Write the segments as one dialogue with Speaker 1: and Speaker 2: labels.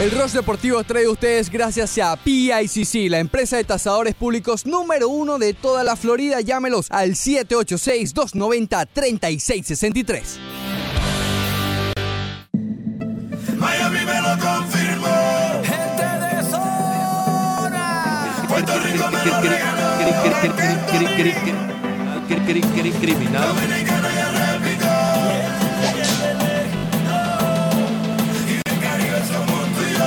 Speaker 1: El Rush Deportivo trae a ustedes gracias a PICC, la empresa de tasadores públicos número uno de toda la Florida. Llámelos al 786-290-3663.
Speaker 2: Miami me lo confirmó. Gente de zona. Puerto Rico me lo regaló.
Speaker 3: Criminal.
Speaker 2: Dominicana ya replicó. Y del Caribe somos tú y yo.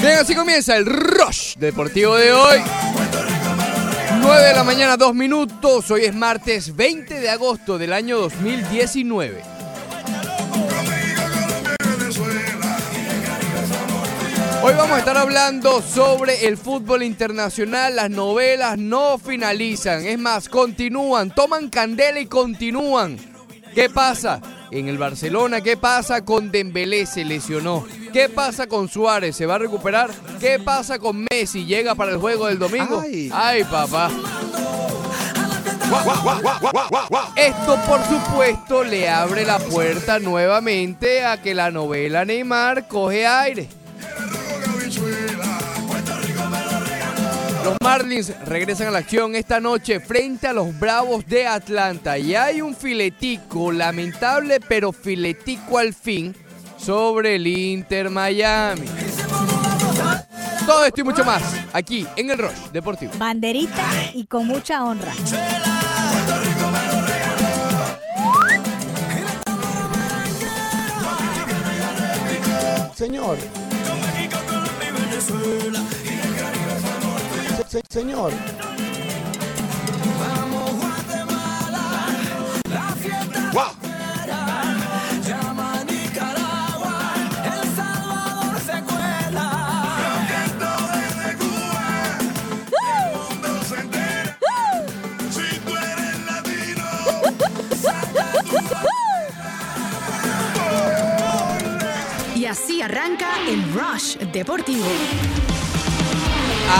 Speaker 1: Bien, así comienza el Rush Deportivo de hoy. 9 de la mañana, 2 minutos. Hoy es martes 20 de agosto del año 2019. Hoy vamos a estar hablando sobre el fútbol internacional. Las novelas no finalizan, es más, continúan, toman candela y continúan. ¿Qué pasa en el Barcelona? ¿Qué pasa con Dembélé? Se lesionó. ¿Qué pasa con Suárez? ¿Se va a recuperar? ¿Qué pasa con Messi? ¿Llega para el juego del domingo?
Speaker 3: Ay.
Speaker 1: Ay papá. Esto, por supuesto, le abre la puerta nuevamente a que la novela Neymar coge aire. Los Marlins regresan a la acción esta noche frente a los Bravos de Atlanta. Y hay un filetico, lamentable, pero filetico al fin, sobre el Inter Miami. Todo esto y mucho más aquí en el Rush Deportivo.
Speaker 4: Banderita y con mucha honra.
Speaker 5: Señor. Se- se- Señor.
Speaker 2: Si tú eres latino.
Speaker 6: Y así arranca el Rush Deportivo.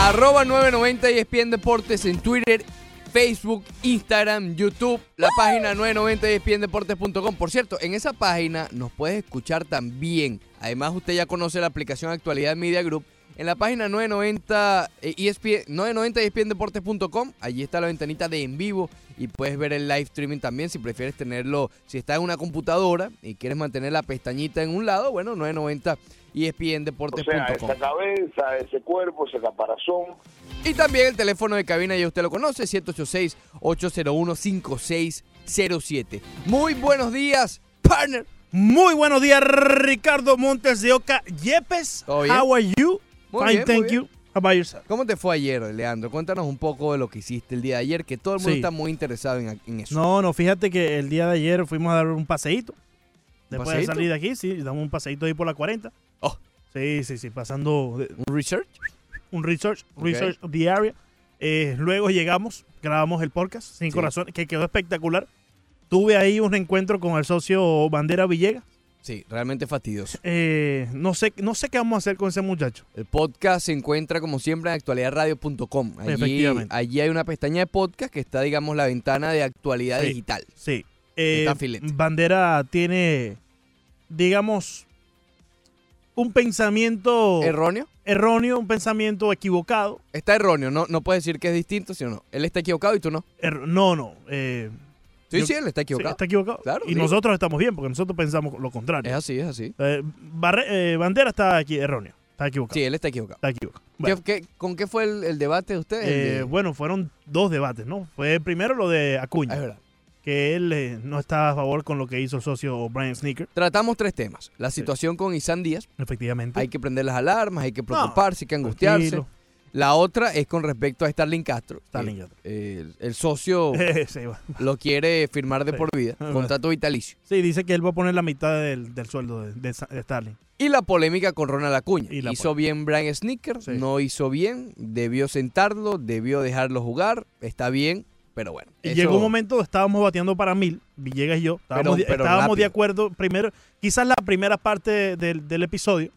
Speaker 1: Arroba 990 y ESPN Deportes en Twitter, Facebook, Instagram, YouTube, la página 990 y ESPNDeportes.com. Por cierto, en esa página nos puedes escuchar también. Además, usted ya conoce la aplicación Actualidad Media Group. En la página 990 eh, ESPN, 990 y ESPNDeportes.com, allí está la ventanita de en vivo y puedes ver el live streaming también si prefieres tenerlo, si está en una computadora y quieres mantener la pestañita en un lado, bueno, E 990 y
Speaker 7: O
Speaker 8: Este
Speaker 7: sea, esa cabeza, ese cuerpo, ese caparazón.
Speaker 1: Y también el teléfono de cabina, ya usted lo conoce, 786-801-5607. Muy buenos días, partner.
Speaker 8: Muy buenos días, Ricardo Montes de Oca Yepes.
Speaker 1: ¿Todo bien?
Speaker 8: How are you?
Speaker 1: Muy
Speaker 8: Fine,
Speaker 1: bien, muy
Speaker 8: thank
Speaker 1: bien.
Speaker 8: you. How about yourself?
Speaker 1: ¿Cómo te fue ayer, Leandro? Cuéntanos un poco de lo que hiciste el día de ayer, que todo el mundo
Speaker 8: Sí.
Speaker 1: está muy interesado en, en eso.
Speaker 8: No, no, fíjate que el día de ayer fuimos a dar un paseíto. Después
Speaker 1: paseíto?
Speaker 8: de salir de aquí, sí, damos un paseíto ahí por la 40.
Speaker 1: Oh.
Speaker 8: Sí, sí, sí, pasando de-
Speaker 1: ¿Un research?
Speaker 8: un research,
Speaker 1: Ok.
Speaker 8: research of the area. Eh, luego llegamos, grabamos el podcast Sin
Speaker 1: Sí.
Speaker 8: Corazón, que quedó espectacular. Tuve ahí un encuentro con el socio Bandera Villegas.
Speaker 1: Sí, realmente fastidioso.
Speaker 8: Eh, no, sé, no sé qué vamos a hacer con ese muchacho.
Speaker 1: El podcast se encuentra como siempre en actualidadradio.com. Allí,
Speaker 8: Efectivamente.
Speaker 1: allí hay una pestaña de podcast que está, digamos, la ventana de actualidad
Speaker 8: Sí.
Speaker 1: digital.
Speaker 8: Sí. Eh,
Speaker 1: Está filete.
Speaker 8: Bandera tiene, digamos, un pensamiento
Speaker 1: ¿Erróneo?
Speaker 8: erróneo, un pensamiento equivocado.
Speaker 1: Está erróneo, no, no puedes decir que es distinto, sino no. Él está equivocado y tú no.
Speaker 8: Er- no, no. eh,
Speaker 1: Sí,
Speaker 8: Yo-
Speaker 1: sí, él está
Speaker 8: sí,
Speaker 1: equivocado.
Speaker 8: está equivocado.
Speaker 1: Claro,
Speaker 8: y
Speaker 1: digo.
Speaker 8: nosotros estamos bien porque nosotros pensamos lo
Speaker 1: Es
Speaker 8: contrario.
Speaker 1: así, es así.
Speaker 8: Eh, Barre- eh, Bandera está aquí erróneo, está equivocado.
Speaker 1: Sí, él está equivocado.
Speaker 8: Está equivocado.
Speaker 1: ¿Qué-
Speaker 8: Bueno,
Speaker 1: qué- ¿Con qué fue el, el debate de ustedes?
Speaker 8: eh,
Speaker 1: El de-
Speaker 8: bueno, fueron dos debates, ¿no? Fue primero lo de
Speaker 1: Ah, es
Speaker 8: Acuña,
Speaker 1: verdad.
Speaker 8: que él eh, no está a favor con lo que hizo el socio Brian Sneaker,
Speaker 1: Tratamos tres temas. La situación con Isan Díaz.
Speaker 8: efectivamente.
Speaker 1: Hay que prender las alarmas, hay que preocuparse, hay que angustiarse.
Speaker 8: Tranquilo.
Speaker 1: La otra es con respecto a Starling Castro.
Speaker 8: Starling
Speaker 1: Eh,
Speaker 8: Castro.
Speaker 1: eh, el, el socio
Speaker 8: Sí, va.
Speaker 1: lo quiere firmar de
Speaker 8: Sí.
Speaker 1: por vida,
Speaker 8: Ah,
Speaker 1: contrato vitalicio.
Speaker 8: Sí, dice que él va a poner la mitad del, del sueldo de, de Sa- de Starling.
Speaker 1: Y la polémica con Ronald Acuña.
Speaker 8: Y la
Speaker 1: hizo bien Brian Sneaker,
Speaker 8: Sí.
Speaker 1: no hizo bien, debió sentarlo, debió dejarlo jugar, está bien, pero bueno.
Speaker 8: Y
Speaker 1: eso-
Speaker 8: llegó un momento, estábamos bateando para mil, Villegas y yo. Estábamos,
Speaker 1: Pero-
Speaker 8: de-
Speaker 1: pero
Speaker 8: estábamos de
Speaker 1: rápido.
Speaker 8: acuerdo, primero, quizás la primera parte del, del episodio,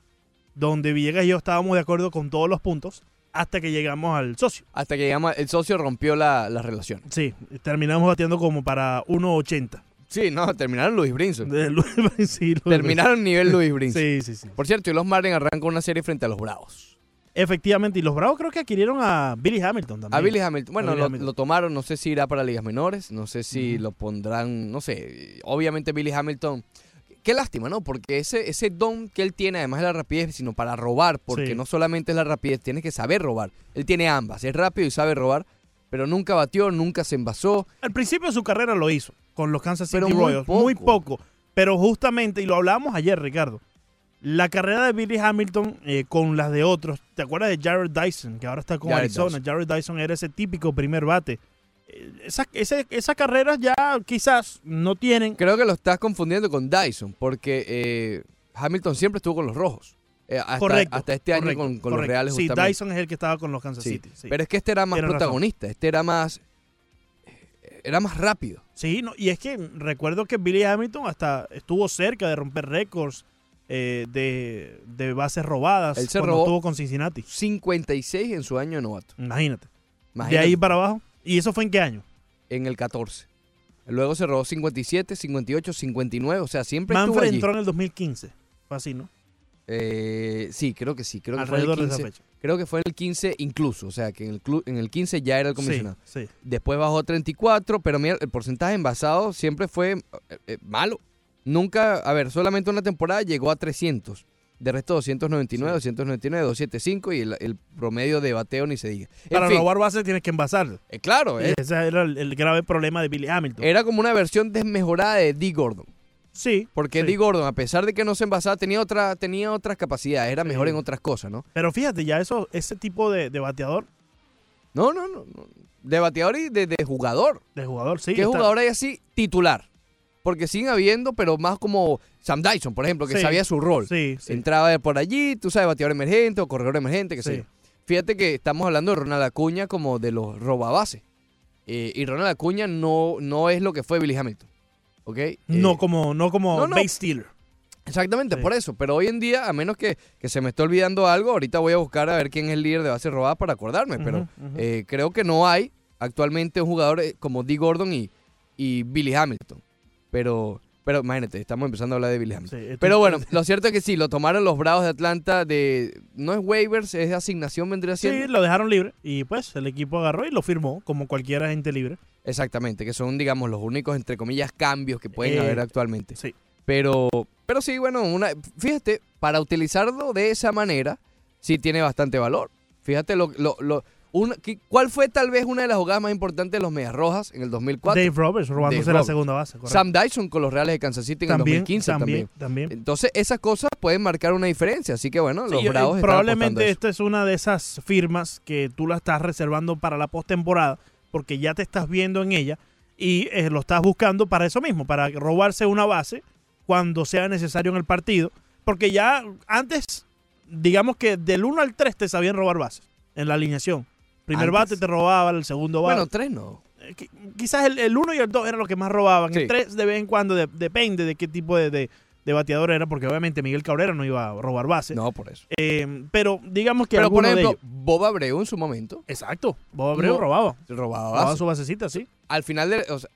Speaker 8: donde Villegas y yo estábamos de acuerdo con todos los puntos, hasta que llegamos al socio.
Speaker 1: Hasta que digamos, el socio rompió la, la relación.
Speaker 8: Sí, terminamos bateando como para 1.80.
Speaker 1: Sí, no, terminaron Luis Brinson.
Speaker 8: De Luis sí, Luis
Speaker 1: Terminaron nivel Luis
Speaker 8: Brinson.
Speaker 1: Brinson.
Speaker 8: Sí, sí, sí.
Speaker 1: Por cierto, y los Marlins arrancan una serie frente a los Bravos.
Speaker 8: Efectivamente, y los Bravos creo que adquirieron a Billy Hamilton también.
Speaker 1: A Billy Hamilton, bueno,
Speaker 8: Billy
Speaker 1: lo,
Speaker 8: Hamilton.
Speaker 1: lo tomaron, no sé si irá para ligas menores, no sé si lo pondrán, no sé. Obviamente Billy Hamilton, qué lástima, ¿no? Porque ese, ese don que él tiene, además de la rapidez, sino para robar, porque
Speaker 8: Sí.
Speaker 1: no solamente es la rapidez, tienes que saber robar. Él tiene ambas, es rápido y sabe robar, pero nunca batió, nunca se envasó.
Speaker 8: Al principio de su carrera lo hizo con los Kansas City
Speaker 1: Pero muy
Speaker 8: Royals, muy
Speaker 1: poco.
Speaker 8: poco. Pero justamente, y lo hablábamos ayer, Ricardo, la carrera de Billy Hamilton eh, con las de otros, ¿te acuerdas de Jared Dyson, que ahora está con
Speaker 1: Jared
Speaker 8: Arizona? Jared Dyson era ese típico primer bate. Eh, Esas ese- esas carreras ya quizás no tienen.
Speaker 1: Creo que lo estás confundiendo con Dyson, porque eh, Hamilton siempre estuvo con los rojos. eh, hasta,
Speaker 8: correcto.
Speaker 1: hasta este año
Speaker 8: correcto,
Speaker 1: con, con los
Speaker 8: correcto.
Speaker 1: Reales
Speaker 8: Sí,
Speaker 1: justamente.
Speaker 8: Dyson es el que estaba con los Kansas
Speaker 1: Sí,
Speaker 8: City. Sí,
Speaker 1: Pero es que este era más
Speaker 8: Tienes razón.
Speaker 1: protagonista, este era más. Era más rápido.
Speaker 8: Sí, no, y es que recuerdo que Billy Hamilton hasta estuvo cerca de romper récords eh, de, de bases robadas
Speaker 1: Él se
Speaker 8: cuando
Speaker 1: robó-
Speaker 8: estuvo con Cincinnati.
Speaker 1: 56 en su año de novato.
Speaker 8: Imagínate. De
Speaker 1: Imagínate,
Speaker 8: ahí para abajo. ¿Y eso fue en qué año?
Speaker 1: en el 14. Luego se robó 57, 58, 59. O sea, siempre estuvo
Speaker 8: Manfred
Speaker 1: allí.
Speaker 8: entró en el 2015. Fue así, ¿no?
Speaker 1: Eh, sí, creo que sí. Creo que, fue en el
Speaker 8: Alrededor de
Speaker 1: 15,
Speaker 8: esa fecha.
Speaker 1: creo que fue en el 15 incluso. O sea, que en el, clu- en el 15 ya era el comisionado.
Speaker 8: Sí, sí.
Speaker 1: Después bajó a 34, pero mira, el porcentaje envasado siempre fue eh, eh, malo. Nunca, a ver, solamente una temporada llegó a 300. De resto, 299, 299, 275 y el, el promedio de bateo ni se diga. En
Speaker 8: Para
Speaker 1: fin,
Speaker 8: robar bases tienes que envasarlo.
Speaker 1: eh, claro, eh,
Speaker 8: Ese era el, el grave problema de Billy Hamilton.
Speaker 1: era como una versión desmejorada de Dee Gordon.
Speaker 8: sí.
Speaker 1: Porque
Speaker 8: sí.
Speaker 1: Dee Gordon, a pesar de que no se envasaba, tenía, otra, tenía otras capacidades, era mejor
Speaker 8: Sí.
Speaker 1: en otras cosas, ¿no?
Speaker 8: Pero fíjate, ya eso, ese tipo de, de bateador,
Speaker 1: No, no, no. no. De bateador y de, de jugador.
Speaker 8: de jugador, sí.
Speaker 1: ¿Qué
Speaker 8: está-
Speaker 1: jugador hay así? Titular. Porque siguen habiendo, pero más como Sam Dyson, por ejemplo, que
Speaker 8: Sí.
Speaker 1: sabía su rol.
Speaker 8: Sí, sí.
Speaker 1: Entraba de por allí, tú sabes, bateador emergente o corredor emergente, que sé
Speaker 8: Sí.
Speaker 1: yo. Fíjate que estamos hablando de Ronald Acuña como de los robabases. Eh, y Ronald Acuña no, no es lo que fue Billy Hamilton. ¿Ok? Eh,
Speaker 8: No como, no como
Speaker 1: No, no.
Speaker 8: base stealer.
Speaker 1: Exactamente,
Speaker 8: Sí.
Speaker 1: por eso. Pero hoy en día, a menos que, que se me esté olvidando algo, ahorita voy a buscar a ver quién es el líder de bases robadas para acordarme. Pero
Speaker 8: Ujú, ujú.
Speaker 1: eh, creo que no hay actualmente un jugador eh, como Dee Gordon y, y Billy Hamilton. Pero, pero imagínate, estamos empezando a hablar de Billy Hamilton.
Speaker 8: Sí, eh, tú-
Speaker 1: Pero bueno, lo cierto es que sí, lo tomaron los Bravos de Atlanta de... No es waivers, es asignación vendría
Speaker 8: Sí,
Speaker 1: siendo.
Speaker 8: lo dejaron libre y pues el equipo agarró y lo firmó como cualquier agente libre.
Speaker 1: Exactamente, que son, digamos, los únicos, entre comillas, cambios que pueden
Speaker 8: Eh,
Speaker 1: haber actualmente.
Speaker 8: sí.
Speaker 1: Pero, pero sí, bueno, una, fíjate, para utilizarlo de esa manera, sí tiene bastante valor. Fíjate lo... lo, lo- una- ¿qué- ¿Cuál fue tal vez una de las jugadas más importantes de los Medias Rojas en el 2004?
Speaker 8: Dave Roberts robándose
Speaker 1: Dave
Speaker 8: la
Speaker 1: Roberts.
Speaker 8: segunda base. correcto.
Speaker 1: Sam Dyson con los Reales de Kansas City en el 2015 también.
Speaker 8: también.
Speaker 1: Entonces, esas cosas pueden marcar una diferencia. Así que, bueno, los
Speaker 8: Sí, eh,
Speaker 1: Bravos están apostando a
Speaker 8: probablemente
Speaker 1: eso.
Speaker 8: esta es una de esas firmas que tú la estás reservando para la postemporada porque ya te estás viendo en ella y eh, lo estás buscando para eso mismo, para robarse una base cuando sea necesario en el partido, porque ya antes digamos que del 1 al 3 te sabían robar bases en la alineación. Primer
Speaker 1: Antes.
Speaker 8: bate te robaba, el segundo bate.
Speaker 1: Bueno, tres no.
Speaker 8: Eh, qui- quizás el, el 1 y el 2 eran los que más robaban.
Speaker 1: Sí.
Speaker 8: El 3 de vez en cuando de- depende de qué tipo de, de- de bateador era, porque obviamente Miguel Cabrera no iba a robar bases.
Speaker 1: No, por eso.
Speaker 8: Eh, pero digamos que
Speaker 1: Pero,
Speaker 8: alguno
Speaker 1: por
Speaker 8: de
Speaker 1: ejemplo,
Speaker 8: ellos.
Speaker 1: Bob Abreu en su momento
Speaker 8: Exacto. Bob Abreu
Speaker 1: No.
Speaker 8: robaba.
Speaker 1: robaba
Speaker 8: Robaba
Speaker 1: bases.
Speaker 8: su basecita, sí.
Speaker 1: Al final, de, o sea,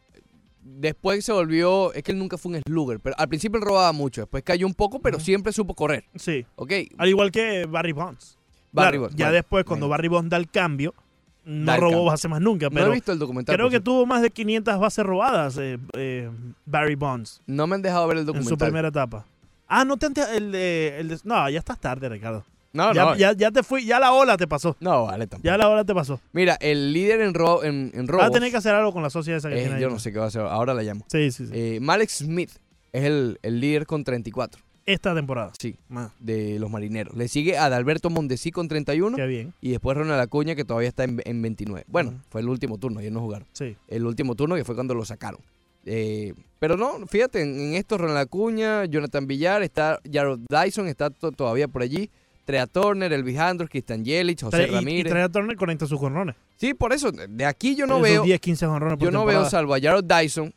Speaker 1: después se volvió... Es que él nunca fue un slugger. Pero al principio él robaba mucho. Después cayó un poco, pero
Speaker 8: Ujú.
Speaker 1: siempre supo correr.
Speaker 8: Sí.
Speaker 1: ¿Ok?
Speaker 8: Al igual que Barry Bonds.
Speaker 1: Barry
Speaker 8: Claro,
Speaker 1: Bonds,
Speaker 8: Ya
Speaker 1: bueno,
Speaker 8: después, cuando Barry Bonds da el cambio, no
Speaker 1: Da el
Speaker 8: robó
Speaker 1: cambio.
Speaker 8: bases más nunca.
Speaker 1: no
Speaker 8: Pero
Speaker 1: he visto el documental.
Speaker 8: creo
Speaker 1: por
Speaker 8: que
Speaker 1: cierto.
Speaker 8: tuvo más de 500 bases robadas eh, eh, Barry Bonds
Speaker 1: No me han dejado ver el
Speaker 8: en su
Speaker 1: documental.
Speaker 8: primera etapa. Ah, no te han- el, de- el de- No, ya estás tarde, Ricardo.
Speaker 1: No,
Speaker 8: ya,
Speaker 1: no.
Speaker 8: ya, ya te fui, ya la ola te pasó.
Speaker 1: No, vale, tampoco.
Speaker 8: Ya la ola te pasó.
Speaker 1: Mira, el líder en, ro en, en
Speaker 8: Va a
Speaker 1: robos,
Speaker 8: tener que hacer algo con la sociedad esa que
Speaker 1: eh,
Speaker 8: tiene ahí.
Speaker 1: yo no sé qué va a hacer. Ahora la llamo.
Speaker 8: Sí, sí, sí.
Speaker 1: Eh, Malik Smith es el, el líder con 34,
Speaker 8: Esta temporada.
Speaker 1: sí,
Speaker 8: Ah,
Speaker 1: de los marineros. Le sigue Adalberto Mondesi con 31
Speaker 8: Qué bien.
Speaker 1: y después Ronald Acuña que todavía está en, en 29. Bueno,
Speaker 8: Ujú.
Speaker 1: fue el último turno, ayer no jugaron.
Speaker 8: Sí.
Speaker 1: El último turno que fue cuando lo sacaron. Eh, pero no, fíjate, en, en esto Ronald Acuña, Jonathan Villar, está Jared Dyson, está to- todavía por allí. Trea Turner, Elvis Andrews, Cristian Yelich, José
Speaker 8: Tre- y- Y,
Speaker 1: Ramírez.
Speaker 8: Trey Turner conecta sus jonrones.
Speaker 1: sí, por eso, de aquí yo no
Speaker 8: Esos
Speaker 1: veo...
Speaker 8: 10, 15 jonrones por
Speaker 1: Yo no veo
Speaker 8: temporada.
Speaker 1: salvo a Jared Dyson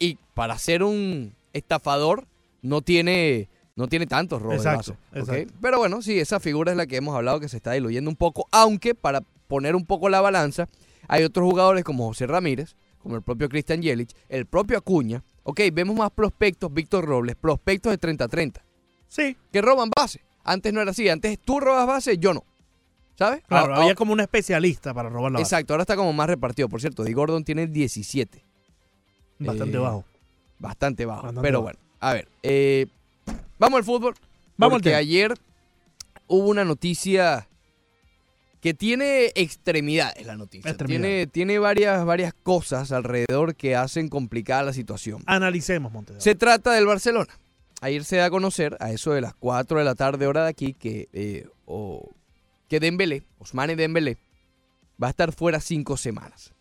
Speaker 1: y para ser un estafador no tiene no tiene tantos robos de
Speaker 8: Exacto,
Speaker 1: base, ¿ok?
Speaker 8: exacto.
Speaker 1: Pero bueno, sí, esa figura es la que hemos hablado que se está diluyendo un poco, aunque para poner un poco la balanza, hay otros jugadores como José Ramírez, como el propio Christian Yelich, el propio Acuña, Ok, vemos más prospectos, Víctor Robles, prospectos de 30-30,
Speaker 8: Sí,
Speaker 1: que roban base. Antes no era así, antes tú robas base, yo no. ¿Sabes?
Speaker 8: claro,
Speaker 1: Ah,
Speaker 8: había
Speaker 1: ah,
Speaker 8: como un especialista para robar la base.
Speaker 1: Exacto, ahora está como más repartido. Por cierto, D. Gordon tiene 17.
Speaker 8: Bastante
Speaker 1: Eh,
Speaker 8: bajo.
Speaker 1: Bastante bajo.
Speaker 8: Bastante
Speaker 1: pero
Speaker 8: bajo.
Speaker 1: bueno, a ver. eh, vamos al fútbol.
Speaker 8: Vamos al
Speaker 1: porque
Speaker 8: tema.
Speaker 1: ayer hubo una noticia que tiene extremidades la noticia. Tiene,
Speaker 8: Extremidades.
Speaker 1: tiene varias, varias cosas alrededor que hacen complicada la situación.
Speaker 8: Ah. Analicemos, Montes.
Speaker 1: Se trata del Barcelona. Ayer se da a conocer, a eso de las 4 de la tarde, hora de aquí, que, eh, o- que Dembélé, Osmane Dembélé, va a estar fuera cinco semanas.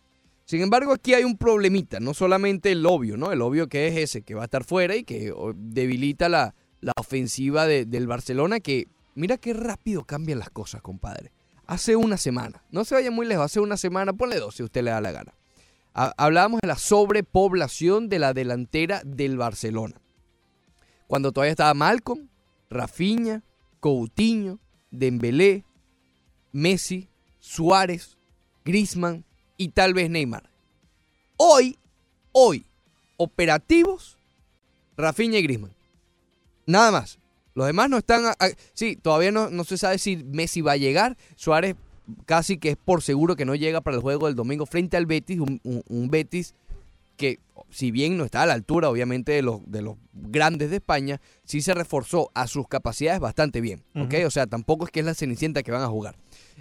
Speaker 1: Sin embargo, aquí hay un problemita, no solamente el obvio, ¿no? El obvio que es ese, que va a estar fuera y que o, debilita la, la ofensiva de- del Barcelona, que mira qué rápido cambian las cosas, compadre. Hace una semana, no se vaya muy lejos, hace una semana, ponle dos si usted le da la gana. Ha- Hablábamos de la sobrepoblación de la delantera del Barcelona. Cuando todavía estaba Malcolm, Rafinha, Coutinho, Dembélé, Messi, Suárez, Griezmann y tal vez Neymar. Hoy, hoy, operativos, Rafinha y Griezmann. Nada más. Los demás no están... a- a- sí, todavía no, no se sabe si Messi va a llegar. Suárez casi que es por seguro que no llega para el juego del domingo frente al Betis. Un, un- un Betis que, si bien no está a la altura, obviamente, de los, de los grandes de España, sí se reforzó a sus capacidades bastante bien. ¿ok? O sea, tampoco es que es la cenicienta que van a jugar.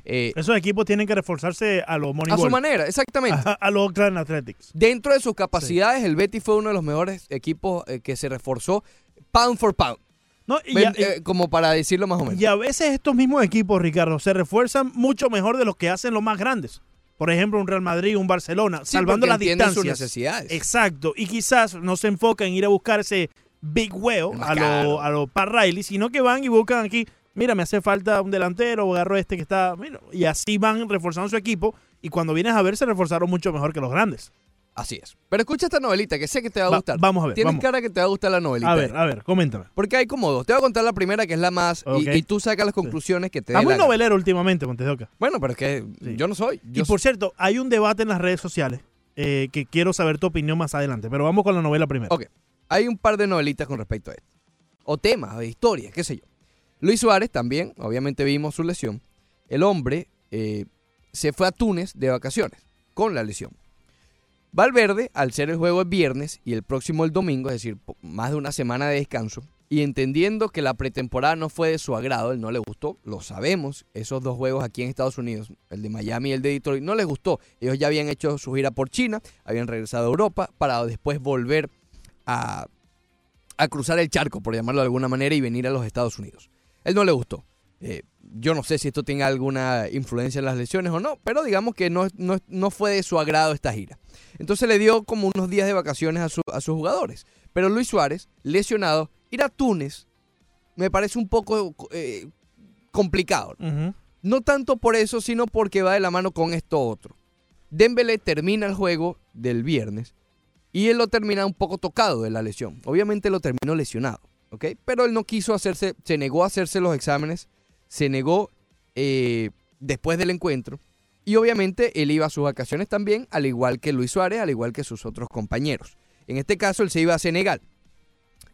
Speaker 1: Eh,
Speaker 8: Esos equipos tienen que reforzarse a los
Speaker 1: a su
Speaker 8: Moneyball.
Speaker 1: manera, exactamente.
Speaker 8: A, a los Oakland Athletics.
Speaker 1: Dentro de sus capacidades, el Betis fue uno de los mejores equipos eh, que se reforzó pound for pound,
Speaker 8: No, y, ya-
Speaker 1: Ven,
Speaker 8: y-
Speaker 1: eh, como para decirlo más o menos.
Speaker 8: y a veces estos mismos equipos, Ricardo, se refuerzan mucho mejor de los que hacen los más grandes. Por ejemplo, un Real Madrid, un Barcelona,
Speaker 1: Sí,
Speaker 8: salvando
Speaker 1: porque
Speaker 8: las
Speaker 1: entienden
Speaker 8: distancias.
Speaker 1: sus necesidades.
Speaker 8: Exacto. Y quizás no se enfoca en ir a buscar ese big whale
Speaker 1: El más
Speaker 8: a
Speaker 1: caro.
Speaker 8: los a lo Pat Riley, sino que van y buscan aquí, mira, me hace falta un delantero, agarro este que está... mira, y así van reforzando su equipo. Y cuando vienes a ver, se reforzaron mucho mejor que los grandes.
Speaker 1: Así es. Pero escucha esta novelita que sé que te va a
Speaker 8: Va-
Speaker 1: gustar.
Speaker 8: vamos a ver,
Speaker 1: Tienes
Speaker 8: vamos.
Speaker 1: cara que te va a gustar la novelita.
Speaker 8: A ver, a ver, coméntame.
Speaker 1: Porque hay como dos. Te voy a contar la primera, que es la más, y-
Speaker 8: Ok. Ah,
Speaker 1: y, tú sacas las conclusiones que te
Speaker 8: Está
Speaker 1: dé
Speaker 8: muy
Speaker 1: la gana.
Speaker 8: novelero últimamente, Montes de Oca.
Speaker 1: Bueno, pero es que
Speaker 8: Sí.
Speaker 1: yo no soy. Yo
Speaker 8: y por cierto, hay un debate en las redes sociales eh, que quiero saber tu opinión más adelante, pero vamos con la novela primero.
Speaker 1: Ok. Hay un par de novelitas con respecto a esto. O temas, o historias, qué sé yo. Luis Suárez también, obviamente vimos su lesión. El hombre eh, se fue a Túnez de vacaciones con la lesión. Valverde, al ser el juego el viernes y el próximo el domingo, es decir, po- más de una semana de descanso, y entendiendo que la pretemporada no fue de su agrado, él no le gustó, lo sabemos, esos dos juegos aquí en Estados Unidos, el de Miami y el de Detroit, no les gustó. Ellos ya habían hecho su gira por China, habían regresado a Europa para después volver a, a cruzar el charco, por llamarlo de alguna manera, y venir a los Estados Unidos. Él no le gustó. Eh, yo no sé si esto tenga alguna influencia en las lesiones o no, pero digamos que no, no, no fue de su agrado esta gira. Entonces le dio como unos días de vacaciones a, su- a sus jugadores. Pero Luis Suárez, lesionado, ir a Túnez me parece un poco eh, complicado.
Speaker 8: Ujú.
Speaker 1: No tanto por eso, sino porque va de la mano con esto otro. Dembélé termina el juego del viernes y él lo termina un poco tocado de la lesión. Obviamente lo terminó lesionado, ¿ok? Pero él no quiso hacerse, se negó a hacerse los exámenes, se negó eh, después del encuentro y obviamente él iba a sus vacaciones también, al igual que Luis Suárez, al igual que sus otros compañeros. En este caso él se iba a Senegal.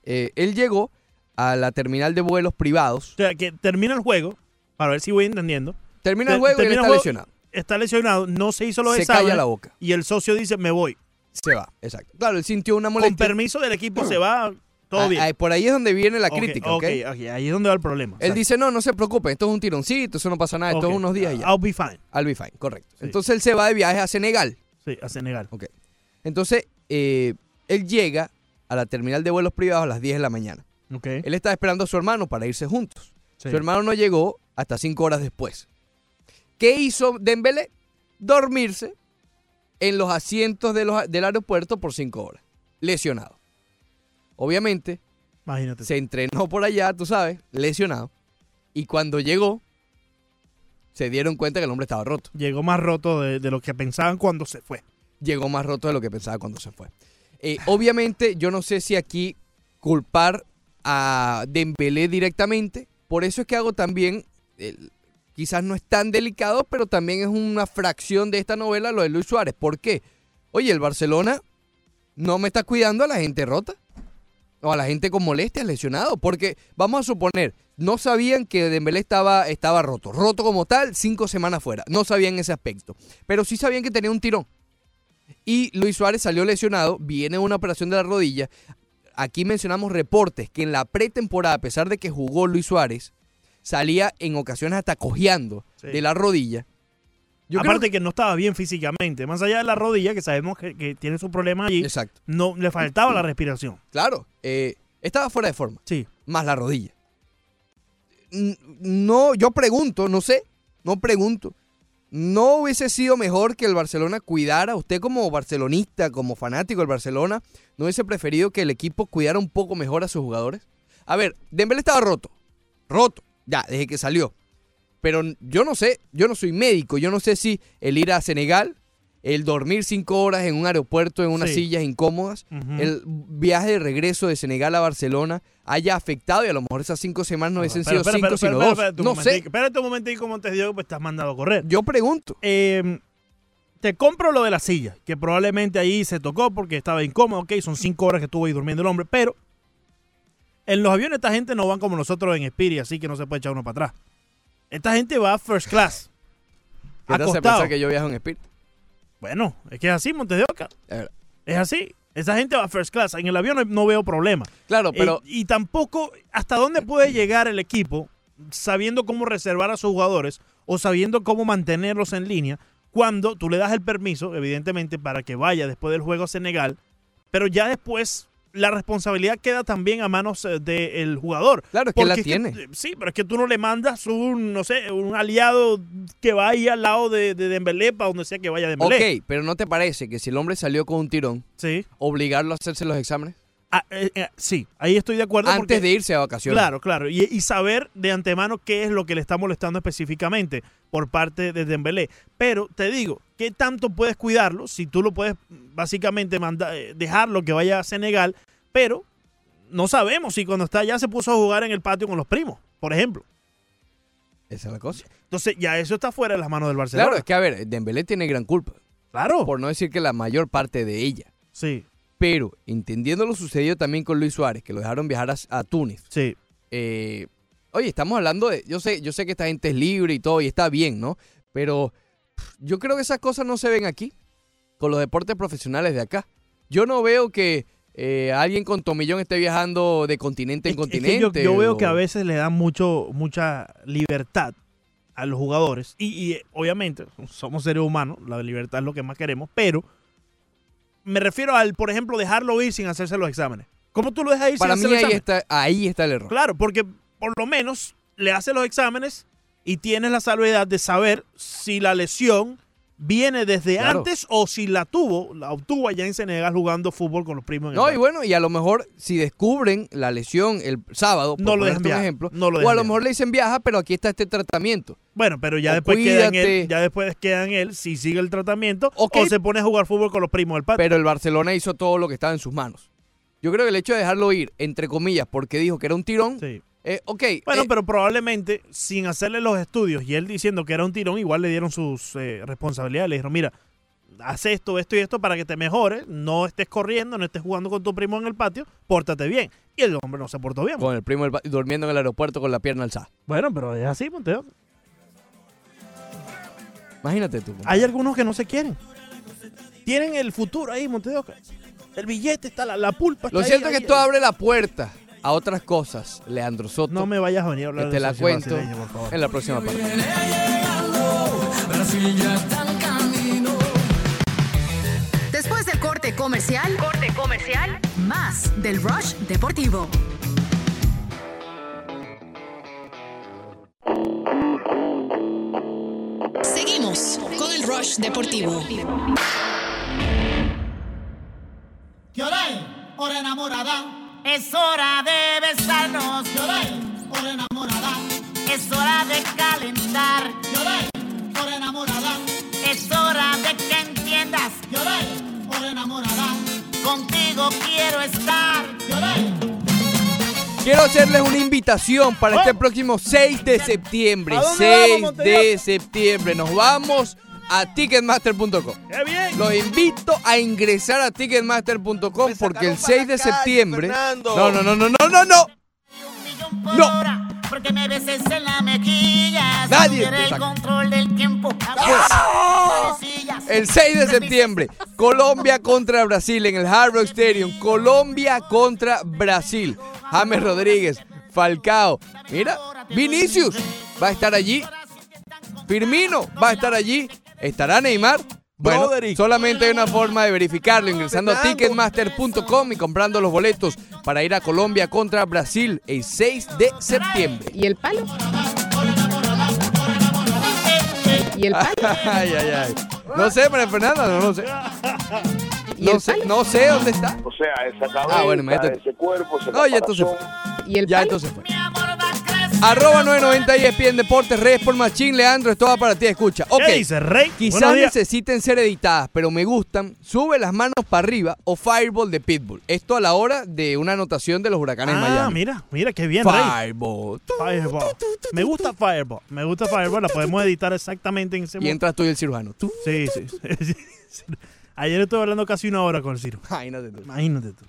Speaker 1: Eh, él llegó a la terminal de vuelos privados,
Speaker 8: O sea, que termina el juego, para ver si voy entendiendo.
Speaker 1: termina el
Speaker 8: Te-
Speaker 1: juego y él
Speaker 8: termina el
Speaker 1: está
Speaker 8: juego,
Speaker 1: lesionado.
Speaker 8: Está lesionado, no se hizo los
Speaker 1: Se
Speaker 8: exámenes.
Speaker 1: calla la boca.
Speaker 8: Y el socio dice, me voy.
Speaker 1: Se va, exacto. Claro, él sintió una
Speaker 8: Con
Speaker 1: molestia.
Speaker 8: permiso del equipo se va, todo
Speaker 1: Ah,
Speaker 8: bien.
Speaker 1: ah, por ahí es donde viene la
Speaker 8: Ok,
Speaker 1: crítica, ¿ok?
Speaker 8: ok, ok, ahí es donde va el problema.
Speaker 1: Él dice, no, no se preocupen, esto es un tironcito, eso no pasa nada, esto es unos días y ya.
Speaker 8: I'll be fine.
Speaker 1: I'll be fine, correcto.
Speaker 8: Sí.
Speaker 1: Entonces él se va de viaje a Senegal.
Speaker 8: Sí, a Senegal.
Speaker 1: Ok. Entonces, eh, él llega a la terminal de vuelos privados a las 10 de la mañana.
Speaker 8: Ok.
Speaker 1: Él estaba esperando a su hermano para irse juntos.
Speaker 8: Sí.
Speaker 1: Su hermano no llegó hasta cinco horas después. ¿Qué hizo Dembélé? Dormirse en los asientos de los- del aeropuerto por cinco horas, lesionado. Obviamente,
Speaker 8: Imagínate.
Speaker 1: se entrenó por allá, tú sabes, lesionado. Y cuando llegó, se dieron cuenta que el hombre estaba roto.
Speaker 8: Llegó más roto de, de lo que pensaban cuando se fue.
Speaker 1: Llegó más roto de lo que pensaba cuando se fue. Eh, obviamente, yo no sé si aquí culpar a Dembélé directamente. Por eso es que hago también, el- quizás no es tan delicado, pero también es una fracción de esta novela lo de Luis Suárez. ¿Por qué? Oye, el Barcelona no me está cuidando a la gente rota o a la gente con molestias, lesionado. Porque vamos a suponer, no sabían que Dembélé estaba, estaba roto. Roto como tal, cinco semanas fuera. No sabían ese aspecto. Pero sí sabían que tenía un tirón. Y Luis Suárez salió lesionado, viene una operación de la rodilla. Aquí mencionamos reportes que en la pretemporada, a pesar de que jugó Luis Suárez, salía en ocasiones hasta cojeando
Speaker 8: Sí.
Speaker 1: de la rodilla. Yo creo
Speaker 8: Aparte que no estaba bien físicamente. Más allá de la rodilla, que sabemos que, que tiene su problema allí,
Speaker 1: Exacto.
Speaker 8: no le faltaba la respiración.
Speaker 1: Claro, eh, estaba fuera de forma,
Speaker 8: Sí.
Speaker 1: más la rodilla. N- No, yo pregunto, no sé, no pregunto. ¿No hubiese sido mejor que el Barcelona cuidara, usted como barcelonista, como fanático del Barcelona, no hubiese preferido que el equipo cuidara un poco mejor a sus jugadores? A ver, Dembélé estaba roto, roto, ya, desde que salió. Pero n- yo no sé, yo no soy médico, yo no sé si el ir a Senegal, el dormir cinco horas en un aeropuerto, en unas
Speaker 8: Sí.
Speaker 1: sillas incómodas,
Speaker 8: Ujú.
Speaker 1: el viaje de regreso de Senegal a Barcelona haya afectado y a lo mejor esas cinco semanas no hubiesen
Speaker 8: Pero,
Speaker 1: sido
Speaker 8: espera,
Speaker 1: cinco,
Speaker 8: espera, espera,
Speaker 1: sino dos.
Speaker 8: espera, espérate un
Speaker 1: No
Speaker 8: momentico.
Speaker 1: sé,
Speaker 8: Espérate un momentico, como te digo, pues estás mandado a correr.
Speaker 1: yo pregunto.
Speaker 8: Eh, te compro lo de la silla, que probablemente ahí se tocó porque estaba incómodo, ok, son cinco horas que estuvo ahí durmiendo el hombre, pero en los aviones esta gente no van como nosotros en Spirit, así que no se puede echar uno para atrás. Esta gente va first class.
Speaker 1: ¿Qué te hace
Speaker 8: acostado.
Speaker 1: pensar que yo viajo en Spirit?
Speaker 8: Bueno, es que es así, Montes de Oca.
Speaker 1: Es verdad.
Speaker 8: Es así. Esa gente va first class. En el avión no, no veo problema.
Speaker 1: Claro, pero
Speaker 8: Eh, y tampoco hasta dónde puede llegar el equipo sabiendo cómo reservar a sus jugadores o sabiendo cómo mantenerlos en línea cuando tú le das el permiso, evidentemente, para que vaya después del juego a Senegal, pero ya después la responsabilidad queda también a manos eh, del jugador.
Speaker 1: Claro, es que él la
Speaker 8: Porque
Speaker 1: tiene.
Speaker 8: Sí, pero es que tú no le mandas un, no sé, un aliado que va ahí al lado de, de Dembélé para donde sea que vaya Dembélé.
Speaker 1: ok, pero ¿no te parece que si el hombre salió con un tirón,
Speaker 8: Sí.
Speaker 1: obligarlo a hacerse los exámenes
Speaker 8: Ah, eh, eh, sí, ahí estoy de acuerdo.
Speaker 1: antes
Speaker 8: porque-
Speaker 1: de irse a vacaciones?
Speaker 8: Claro, claro. Y, y saber de antemano qué es lo que le está molestando específicamente por parte de Dembélé. Pero te digo, ¿qué tanto puedes cuidarlo si tú lo puedes básicamente manda- eh, dejarlo que vaya a Senegal? Pero no sabemos si cuando está allá se puso a jugar en el patio con los primos, por ejemplo.
Speaker 1: Esa es la cosa.
Speaker 8: Entonces ya eso está fuera de las manos del Barcelona.
Speaker 1: Claro, es que a ver, Dembélé tiene gran culpa,
Speaker 8: claro.
Speaker 1: por no decir que la mayor parte de ella.
Speaker 8: Sí,
Speaker 1: Pero, entendiendo lo sucedido también con Luis Suárez, que lo dejaron viajar a, a Túnez,
Speaker 8: sí.
Speaker 1: eh, oye, estamos hablando de, yo sé, yo sé que esta gente es libre y todo, y está bien, ¿no? Pero pff, yo creo que esas cosas no se ven aquí, con los deportes profesionales de acá. Yo no veo que eh, alguien con tomillón esté viajando de continente en
Speaker 8: Es que- es
Speaker 1: continente.
Speaker 8: que yo- yo, veo
Speaker 1: o-
Speaker 8: que a veces le dan mucho, mucha libertad a los jugadores. Y, y, eh, obviamente, somos seres humanos, la libertad es lo que más queremos, pero me refiero al, por ejemplo, dejarlo ir sin hacerse los exámenes. ¿Cómo tú lo dejas ir
Speaker 1: Para
Speaker 8: sin
Speaker 1: mí
Speaker 8: hacer los
Speaker 1: ahí
Speaker 8: exámenes?
Speaker 1: está, ahí está el error.
Speaker 8: Claro, porque por lo menos le hace los exámenes y tienes la salvedad de saber si la lesión viene desde
Speaker 1: Claro.
Speaker 8: antes o si la tuvo, la obtuvo allá en Senegal jugando fútbol con los primos. en el
Speaker 1: No, y
Speaker 8: patio.
Speaker 1: bueno, y a lo mejor si descubren la lesión el sábado, por
Speaker 8: No lo
Speaker 1: ponerte
Speaker 8: dejan
Speaker 1: un
Speaker 8: viajar,
Speaker 1: ejemplo,
Speaker 8: no lo
Speaker 1: o
Speaker 8: dejan
Speaker 1: a lo
Speaker 8: viajar.
Speaker 1: mejor le dicen viaja, pero aquí está este tratamiento.
Speaker 8: Bueno, pero ya
Speaker 1: O
Speaker 8: después queda en
Speaker 1: cuídate.
Speaker 8: él, ya después queda en él si sigue el tratamiento
Speaker 1: Ok.
Speaker 8: o se pone a jugar fútbol con los primos del patio.
Speaker 1: Pero el Barcelona hizo todo lo que estaba en sus manos. Yo creo que el hecho de dejarlo ir, entre comillas, porque dijo que era un tirón,
Speaker 8: Sí.
Speaker 1: eh, ok,
Speaker 8: Bueno,
Speaker 1: eh,
Speaker 8: pero probablemente sin hacerle los estudios y él diciendo que era un tirón, igual le dieron sus eh, responsabilidades. Le dijeron, mira, haz esto, esto y esto para que te mejores, no estés corriendo, no estés jugando con tu primo en el patio, pórtate bien. Y el hombre no se portó bien.
Speaker 1: con el primo del ba- durmiendo en el aeropuerto con la pierna alzada.
Speaker 8: Bueno, pero es así, Monteo.
Speaker 1: Imagínate tú.
Speaker 8: Hay algunos que no se quieren. Tienen el futuro ahí, Monteo. El billete está, la, la pulpa está
Speaker 1: Lo
Speaker 8: ahí,
Speaker 1: cierto
Speaker 8: ahí,
Speaker 1: es que tú
Speaker 8: ahí.
Speaker 1: abre la puerta a otras cosas, Leandro Soto,
Speaker 8: No me vayas a venir a
Speaker 1: que
Speaker 8: hablar
Speaker 1: te
Speaker 8: de
Speaker 1: Este, la
Speaker 8: selección
Speaker 1: cuento
Speaker 8: brasileña, por favor.
Speaker 1: en la próxima parte.
Speaker 6: Después del corte comercial, corte comercial, más del Rush Deportivo. Seguimos con el Rush Deportivo.
Speaker 5: ¿Qué hora es? Hora enamorada. Es hora de besarnos. ¿Qué hora es? Hora enamorada. Es hora de calentar. ¿Qué hora es? Hora enamorada. Es hora de que entiendas. ¿Qué hora es? Hora enamorada. Contigo quiero estar. ¿Qué hora es?
Speaker 1: Quiero hacerles una invitación para este
Speaker 8: Vamos.
Speaker 1: próximo 6 de septiembre.
Speaker 8: ¿A dónde vamos,
Speaker 1: 6
Speaker 8: Montevideo?
Speaker 1: de septiembre. Nos vamos a ticketmaster.com.
Speaker 8: ¡Qué bien!
Speaker 1: Los invito a ingresar a ticketmaster.com porque el 6 de septiembre. No, no, no, no, no, no, no. No.
Speaker 5: Porque me beses en la mejilla.
Speaker 1: Nadie
Speaker 5: Si tuviera
Speaker 1: te
Speaker 5: el
Speaker 1: saca.
Speaker 5: control del tiempo.
Speaker 1: El 6 de septiembre, Colombia contra Brasil en el Hard Rock Stadium. Colombia contra Brasil. James Rodríguez, Falcao. Mira, Vinicius va a estar allí. Firmino va a estar allí. ¿Estará Neymar? Bueno,
Speaker 3: Broderick.
Speaker 1: solamente hay una forma de verificarlo ingresando a ticketmaster.com y comprando los boletos para ir a Colombia contra Brasil el 6 de septiembre.
Speaker 9: ¿Y el palo? ¿Y el palo?
Speaker 1: Ay, ay, ay. No sé, María Fernanda, no lo sé.
Speaker 9: ¿Y
Speaker 1: No
Speaker 9: el
Speaker 1: sé,
Speaker 9: palo?
Speaker 1: no sé dónde está.
Speaker 7: O sea, esa cabeza,
Speaker 1: Ah, bueno, imagínate.
Speaker 7: ese cuerpo, ese
Speaker 1: No, ya entonces.
Speaker 7: caparazón.
Speaker 9: ¿Y el
Speaker 1: Ya
Speaker 9: palo?
Speaker 1: entonces fue. Arroba 990 y ESPN Deportes, redes por Machín, Leandro, es toda para ti, escucha. Ok,
Speaker 8: ¿Qué dice, Rey?
Speaker 1: quizás
Speaker 8: Buenos días.
Speaker 1: necesiten ser editadas, pero me gustan. Sube las manos para arriba o Fireball de Pitbull. Esto a la hora de una anotación de los huracanes de
Speaker 8: Ah,
Speaker 1: Miami.
Speaker 8: mira, mira, qué bien, Rey.
Speaker 1: Fireball. Tu,
Speaker 8: Fireball.
Speaker 1: tu, tu, tu,
Speaker 8: Me gusta Fireball. Me gusta Fireball. La podemos editar exactamente en ese
Speaker 1: Y
Speaker 8: momento.
Speaker 1: entras tú y el cirujano. Tú.
Speaker 8: Sí, sí. sí, sí. Ayer estuve hablando casi una hora con el Ciro.
Speaker 1: Ay, no te- Eh,
Speaker 8: Imagínate tú.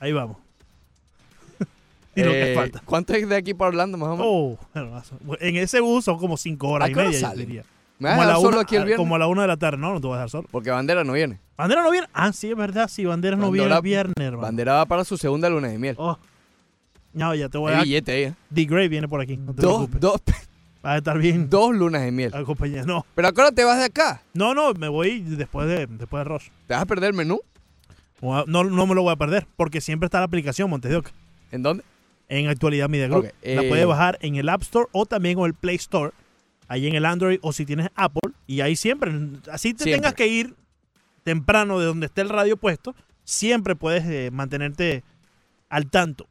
Speaker 8: Ahí vamos. y lo que falta.
Speaker 1: Eh, ¿Cuánto es de aquí para Orlando, más o menos?
Speaker 8: Oh, bueno, en ese bus son como cinco horas
Speaker 1: ¿A
Speaker 8: y
Speaker 1: qué hora
Speaker 8: media, yo
Speaker 1: salen?
Speaker 8: diría.
Speaker 1: ¿Me
Speaker 8: Como
Speaker 1: vas a
Speaker 8: a,
Speaker 1: dejar
Speaker 8: la
Speaker 1: solo
Speaker 8: una,
Speaker 1: aquí el
Speaker 8: a-
Speaker 1: viernes?
Speaker 8: como a la una de la tarde. No, no te voy a dejar solo.
Speaker 1: Porque Bandera no viene.
Speaker 8: ¿Bandera no viene? Ah, sí, es verdad. Sí, Bandera no viene
Speaker 1: Bandera-
Speaker 8: el viernes, hermano.
Speaker 1: Bandera va para su segunda luna de miel.
Speaker 8: Oh. No, ya te voy
Speaker 1: Hay
Speaker 8: a...
Speaker 1: billete ahí, ¿eh?
Speaker 8: The Grey viene por aquí. No te
Speaker 1: Dos,
Speaker 8: preocupes.
Speaker 1: dos,
Speaker 8: Vas a estar bien
Speaker 1: dos lunas de miel.
Speaker 8: acompañado. No,
Speaker 1: Pero ahora te vas de acá.
Speaker 8: no, no, me voy después de, después de Ross.
Speaker 1: ¿Te vas a perder el menú?
Speaker 8: No, no me lo voy a perder porque siempre está la aplicación Montes de Oca.
Speaker 1: ¿En dónde?
Speaker 8: en actualidad Media Group.
Speaker 1: Ok,
Speaker 8: la
Speaker 1: eh,
Speaker 8: puedes bajar en el App Store o también en el Play Store, ahí en el Android o si tienes Apple. Y ahí siempre, así te
Speaker 1: Siempre.
Speaker 8: tengas que ir temprano de donde esté el radio puesto, siempre puedes eh, mantenerte al tanto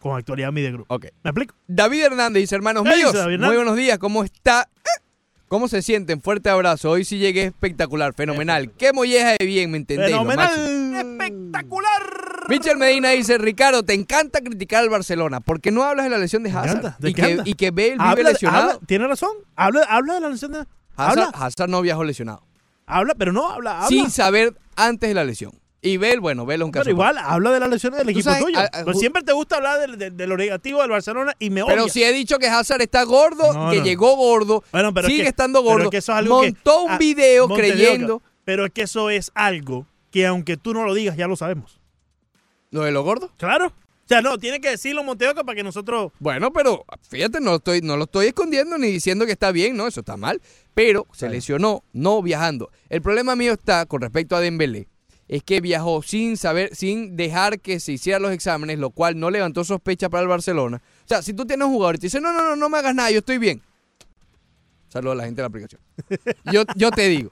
Speaker 8: con actualidad Media Group.
Speaker 1: Ok.
Speaker 8: ¿Me explico?
Speaker 1: David Hernández dice, hermanos
Speaker 8: ¿Qué dice
Speaker 1: míos,
Speaker 8: David Hernández?
Speaker 1: muy buenos días, ¿cómo está? ¿Eh? ¿Cómo se sienten? Fuerte abrazo. Hoy sí llegué espectacular, fenomenal. Qué molleja de bien, ¿me entendéis? lo máximo.
Speaker 8: ¡Espectacular!
Speaker 1: Michel Medina dice, Ricardo, te encanta criticar al Barcelona. ¿Por qué no hablas de la lesión de
Speaker 8: Me
Speaker 1: Hazard?
Speaker 8: encanta, ¿de
Speaker 1: y,
Speaker 8: qué
Speaker 1: que,
Speaker 8: habla?
Speaker 1: y que Bale vive
Speaker 8: Habla,
Speaker 1: lesionado.
Speaker 8: habla- tiene razón. Habla, habla de la lesión de...
Speaker 1: Hazard,
Speaker 8: Habla,
Speaker 1: Hazard no viajó lesionado.
Speaker 8: habla, pero no, habla, habla.
Speaker 1: Sin saber antes de la lesión. Y Bale, bueno, Bale es un caso.
Speaker 8: pero igual, habla de las lesiones del
Speaker 1: Tú
Speaker 8: equipo
Speaker 1: sabes, ah,
Speaker 8: tuyo.
Speaker 1: a- a-
Speaker 8: Pues siempre te gusta hablar de, de- de lo negativo del Barcelona y me
Speaker 1: Pero
Speaker 8: odias.
Speaker 1: sí he dicho que Hazard está gordo,
Speaker 8: No,
Speaker 1: que
Speaker 8: no.
Speaker 1: llegó gordo,
Speaker 8: Bueno, pero es
Speaker 1: sigue
Speaker 8: que-
Speaker 1: estando
Speaker 8: pero
Speaker 1: gordo.
Speaker 8: es que eso es algo que-
Speaker 1: montó un
Speaker 8: ah,
Speaker 1: video
Speaker 8: Monte de Oca.
Speaker 1: creyendo
Speaker 8: Pero es que eso es algo que aunque tú no lo digas, ya lo sabemos.
Speaker 1: lo de lo gordo.
Speaker 8: Claro. O sea, no, tiene que decirlo Monteoca para que nosotros...
Speaker 1: Bueno, pero fíjate, no, estoy, no lo estoy escondiendo ni diciendo que está bien, no, eso está mal. Pero se lesionó, no viajando. El problema mío está con respecto a Dembélé. Es que viajó sin saber, sin dejar que se hicieran los exámenes, lo cual no levantó sospecha para el Barcelona. O sea, si tú tienes un jugador y te dice, no, no, no, no me hagas nada, yo estoy bien. Saludos a la gente de la aplicación. Yo, yo te digo,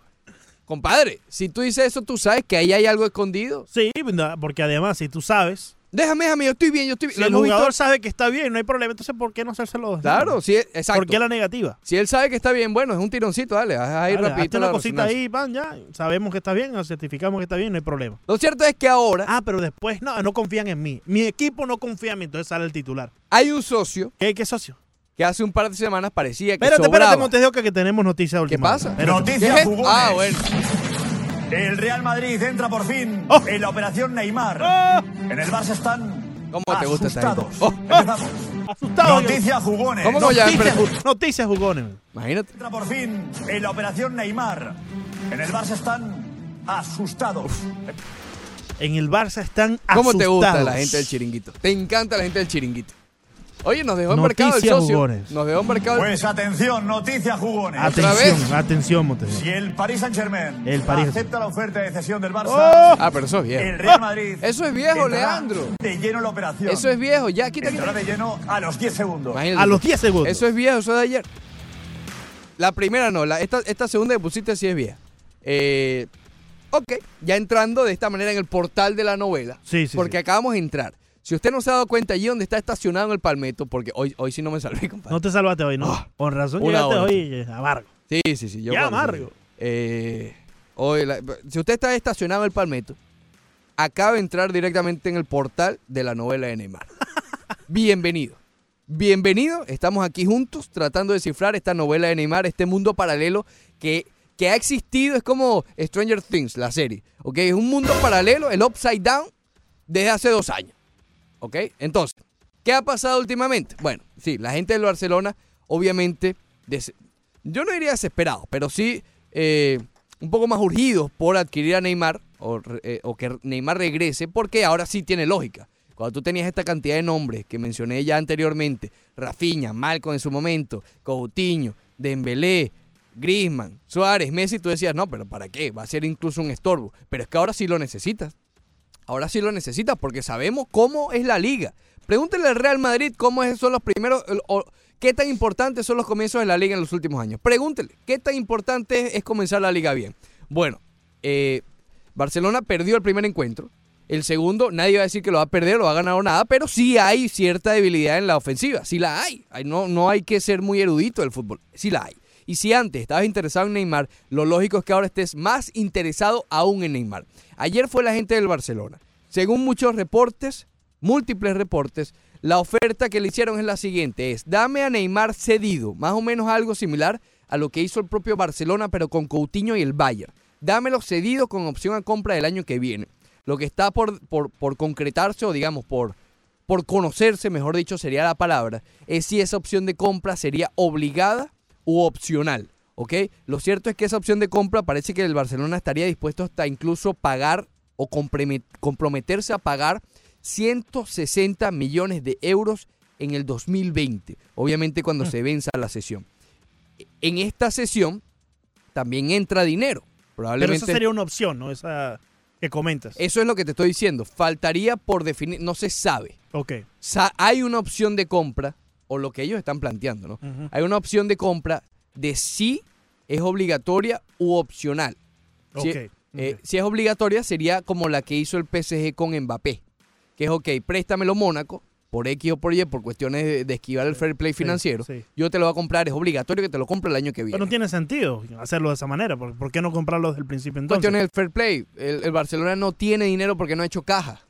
Speaker 1: compadre, si tú dices eso, tú sabes que ahí hay algo escondido.
Speaker 8: Sí, no, porque además, si tú sabes,
Speaker 1: Déjame, déjame, yo estoy bien, yo estoy bien.
Speaker 8: si
Speaker 1: Lo
Speaker 8: el
Speaker 1: hemos visto-
Speaker 8: jugador sabe que está bien, no hay problema, entonces ¿por qué no hacérselo?
Speaker 1: Claro, sí, exacto.
Speaker 8: ¿Por qué la negativa?
Speaker 1: Si él sabe que está bien, bueno, es un tironcito, dale, haz ahí
Speaker 8: Dale, hazte
Speaker 1: rapidito
Speaker 8: una
Speaker 1: la
Speaker 8: cosita
Speaker 1: resonancia.
Speaker 8: ahí, pan, ya. Sabemos que está bien, nos certificamos que está bien, no hay problema.
Speaker 1: Lo cierto es que ahora
Speaker 8: Ah, pero después, no, no confían en mí. Mi equipo no confía en mí, entonces sale el titular.
Speaker 1: hay un socio
Speaker 8: ¿Qué, qué socio?
Speaker 1: que hace un par de semanas parecía que
Speaker 8: Espérate, espérate,
Speaker 1: sobraba.
Speaker 8: Montes de Oca, que tenemos noticias
Speaker 1: ¿Qué
Speaker 8: última
Speaker 1: pasa?
Speaker 8: hora. Espérate.
Speaker 1: ¿Qué
Speaker 2: Noticias
Speaker 1: es?
Speaker 2: jugones.
Speaker 1: Ah, bueno.
Speaker 2: El Real Madrid entra por fin
Speaker 8: Oh.
Speaker 2: en la operación Neymar. En el Barça están
Speaker 1: Oh. ¿Cómo te gusta esta gente?
Speaker 2: asustados.
Speaker 1: Oh.
Speaker 2: Empezamos.
Speaker 8: Asustado. yo.
Speaker 2: Noticias jugones.
Speaker 1: ¿Cómo no? Ya,
Speaker 8: Noticias,
Speaker 1: pero-
Speaker 8: noticias jugones. man.
Speaker 1: imagínate.
Speaker 2: Entra por fin en la operación Neymar. En el Barça están asustados.
Speaker 8: En el Barça están
Speaker 1: ¿Cómo te gusta
Speaker 8: asustados.
Speaker 1: la gente del chiringuito? Te encanta la gente del chiringuito. Oye, nos dejó
Speaker 8: Noticias
Speaker 1: embarcado el socio.
Speaker 8: jugones.
Speaker 1: Nos dejó embarcado el...
Speaker 2: Pues atención, noticias jugones.
Speaker 1: vez?
Speaker 8: Atención, atención, Montes.
Speaker 2: Si el Paris Saint Germain
Speaker 8: El Paris.
Speaker 2: acepta la oferta de cesión del Barça,
Speaker 1: Ah, pero eso es
Speaker 2: el
Speaker 1: viejo.
Speaker 2: Real Madrid.
Speaker 1: Eso es viejo,
Speaker 2: entrará
Speaker 1: Leandro.
Speaker 2: De lleno en la operación.
Speaker 1: Eso es viejo. Ya, quita,
Speaker 2: Entrará
Speaker 1: quita.
Speaker 2: de lleno a los 10 segundos.
Speaker 1: Imagínate.
Speaker 8: A los 10 segundos.
Speaker 1: Eso es viejo, eso es de ayer. La primera no, la, esta, esta segunda que pusiste sí es vieja. Eh, ok, ya entrando de esta manera en el portal de la novela.
Speaker 8: Sí, sí,
Speaker 1: Porque
Speaker 8: sí.
Speaker 1: acabamos de entrar. Si usted no se ha dado cuenta allí donde está estacionado en el palmeto, porque hoy, hoy sí no me salvé, compadre.
Speaker 8: No te salvaste hoy, ¿no?
Speaker 1: Ah,
Speaker 8: Con razón
Speaker 1: una
Speaker 8: llegaste
Speaker 1: hora.
Speaker 8: hoy eh, amargo.
Speaker 1: Sí, sí, sí. Yo
Speaker 8: Ya,
Speaker 1: cuando-
Speaker 8: amargo.
Speaker 1: Eh, hoy la- si usted está estacionado en el palmeto, acaba de entrar directamente en el portal de la novela de Neymar. Bienvenido. Bienvenido. Estamos aquí juntos tratando de cifrar esta novela de Neymar, este mundo paralelo que que ha existido, es como Stranger Things, la serie. ¿Ok? Es un mundo paralelo, el Upside Down, desde hace dos años. ¿Ok? Entonces, ¿qué ha pasado últimamente? Bueno, sí, la gente del Barcelona, obviamente, des- yo no diría desesperado, pero sí eh, un poco más urgidos por adquirir a Neymar o, re- eh, o que Neymar regrese, porque ahora sí tiene lógica. Cuando tú tenías esta cantidad de nombres que mencioné ya anteriormente, Rafinha, Malcom en su momento, Coutinho, Dembélé, Griezmann, Suárez, Messi, tú decías, no, pero ¿para qué? Va a ser incluso un estorbo. Pero es que ahora sí lo necesitas. Ahora sí lo necesitas porque sabemos cómo es la liga. Pregúntale al Real Madrid cómo es- son los primeros el- o qué tan importantes son los comienzos de la liga en los últimos años. Pregúntele qué tan importante es, es comenzar la liga bien. Bueno, eh, Barcelona perdió el primer encuentro. El segundo, nadie va a decir que lo va a perder, lo va a ganar o nada, pero sí hay cierta debilidad en la ofensiva. Sí la hay. Ay, No, no hay que ser muy erudito del fútbol. Sí la hay. Y si antes estabas interesado en Neymar, lo lógico es que ahora estés más interesado aún en Neymar. Ayer fue la gente del Barcelona. Según muchos reportes, múltiples reportes, la oferta que le hicieron es la siguiente, es dame a Neymar cedido, más o menos algo similar a lo que hizo el propio Barcelona, pero con Coutinho y el Bayern. Dámelo cedido con opción a compra del año que viene. Lo que está por, por, por concretarse o digamos por, por conocerse, mejor dicho, sería la palabra, es si esa opción de compra sería obligada u opcional. ¿Ok? Lo cierto es que esa opción de compra parece que el Barcelona estaría dispuesto hasta incluso pagar o compromet- comprometerse a pagar 160 millones de euros en el 2020. Obviamente cuando
Speaker 8: Mm.
Speaker 1: se venza la sesión. E-, En esta sesión también entra dinero.
Speaker 8: Pero
Speaker 1: Probablemente
Speaker 8: esa sería una opción, ¿no? Esa que comentas.
Speaker 1: eso es lo que te estoy diciendo. Faltaría por definir, no se sabe.
Speaker 8: Ok.
Speaker 1: Sa- hay una opción de compra, o lo que ellos están planteando, ¿no?
Speaker 8: Ujú.
Speaker 1: Hay una opción de compra de si es obligatoria u opcional. Si,
Speaker 8: Ok,
Speaker 1: eh,
Speaker 8: ok.
Speaker 1: si es obligatoria, sería como la que hizo el PSG con Mbappé. Que es, ok, préstamelo Mónaco, por X o por Y, por cuestiones de, de esquivar el fair play financiero.
Speaker 8: sí.
Speaker 1: Yo te lo voy a comprar, es obligatorio que te lo compre el año que viene.
Speaker 8: Pero no tiene sentido hacerlo de esa manera. ¿Por, por qué no comprarlo desde el principio entonces?
Speaker 1: cuestiones del fair play. El, el Barcelona no tiene dinero porque no ha hecho caja.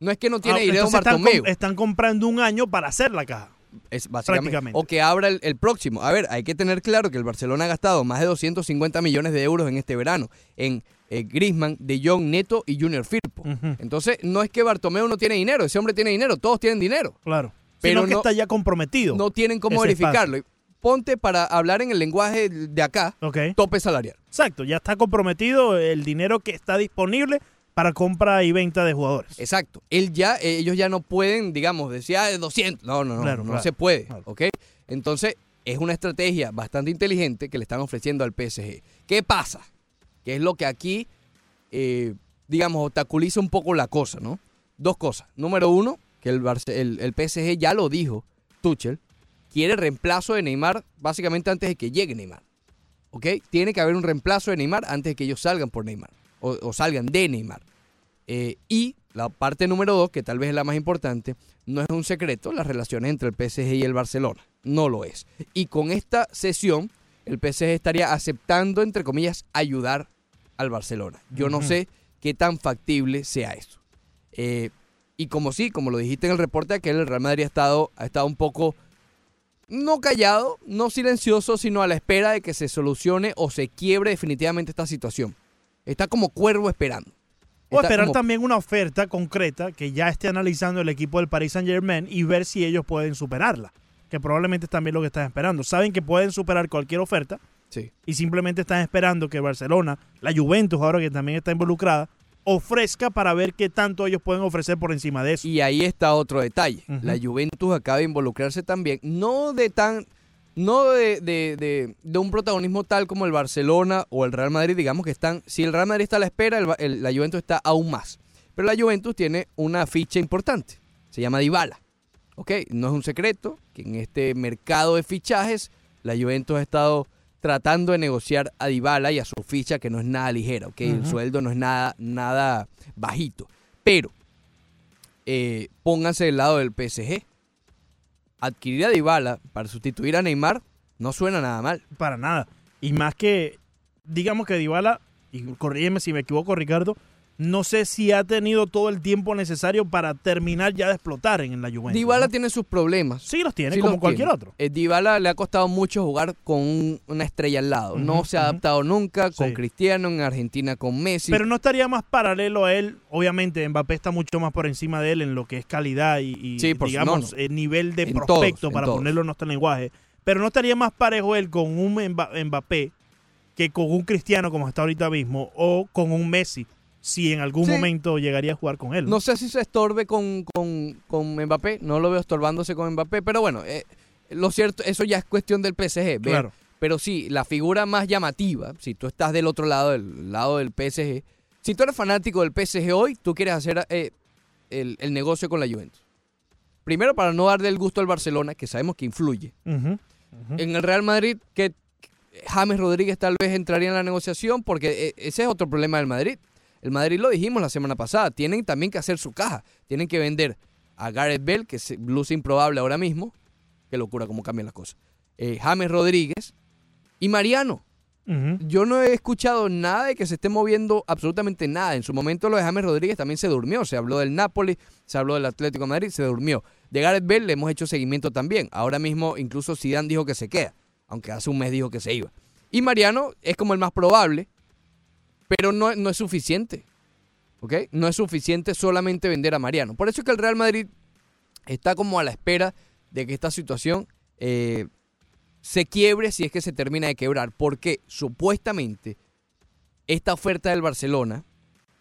Speaker 1: No es que no tiene
Speaker 8: Ah,
Speaker 1: dinero
Speaker 8: entonces están,
Speaker 1: Bartomeu.
Speaker 8: com- están comprando un año para hacer la caja.
Speaker 1: Es básicamente-
Speaker 8: Prácticamente.
Speaker 1: O que abra el, el próximo. A ver, hay que tener claro que el Barcelona ha gastado más de 250 millones de euros en este verano en eh, Griezmann, De Jong, Neto y Junior Firpo.
Speaker 8: Ujú.
Speaker 1: Entonces, no es que Bartomeu no tiene dinero, ese hombre tiene dinero, todos tienen dinero.
Speaker 8: Claro.
Speaker 1: Pero
Speaker 8: Pero que
Speaker 1: no-
Speaker 8: está ya comprometido.
Speaker 1: No tienen cómo
Speaker 8: Ese espacio.
Speaker 1: verificarlo. Y Ponte para hablar en el lenguaje de acá,
Speaker 8: Ok.
Speaker 1: tope salarial.
Speaker 8: Exacto, ya está comprometido el dinero que está disponible para compra y venta de jugadores.
Speaker 1: Exacto. Él ya, eh, ellos ya no pueden, digamos, decir, ah, 200. No, no, no,
Speaker 8: Claro,
Speaker 1: no
Speaker 8: claro,
Speaker 1: se puede,
Speaker 8: claro.
Speaker 1: ¿ok? Entonces, es una estrategia bastante inteligente que le están ofreciendo al PSG. ¿Qué pasa? Que es lo que aquí, eh, digamos, obstaculiza un poco la cosa, ¿no? Dos cosas. Número uno, que el, Barce- el, el PSG ya lo dijo, Tuchel, quiere reemplazo de Neymar básicamente antes de que llegue Neymar, ¿ok? Tiene que haber un reemplazo de Neymar antes de que ellos salgan por Neymar o- o salgan de Neymar. Eh, y la parte número dos, que tal vez es la más importante, no es un secreto las relaciones entre el PSG y el Barcelona. No lo es. Y con esta sesión, el PSG estaría aceptando, entre comillas, ayudar al Barcelona. Yo no sé qué tan factible sea eso. Eh, y como sí, como lo dijiste en el reporte, que el Real Madrid ha estado, ha estado un poco, no callado, no silencioso, sino a la espera de que se solucione o se quiebre definitivamente esta situación. Está como cuervo esperando.
Speaker 8: O
Speaker 1: Está
Speaker 8: esperar
Speaker 1: como-
Speaker 8: también una oferta concreta que ya esté analizando el equipo del Paris Saint Germain y ver si ellos pueden superarla, que probablemente es también lo que están esperando. Saben que pueden superar cualquier oferta
Speaker 1: Sí.
Speaker 8: y simplemente están esperando que Barcelona, la Juventus ahora que también está involucrada, ofrezca para ver qué tanto ellos pueden ofrecer por encima de eso.
Speaker 1: Y ahí está otro detalle.
Speaker 8: Ujú.
Speaker 1: La Juventus acaba de involucrarse también, no de tan, no de, de- de- de un protagonismo tal como el Barcelona o el Real Madrid, digamos que están, si el Real Madrid está a la espera, el Ba- el- la Juventus está aún más. Pero la Juventus tiene una ficha importante, se llama Dybala. Ok, no es un secreto que en este mercado de fichajes la Juventus ha estado tratando de negociar a Dybala y a su ficha que no es nada ligera, ok, el sueldo no es nada, nada bajito. Pero eh, pónganse del lado del PSG. Adquirir a Dybala para sustituir a Neymar no suena nada mal.
Speaker 8: Para nada. Y más que, digamos que Dybala, y corrígeme si me equivoco, Ricardo, No sé si ha tenido todo el tiempo necesario para terminar ya de explotar en la Juventus.
Speaker 1: Dybala tiene sus problemas.
Speaker 8: Sí los tiene,
Speaker 1: Sí
Speaker 8: como
Speaker 1: los
Speaker 8: cualquier
Speaker 1: tiene.
Speaker 8: otro.
Speaker 1: Eh, Dybala le ha costado mucho jugar con un- una estrella al lado. no
Speaker 8: Ujú,
Speaker 1: se ha
Speaker 8: ujú.
Speaker 1: adaptado nunca con
Speaker 8: Sí.
Speaker 1: Cristiano, en Argentina con Messi.
Speaker 8: Pero no estaría más paralelo a él. Obviamente, Mbappé está mucho más por encima de él en lo que es calidad y, y,
Speaker 1: Sí, por su-
Speaker 8: digamos,
Speaker 1: no,
Speaker 8: eh, nivel de
Speaker 1: En
Speaker 8: prospecto,
Speaker 1: todos, en
Speaker 8: para
Speaker 1: todos.
Speaker 8: ponerlo en nuestro lenguaje. Pero no estaría más parejo él con un Mba- Mbappé que con un Cristiano, como está ahorita mismo, o con un Messi, si en algún
Speaker 1: Sí.
Speaker 8: momento llegaría a jugar con él.
Speaker 1: No sé si se estorbe con, con, con Mbappé, no lo veo estorbándose con Mbappé, pero bueno, eh, lo cierto, eso ya es cuestión del PSG. ver.
Speaker 8: Claro.
Speaker 1: Pero sí, la figura más llamativa, si tú estás del otro lado, del lado del PSG, si tú eres fanático del PSG hoy, tú quieres hacer eh, el, el negocio con la Juventus. Primero, para no darle el gusto al Barcelona, que sabemos que influye.
Speaker 8: Ujú, ujú.
Speaker 1: En el Real Madrid, que James Rodríguez tal vez entraría en la negociación, porque eh, ese es otro problema del Madrid. El Madrid lo dijimos la semana pasada, tienen también que hacer su caja, tienen que vender a Gareth Bell, que se luce improbable ahora mismo, qué locura cómo cambian las cosas, eh, James Rodríguez y Mariano.
Speaker 8: Ujú.
Speaker 1: Yo no he escuchado nada de que se esté moviendo absolutamente nada. En su momento lo de James Rodríguez también se durmió. Se habló del Napoli, se habló del Atlético de Madrid, se durmió. De Gareth Bell le hemos hecho seguimiento también. Ahora mismo incluso Zidane dijo que se queda, aunque hace un mes dijo que se iba. Y Mariano es como el más probable, pero no, no es suficiente. ¿Ok? No es suficiente solamente vender a Mariano. Por eso es que el Real Madrid está como a la espera de que esta situación... eh, se quiebre si es que se termina de quebrar, porque supuestamente esta oferta del Barcelona,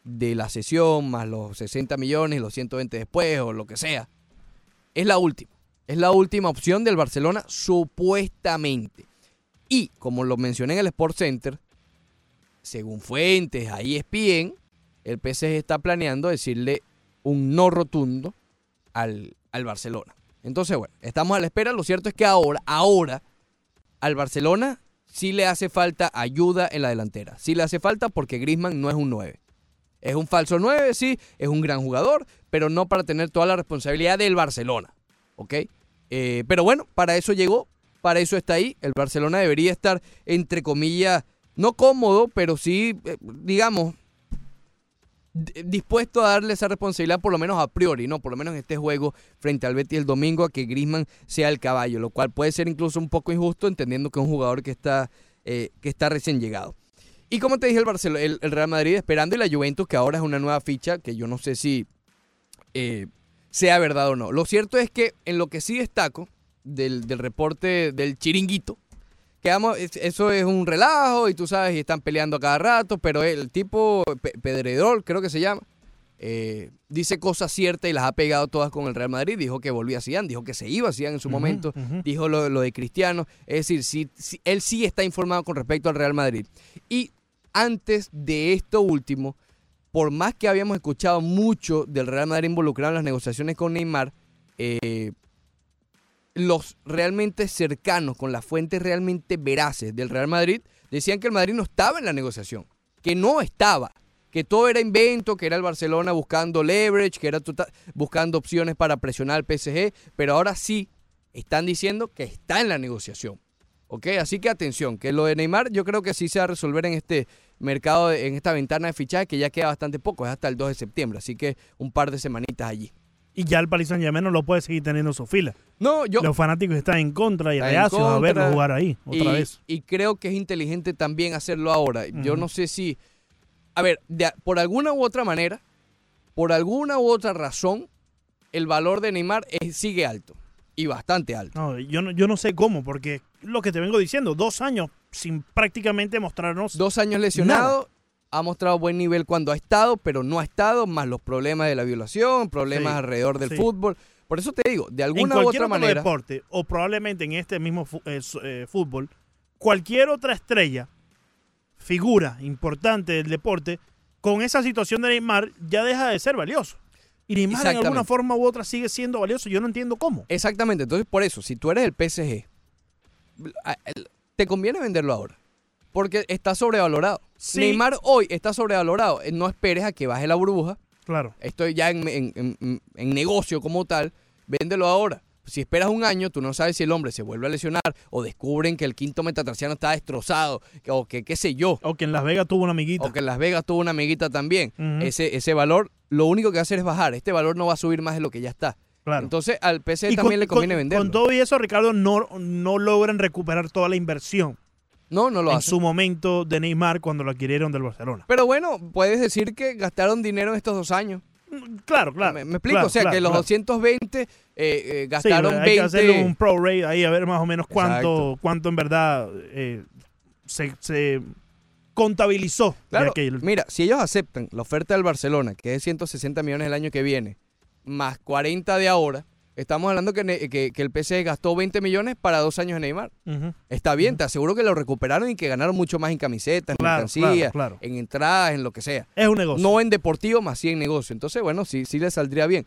Speaker 1: de la cesión más los 60 millones, los 120 después o lo que sea, es la última. Es la última opción del Barcelona, supuestamente. Y como lo mencioné en el Sport Center, según fuentes E ahí ESPN, el PSG está planeando decirle un no rotundo al, al Barcelona. Entonces, bueno, estamos a la espera. Lo cierto es que ahora, ahora, al Barcelona sí le hace falta ayuda en la delantera. Sí le hace falta porque Griezmann no es un 9. Es un falso 9, sí, es un gran jugador, pero no para tener toda la responsabilidad del Barcelona. ¿Ok? Eh, pero bueno, para eso llegó, para eso está ahí. El Barcelona debería estar, entre comillas, no cómodo, pero sí, eh, digamos, d- dispuesto a darle esa responsabilidad por lo menos a priori, ¿no? Por lo menos en este juego frente al Betis el domingo a que Griezmann sea el caballo, lo cual puede ser incluso un poco injusto entendiendo que es un jugador que está, eh, que está recién llegado. Y como te dije, el, Barcelo- el, el Real Madrid esperando y la Juventus, que ahora es una nueva ficha, que yo no sé si eh, sea verdad o no. Lo cierto es que en lo que sí destaco del, del reporte del chiringuito, que vamos, es- eso es un relajo y tú sabes, y están peleando a cada rato, pero el tipo Pe- Pedredol, creo que se llama, eh, dice cosas ciertas y las ha pegado todas con el Real Madrid. Dijo que volvía Zidane, dijo que se iba Zidane en su momento,
Speaker 8: ujú.
Speaker 1: dijo lo, lo de Cristiano. Es decir, sí- sí- él sí está informado con respecto al Real Madrid. Y antes de esto último, por más que habíamos escuchado mucho del Real Madrid involucrado en las negociaciones con Neymar, eh, los realmente cercanos, con las fuentes realmente veraces del Real Madrid, decían que el Madrid no estaba en la negociación, que no estaba, que todo era invento, que era el Barcelona buscando leverage, que era tota- buscando opciones para presionar al PSG, pero ahora sí están diciendo que está en la negociación. ¿Ok? Así que atención, que lo de Neymar yo creo que sí se va a resolver en este mercado, de- en esta ventana de fichaje que ya queda bastante poco, es hasta el 2 de septiembre, así que un par de semanitas allí.
Speaker 8: Y ya el Paris Saint Germain no lo puede seguir teniendo en su fila.
Speaker 1: No, yo,
Speaker 8: Los fanáticos están en contra y
Speaker 1: Está en
Speaker 8: reacios a verlo
Speaker 1: contra.
Speaker 8: jugar ahí otra
Speaker 1: y,
Speaker 8: vez.
Speaker 1: y creo que es inteligente también hacerlo ahora. Yo no sé si. A ver, de a- por alguna u otra manera, por alguna u otra razón, el valor de Neymar es- sigue alto. Y bastante alto.
Speaker 8: No, yo no, yo no sé cómo, porque lo que te vengo diciendo, dos años sin prácticamente mostrarnos.
Speaker 1: Dos años lesionado. Ha mostrado buen nivel cuando ha estado, pero no ha estado, más los problemas de la violación, problemas
Speaker 8: Sí,
Speaker 1: alrededor del
Speaker 8: sí.
Speaker 1: fútbol. Por eso te digo, de
Speaker 8: en
Speaker 1: alguna u
Speaker 8: cualquier
Speaker 1: otra
Speaker 8: otro
Speaker 1: manera.
Speaker 8: deporte, o probablemente en este mismo fu- eh, su- eh, fútbol, cualquier otra estrella, figura importante del deporte, con esa situación de Neymar ya deja de ser valioso. Y Neymar en alguna
Speaker 1: Exactamente.
Speaker 8: forma u otra sigue siendo valioso. Yo no entiendo cómo.
Speaker 1: Exactamente, entonces por eso, si tú eres el PSG, a- el- te conviene venderlo ahora. Porque está sobrevalorado.
Speaker 8: Sí.
Speaker 1: Neymar hoy está sobrevalorado. Eh, No esperes a que baje la burbuja.
Speaker 8: Claro.
Speaker 1: Estoy ya en, en- en- en negocio como tal. Véndelo ahora. Si esperas un año, tú no sabes si el hombre se vuelve a lesionar o descubren que el quinto metatarsiano está destrozado o que qué sé yo.
Speaker 8: O que en Las Vegas tuvo una amiguita.
Speaker 1: O que en Las Vegas tuvo una amiguita también. ese, ese valor, lo único que va a hacer es bajar. Este valor no va a subir más de lo que ya está.
Speaker 8: Claro.
Speaker 1: Entonces al PC
Speaker 8: Y
Speaker 1: también
Speaker 8: con-
Speaker 1: le conviene
Speaker 8: con-
Speaker 1: venderlo.
Speaker 8: Con todo y eso, Ricardo, no, no logran recuperar toda la inversión.
Speaker 1: No, no lo
Speaker 8: En
Speaker 1: hacen.
Speaker 8: su momento de Neymar cuando lo adquirieron del Barcelona.
Speaker 1: Pero bueno, puedes decir que gastaron dinero en estos dos años.
Speaker 8: Mm, Claro, claro.
Speaker 1: Me, me explico,
Speaker 8: claro,
Speaker 1: o sea,
Speaker 8: claro,
Speaker 1: que los
Speaker 8: claro.
Speaker 1: 220 eh, eh,
Speaker 8: Sí,
Speaker 1: gastaron
Speaker 8: hay que
Speaker 1: 20.
Speaker 8: hacerle un pro rate ahí a ver más o menos cuánto,
Speaker 1: Exacto.
Speaker 8: cuánto en verdad eh, se, se eh, contabilizó. de
Speaker 1: Claro,
Speaker 8: aquel-
Speaker 1: mira, si ellos aceptan la oferta del Barcelona, que es 160 millones el año que viene, más 40 de ahora, estamos hablando que, ne- que- que el PC gastó 20 millones para dos años en Neymar.
Speaker 8: Ujú.
Speaker 1: Está bien, te aseguro que lo recuperaron y que ganaron mucho más en camisetas, en
Speaker 8: Claro, claro,
Speaker 1: mercancía,
Speaker 8: claro.
Speaker 1: en entradas, en lo que sea.
Speaker 8: Es un negocio.
Speaker 1: No en deportivo, más sí en negocio. Entonces, bueno, sí, sí le saldría bien.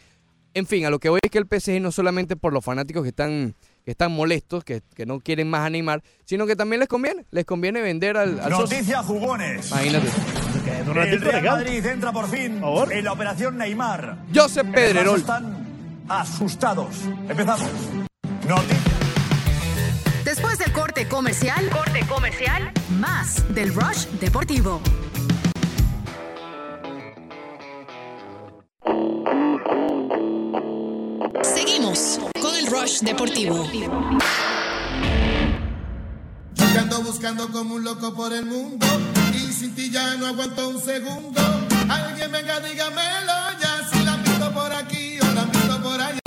Speaker 1: En fin, a lo que voy es que el PSG no solamente por los fanáticos que están, que están molestos, que, que no quieren más animar, sino que también les conviene, les conviene vender al, al socio.
Speaker 10: Noticias jugones.
Speaker 1: Imagínate.
Speaker 8: Es un
Speaker 10: El
Speaker 8: ratito
Speaker 10: Real
Speaker 8: legal.
Speaker 10: Madrid entra por fin en la operación Neymar.
Speaker 1: Josep Pedrerol.
Speaker 10: Están asustados. Empezamos. Noticias.
Speaker 6: Después del corte comercial, corte comercial, más del Rush Deportivo.
Speaker 11: Seguimos con el Rush Deportivo.
Speaker 12: Yo te ando buscando como un loco por el mundo y sin ti ya no aguanto un segundo. Alguien venga, dígamelo ya si la visto por aquí o la visto por allá.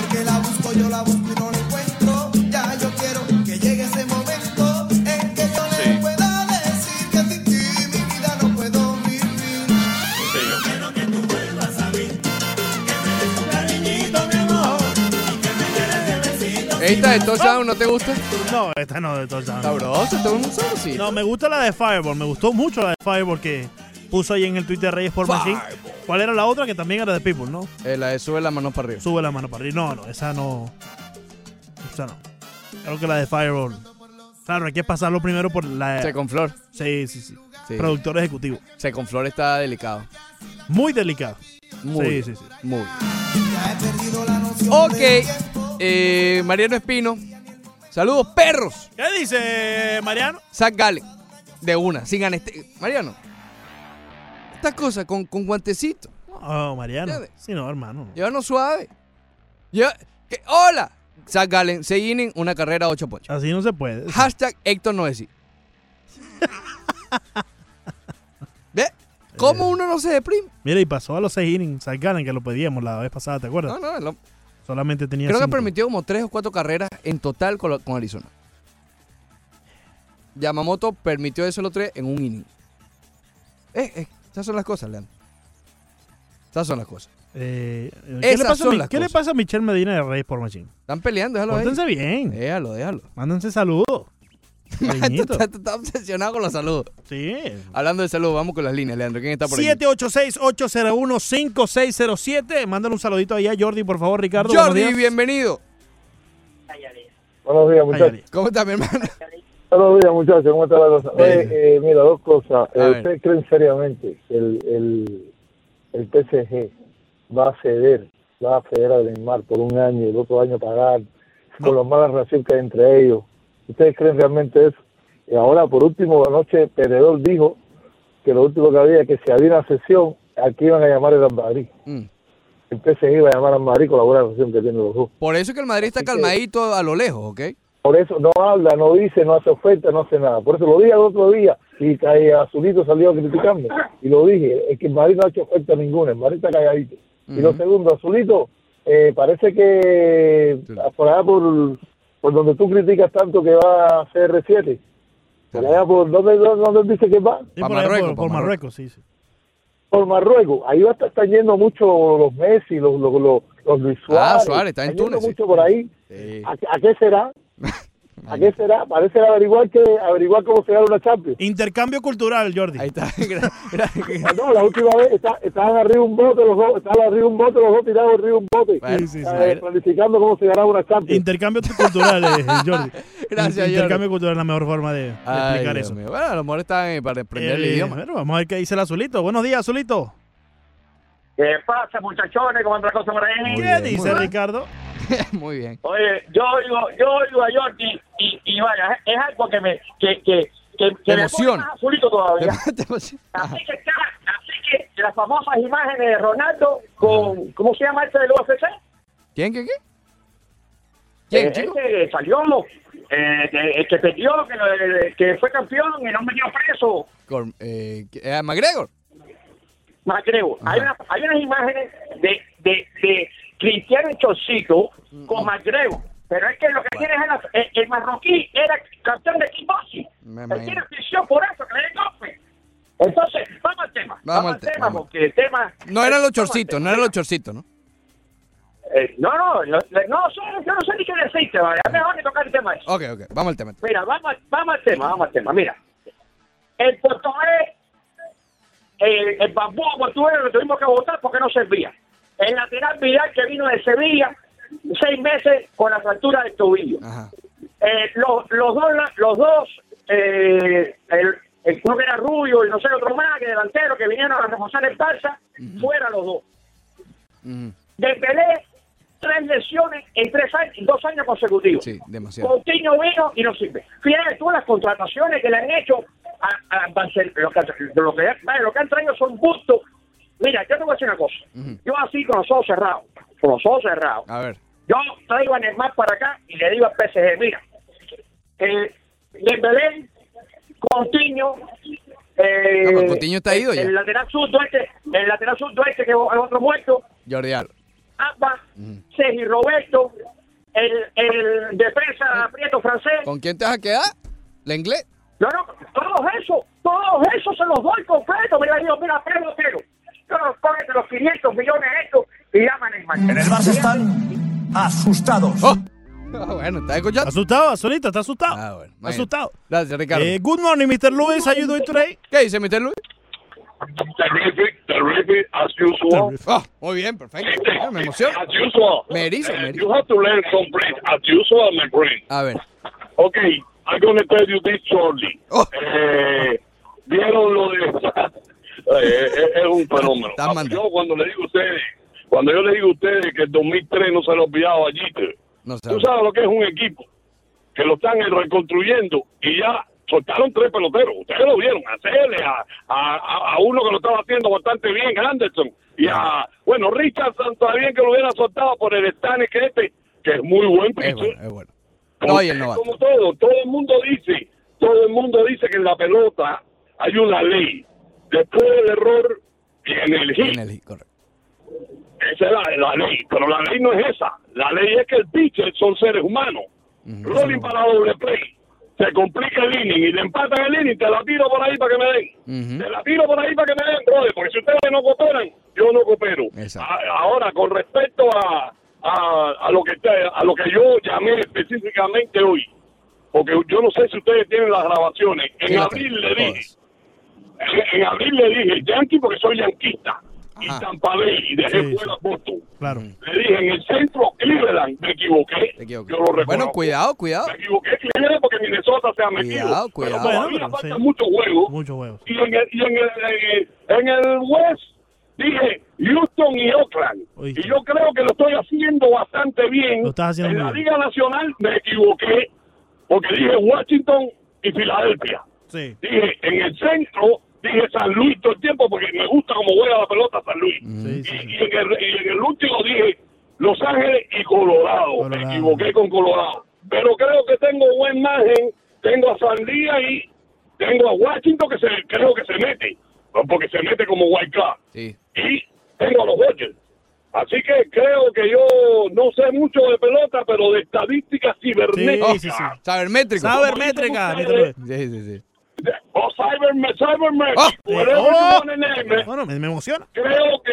Speaker 12: Porque la busco, yo la busco y no la encuentro. Ya yo quiero que llegue ese momento en que yo le pueda decir que sin ti mi vida no puedo vivir.
Speaker 2: Yo quiero que tú vuelvas a mí.
Speaker 1: Esta de Touchdown, ¿no te gusta?
Speaker 8: No, esta no de Touchdown.
Speaker 1: Sabrosa, esto es un saborcito.
Speaker 8: No, me gusta la de Fireball. Me gustó mucho la de Fireball que puso ahí en el Twitter Reyes por Machine. ¿Cuál era la otra? Que también era de People, ¿no?
Speaker 1: Eh, la de sube la mano para arriba.
Speaker 8: Sube la mano para arriba. No, no, esa no. Esa no. Creo que la de Fireball. Claro, hay que pasarlo primero por la.
Speaker 1: Se con flor.
Speaker 8: Sí, sí, sí.
Speaker 1: Sí.
Speaker 8: Productor ejecutivo.
Speaker 1: Se con flor está delicado.
Speaker 8: Muy delicado.
Speaker 1: Muy,
Speaker 8: Sí, sí, sí.
Speaker 1: muy. Ok, eh, Mariano Espino. Saludos, perros.
Speaker 8: ¿Qué dice Mariano?
Speaker 1: Zach Gallen. De una, sin anestesia. Mariano. Estas cosas con, con guantecito.
Speaker 8: Oh, Mariano. Sí, no, hermano.
Speaker 1: Llévanos suave. Lleva- que- ¡Hola! Zach Gallen, se inning, una carrera, ocho ponches.
Speaker 8: Así no se puede.
Speaker 1: Hashtag Héctor Noesi. ¿Ve? ¿Cómo uno no se deprime?
Speaker 8: Eh, Mira, y pasó a los seis innings. Zach Gallen, que lo pedíamos la vez pasada, ¿te acuerdas?
Speaker 1: No, no, Ah, lo-
Speaker 8: Solamente tenía
Speaker 1: creo que
Speaker 8: cinco.
Speaker 1: permitió como tres o cuatro carreras en total con, la- con Arizona. Yamamoto permitió de solo tres en un inning. Eh, eh, esas son las cosas, Leandro. Esas son las cosas.
Speaker 8: Eh, eh, ¿qué,
Speaker 1: Esas
Speaker 8: le pasa a
Speaker 1: son
Speaker 8: Mi-
Speaker 1: las
Speaker 8: qué le
Speaker 1: cosas.
Speaker 8: pasa a Michelle Medina de Reyes por Machín?
Speaker 1: Están peleando, déjalo ahí.
Speaker 8: Pórtense bien.
Speaker 1: Déjalo, déjalo.
Speaker 8: Mándense saludos. Cariñito.
Speaker 1: Estás está obsesionado con los saludos.
Speaker 8: Sí.
Speaker 1: Hablando de saludos, vamos con las líneas, Leandro. ¿Quién está por ahí?
Speaker 8: 786-801-5607. Mándale un saludito ahí a Jordi, por favor, Ricardo. buenos
Speaker 1: Jordi,
Speaker 8: días.
Speaker 1: bienvenido.
Speaker 7: Buenos días, muchachos.
Speaker 1: ¿Cómo está mi hermano?
Speaker 7: Buenos días, muchachos. ¿Cómo está la cosa? Oye, eh, mira, dos cosas.
Speaker 1: A
Speaker 7: Eh,
Speaker 1: ver.
Speaker 7: ¿Ustedes creen seriamente que el, el, el PSG va a ceder, va a ceder a Neymar por un año y el otro año pagar con las malas relaciones que hay entre ellos? ¿Ustedes creen realmente eso? Y ahora, por último, anoche Pedredor dijo que lo último que había, que si había una sesión, aquí iban a llamar al Madrid.
Speaker 1: Mm.
Speaker 7: El PSG iba a llamar al Madrid con la buena relación que tienen los dos.
Speaker 1: Por eso que el Madrid está calmadito a lo lejos, ¿ok?
Speaker 7: Por eso no habla, no dice, no hace oferta, no hace nada. Por eso lo dije el otro día y eh, Azulito salió a criticarme. Y lo dije, es que el Madrid no ha hecho oferta ninguna, el Madrid está calladito. Y lo segundo, Azulito, eh, parece que por allá por, por donde tú criticas tanto que va a CR7, por allá por donde, donde dice que va,
Speaker 8: Sí, por, ahí, por- por Marruecos, sí, sí.
Speaker 7: por Marruecos. Ahí va a estar están yendo mucho los Messi, los, los, los, los Luis Suárez.
Speaker 1: Ah, Suárez, está en
Speaker 7: Están yendo
Speaker 1: Túnez, sí.
Speaker 7: mucho por ahí.
Speaker 1: Sí.
Speaker 7: ¿A, a qué será? ¿A qué será? Parece averiguar que averiguar cómo se gana una Champions. Ah,
Speaker 8: Intercambio cultural, Jordi. Ahí
Speaker 1: está.
Speaker 7: No, la última vez está- estaban arriba un bote los dos, estaban arriba un bote los dos tirados arriba un bote,
Speaker 8: Bueno, sí, sí.
Speaker 7: eh, planificando cómo se ganaba una Champions.
Speaker 8: Intercambio cultural, eh, Jordi.
Speaker 1: Gracias, Jordi.
Speaker 8: Intercambio cultural es la mejor forma de, de
Speaker 1: Ay,
Speaker 8: explicar
Speaker 1: Dios
Speaker 8: eso.
Speaker 1: mío. Bueno, a lo mejor están eh, para aprender el
Speaker 8: Eh,
Speaker 1: idioma.
Speaker 8: bueno, vamos a ver qué dice el Azulito. Buenos días, Azulito.
Speaker 13: ¿Qué pasa, muchachones? ¿Cómo anda la cosa por ahí?
Speaker 8: ¿Qué dice Ricardo?
Speaker 1: Muy bien.
Speaker 13: Oye, yo oigo, yo oigo a Jordi y, y vaya, es algo que me, que, que, que,
Speaker 1: Te
Speaker 13: que me pone
Speaker 1: emociona.
Speaker 13: más azulito todavía.
Speaker 1: Te emociona.
Speaker 13: Así que, está- así que las famosas imágenes de Ronaldo con, ¿cómo se llama este del UFC?
Speaker 1: ¿Quién, qué, qué?
Speaker 13: ¿Quién, que Eh, este salió, eh, que- el que perdió, que, lo- eh, que fue campeón y no metió preso.
Speaker 1: Con, eh, que- eh, McGregor.
Speaker 13: Más creo, hay, una- hay unas imágenes de, de, de Cristiano en Chorcito
Speaker 1: Mm.
Speaker 13: con McGregor, pero es que lo que tiene es la- el, el marroquí era campeón de kickboxing.
Speaker 1: Me
Speaker 13: Él tiene
Speaker 1: imagino.
Speaker 13: afición por eso, que le den golpe. Entonces, vamos al tema.
Speaker 1: Vamos al
Speaker 13: tema,
Speaker 1: tema.
Speaker 13: porque el tema...
Speaker 1: No eran los chorcitos, no eran los chorcitos, ¿no?
Speaker 13: Eh, no, no, no, no, son- yo no sé ni qué decirte, vaya, es mejor ni tocar el tema ese.
Speaker 1: Ok, ok, vamos al tema.
Speaker 13: Mira, vamos, al- vamos al tema, vamos al tema. Mira, el portugués, el, el bambúa portugués lo tuvimos que votar porque no servía. El lateral Vidal que vino de Sevilla, seis meses con la fractura del tobillo. Eh, los, los dos, la- los dos eh, el, el uno que era Rubio y no sé otro más, que delantero, que vinieron a reforzar el Barça, fuera los dos.
Speaker 1: Mm,
Speaker 13: De Pelé, tres lesiones en tres años, dos años consecutivos.
Speaker 1: Sí, demasiado.
Speaker 13: Coutinho vino y no sirve. Fíjate tú las contrataciones que le han hecho a, Ah, a Barcel- lo, que, lo, que, vaya, lo que han traído son bustos. Mira, yo te voy a decir una cosa. Yo así con los ojos cerrados, con los ojos cerrados,
Speaker 1: A ver.
Speaker 13: yo traigo a Neymar para acá y le digo al PSG, mira, eh, Dembélé, Coutinho, eh,
Speaker 1: Ah, pero Coutinho está ido
Speaker 13: el,
Speaker 1: ya.
Speaker 13: el lateral surdo este, el lateral surdo este que es otro muerto,
Speaker 1: Jordi Alba.
Speaker 13: Abba, Sergi Roberto, el, el defensa Prieto francés.
Speaker 1: ¿Con quién te vas a quedar? ¿La inglés?
Speaker 13: No, no, todos esos, todos esos se los doy completo. Mira, digo, mira, Pedro Otero. Yo los cógete los 500 millones estos y llama a Neymar.
Speaker 10: En el Barça están asustados.
Speaker 1: Oh. bueno, ¿estás escuchando?
Speaker 8: Asustado, Azulita, está asustado.
Speaker 1: Ah, bueno.
Speaker 8: Asustado.
Speaker 1: Gracias, Ricardo.
Speaker 8: Eh, good morning, Mr. Luis. How you doing today?
Speaker 1: ¿Qué dice Mr. Luis?
Speaker 14: Terrific, terrific, as usual.
Speaker 1: Oh, muy bien, perfecto. Ah, Me emociona.
Speaker 14: As usual. Eh,
Speaker 1: Me erizo, me erizo.
Speaker 14: You have to learn some French, as usual, my friend.
Speaker 1: A ver.
Speaker 14: Okay, I'm going to tell you this shortly.
Speaker 1: Oh.
Speaker 14: Eh, Vieron lo de... Eh, es, es un fenómeno. Yo cuando le digo a ustedes, cuando yo le digo a ustedes que el 2003 no se lo olvidaba a Jeter,
Speaker 1: No sé.
Speaker 14: Tú sabes lo que es un equipo que lo están reconstruyendo y ya soltaron tres peloteros. Ustedes lo vieron, a Cele, a, a- a- a uno que lo estaba haciendo bastante bien, Anderson. Y a, bueno, Richardson está bien que lo hubiera soltado por el Stanek este, que es muy buen pitcher. Como,
Speaker 1: No, y el novato.
Speaker 14: como todo, todo el mundo dice, todo el mundo dice que en la pelota hay una ley. Después del error viene el hit. Esa es la, la ley, pero la ley no es esa. La ley es que el pitcher son seres humanos. Rolling para doble play. Se complica el inning y le empatan el inning, te la tiro por ahí para que me den. Te la tiro por ahí para que me den, brother, porque si ustedes no cooperan, yo no coopero. A- ahora, con respecto a, a, a lo que está- a lo que yo llamé específicamente hoy, porque yo no sé si ustedes tienen las grabaciones, en abril le dije, en, en abril le dije, yankee porque soy yanquista, y Tampa Bay, y dejé fuera Boston.
Speaker 8: Claro.
Speaker 14: Le dije, en el centro Cleveland, me equivoqué. Yo lo reconozco.
Speaker 1: Bueno, cuidado, cuidado.
Speaker 14: Me equivoqué Cleveland porque Minnesota se ha metido.
Speaker 1: Cuidado,
Speaker 14: Pero
Speaker 1: cuidado.
Speaker 14: todavía
Speaker 1: Bueno, pero
Speaker 14: falta
Speaker 1: sí.
Speaker 14: mucho juego.
Speaker 8: Muchos huevos.
Speaker 14: Y en el, y en el, en el West dije Houston y Oakland. Y yo creo que lo estoy haciendo bastante bien.
Speaker 8: Lo estás haciendo
Speaker 14: en la
Speaker 8: muy bien.
Speaker 14: Liga Nacional me equivoqué porque dije Washington y Filadelfia.
Speaker 8: Sí.
Speaker 13: eh,
Speaker 14: Dije en el centro, dije San Luis todo el tiempo porque me gusta cómo juega la pelota San Luis. Y, y en el, y en el último dije Los Ángeles y Colorado. Me equivoqué con Colorado. Pero creo que tengo buen margen. Tengo a San Luis ahí. Tengo a Washington que se, creo que se mete. Porque se mete como White Card. Y tengo a los Dodgers. Así que creo que yo no sé mucho de pelota, pero de estadística cibernética.
Speaker 1: Sabermétrico.
Speaker 14: Sabermétrica, Como dicen
Speaker 1: Sí, sí, sí.
Speaker 14: O Cyberman, Cyberman,
Speaker 1: Ah.
Speaker 14: Oh, whatever you
Speaker 8: eh,
Speaker 1: Oh.
Speaker 14: wanna name it.
Speaker 8: Bueno, me, me emociona.
Speaker 14: Creo que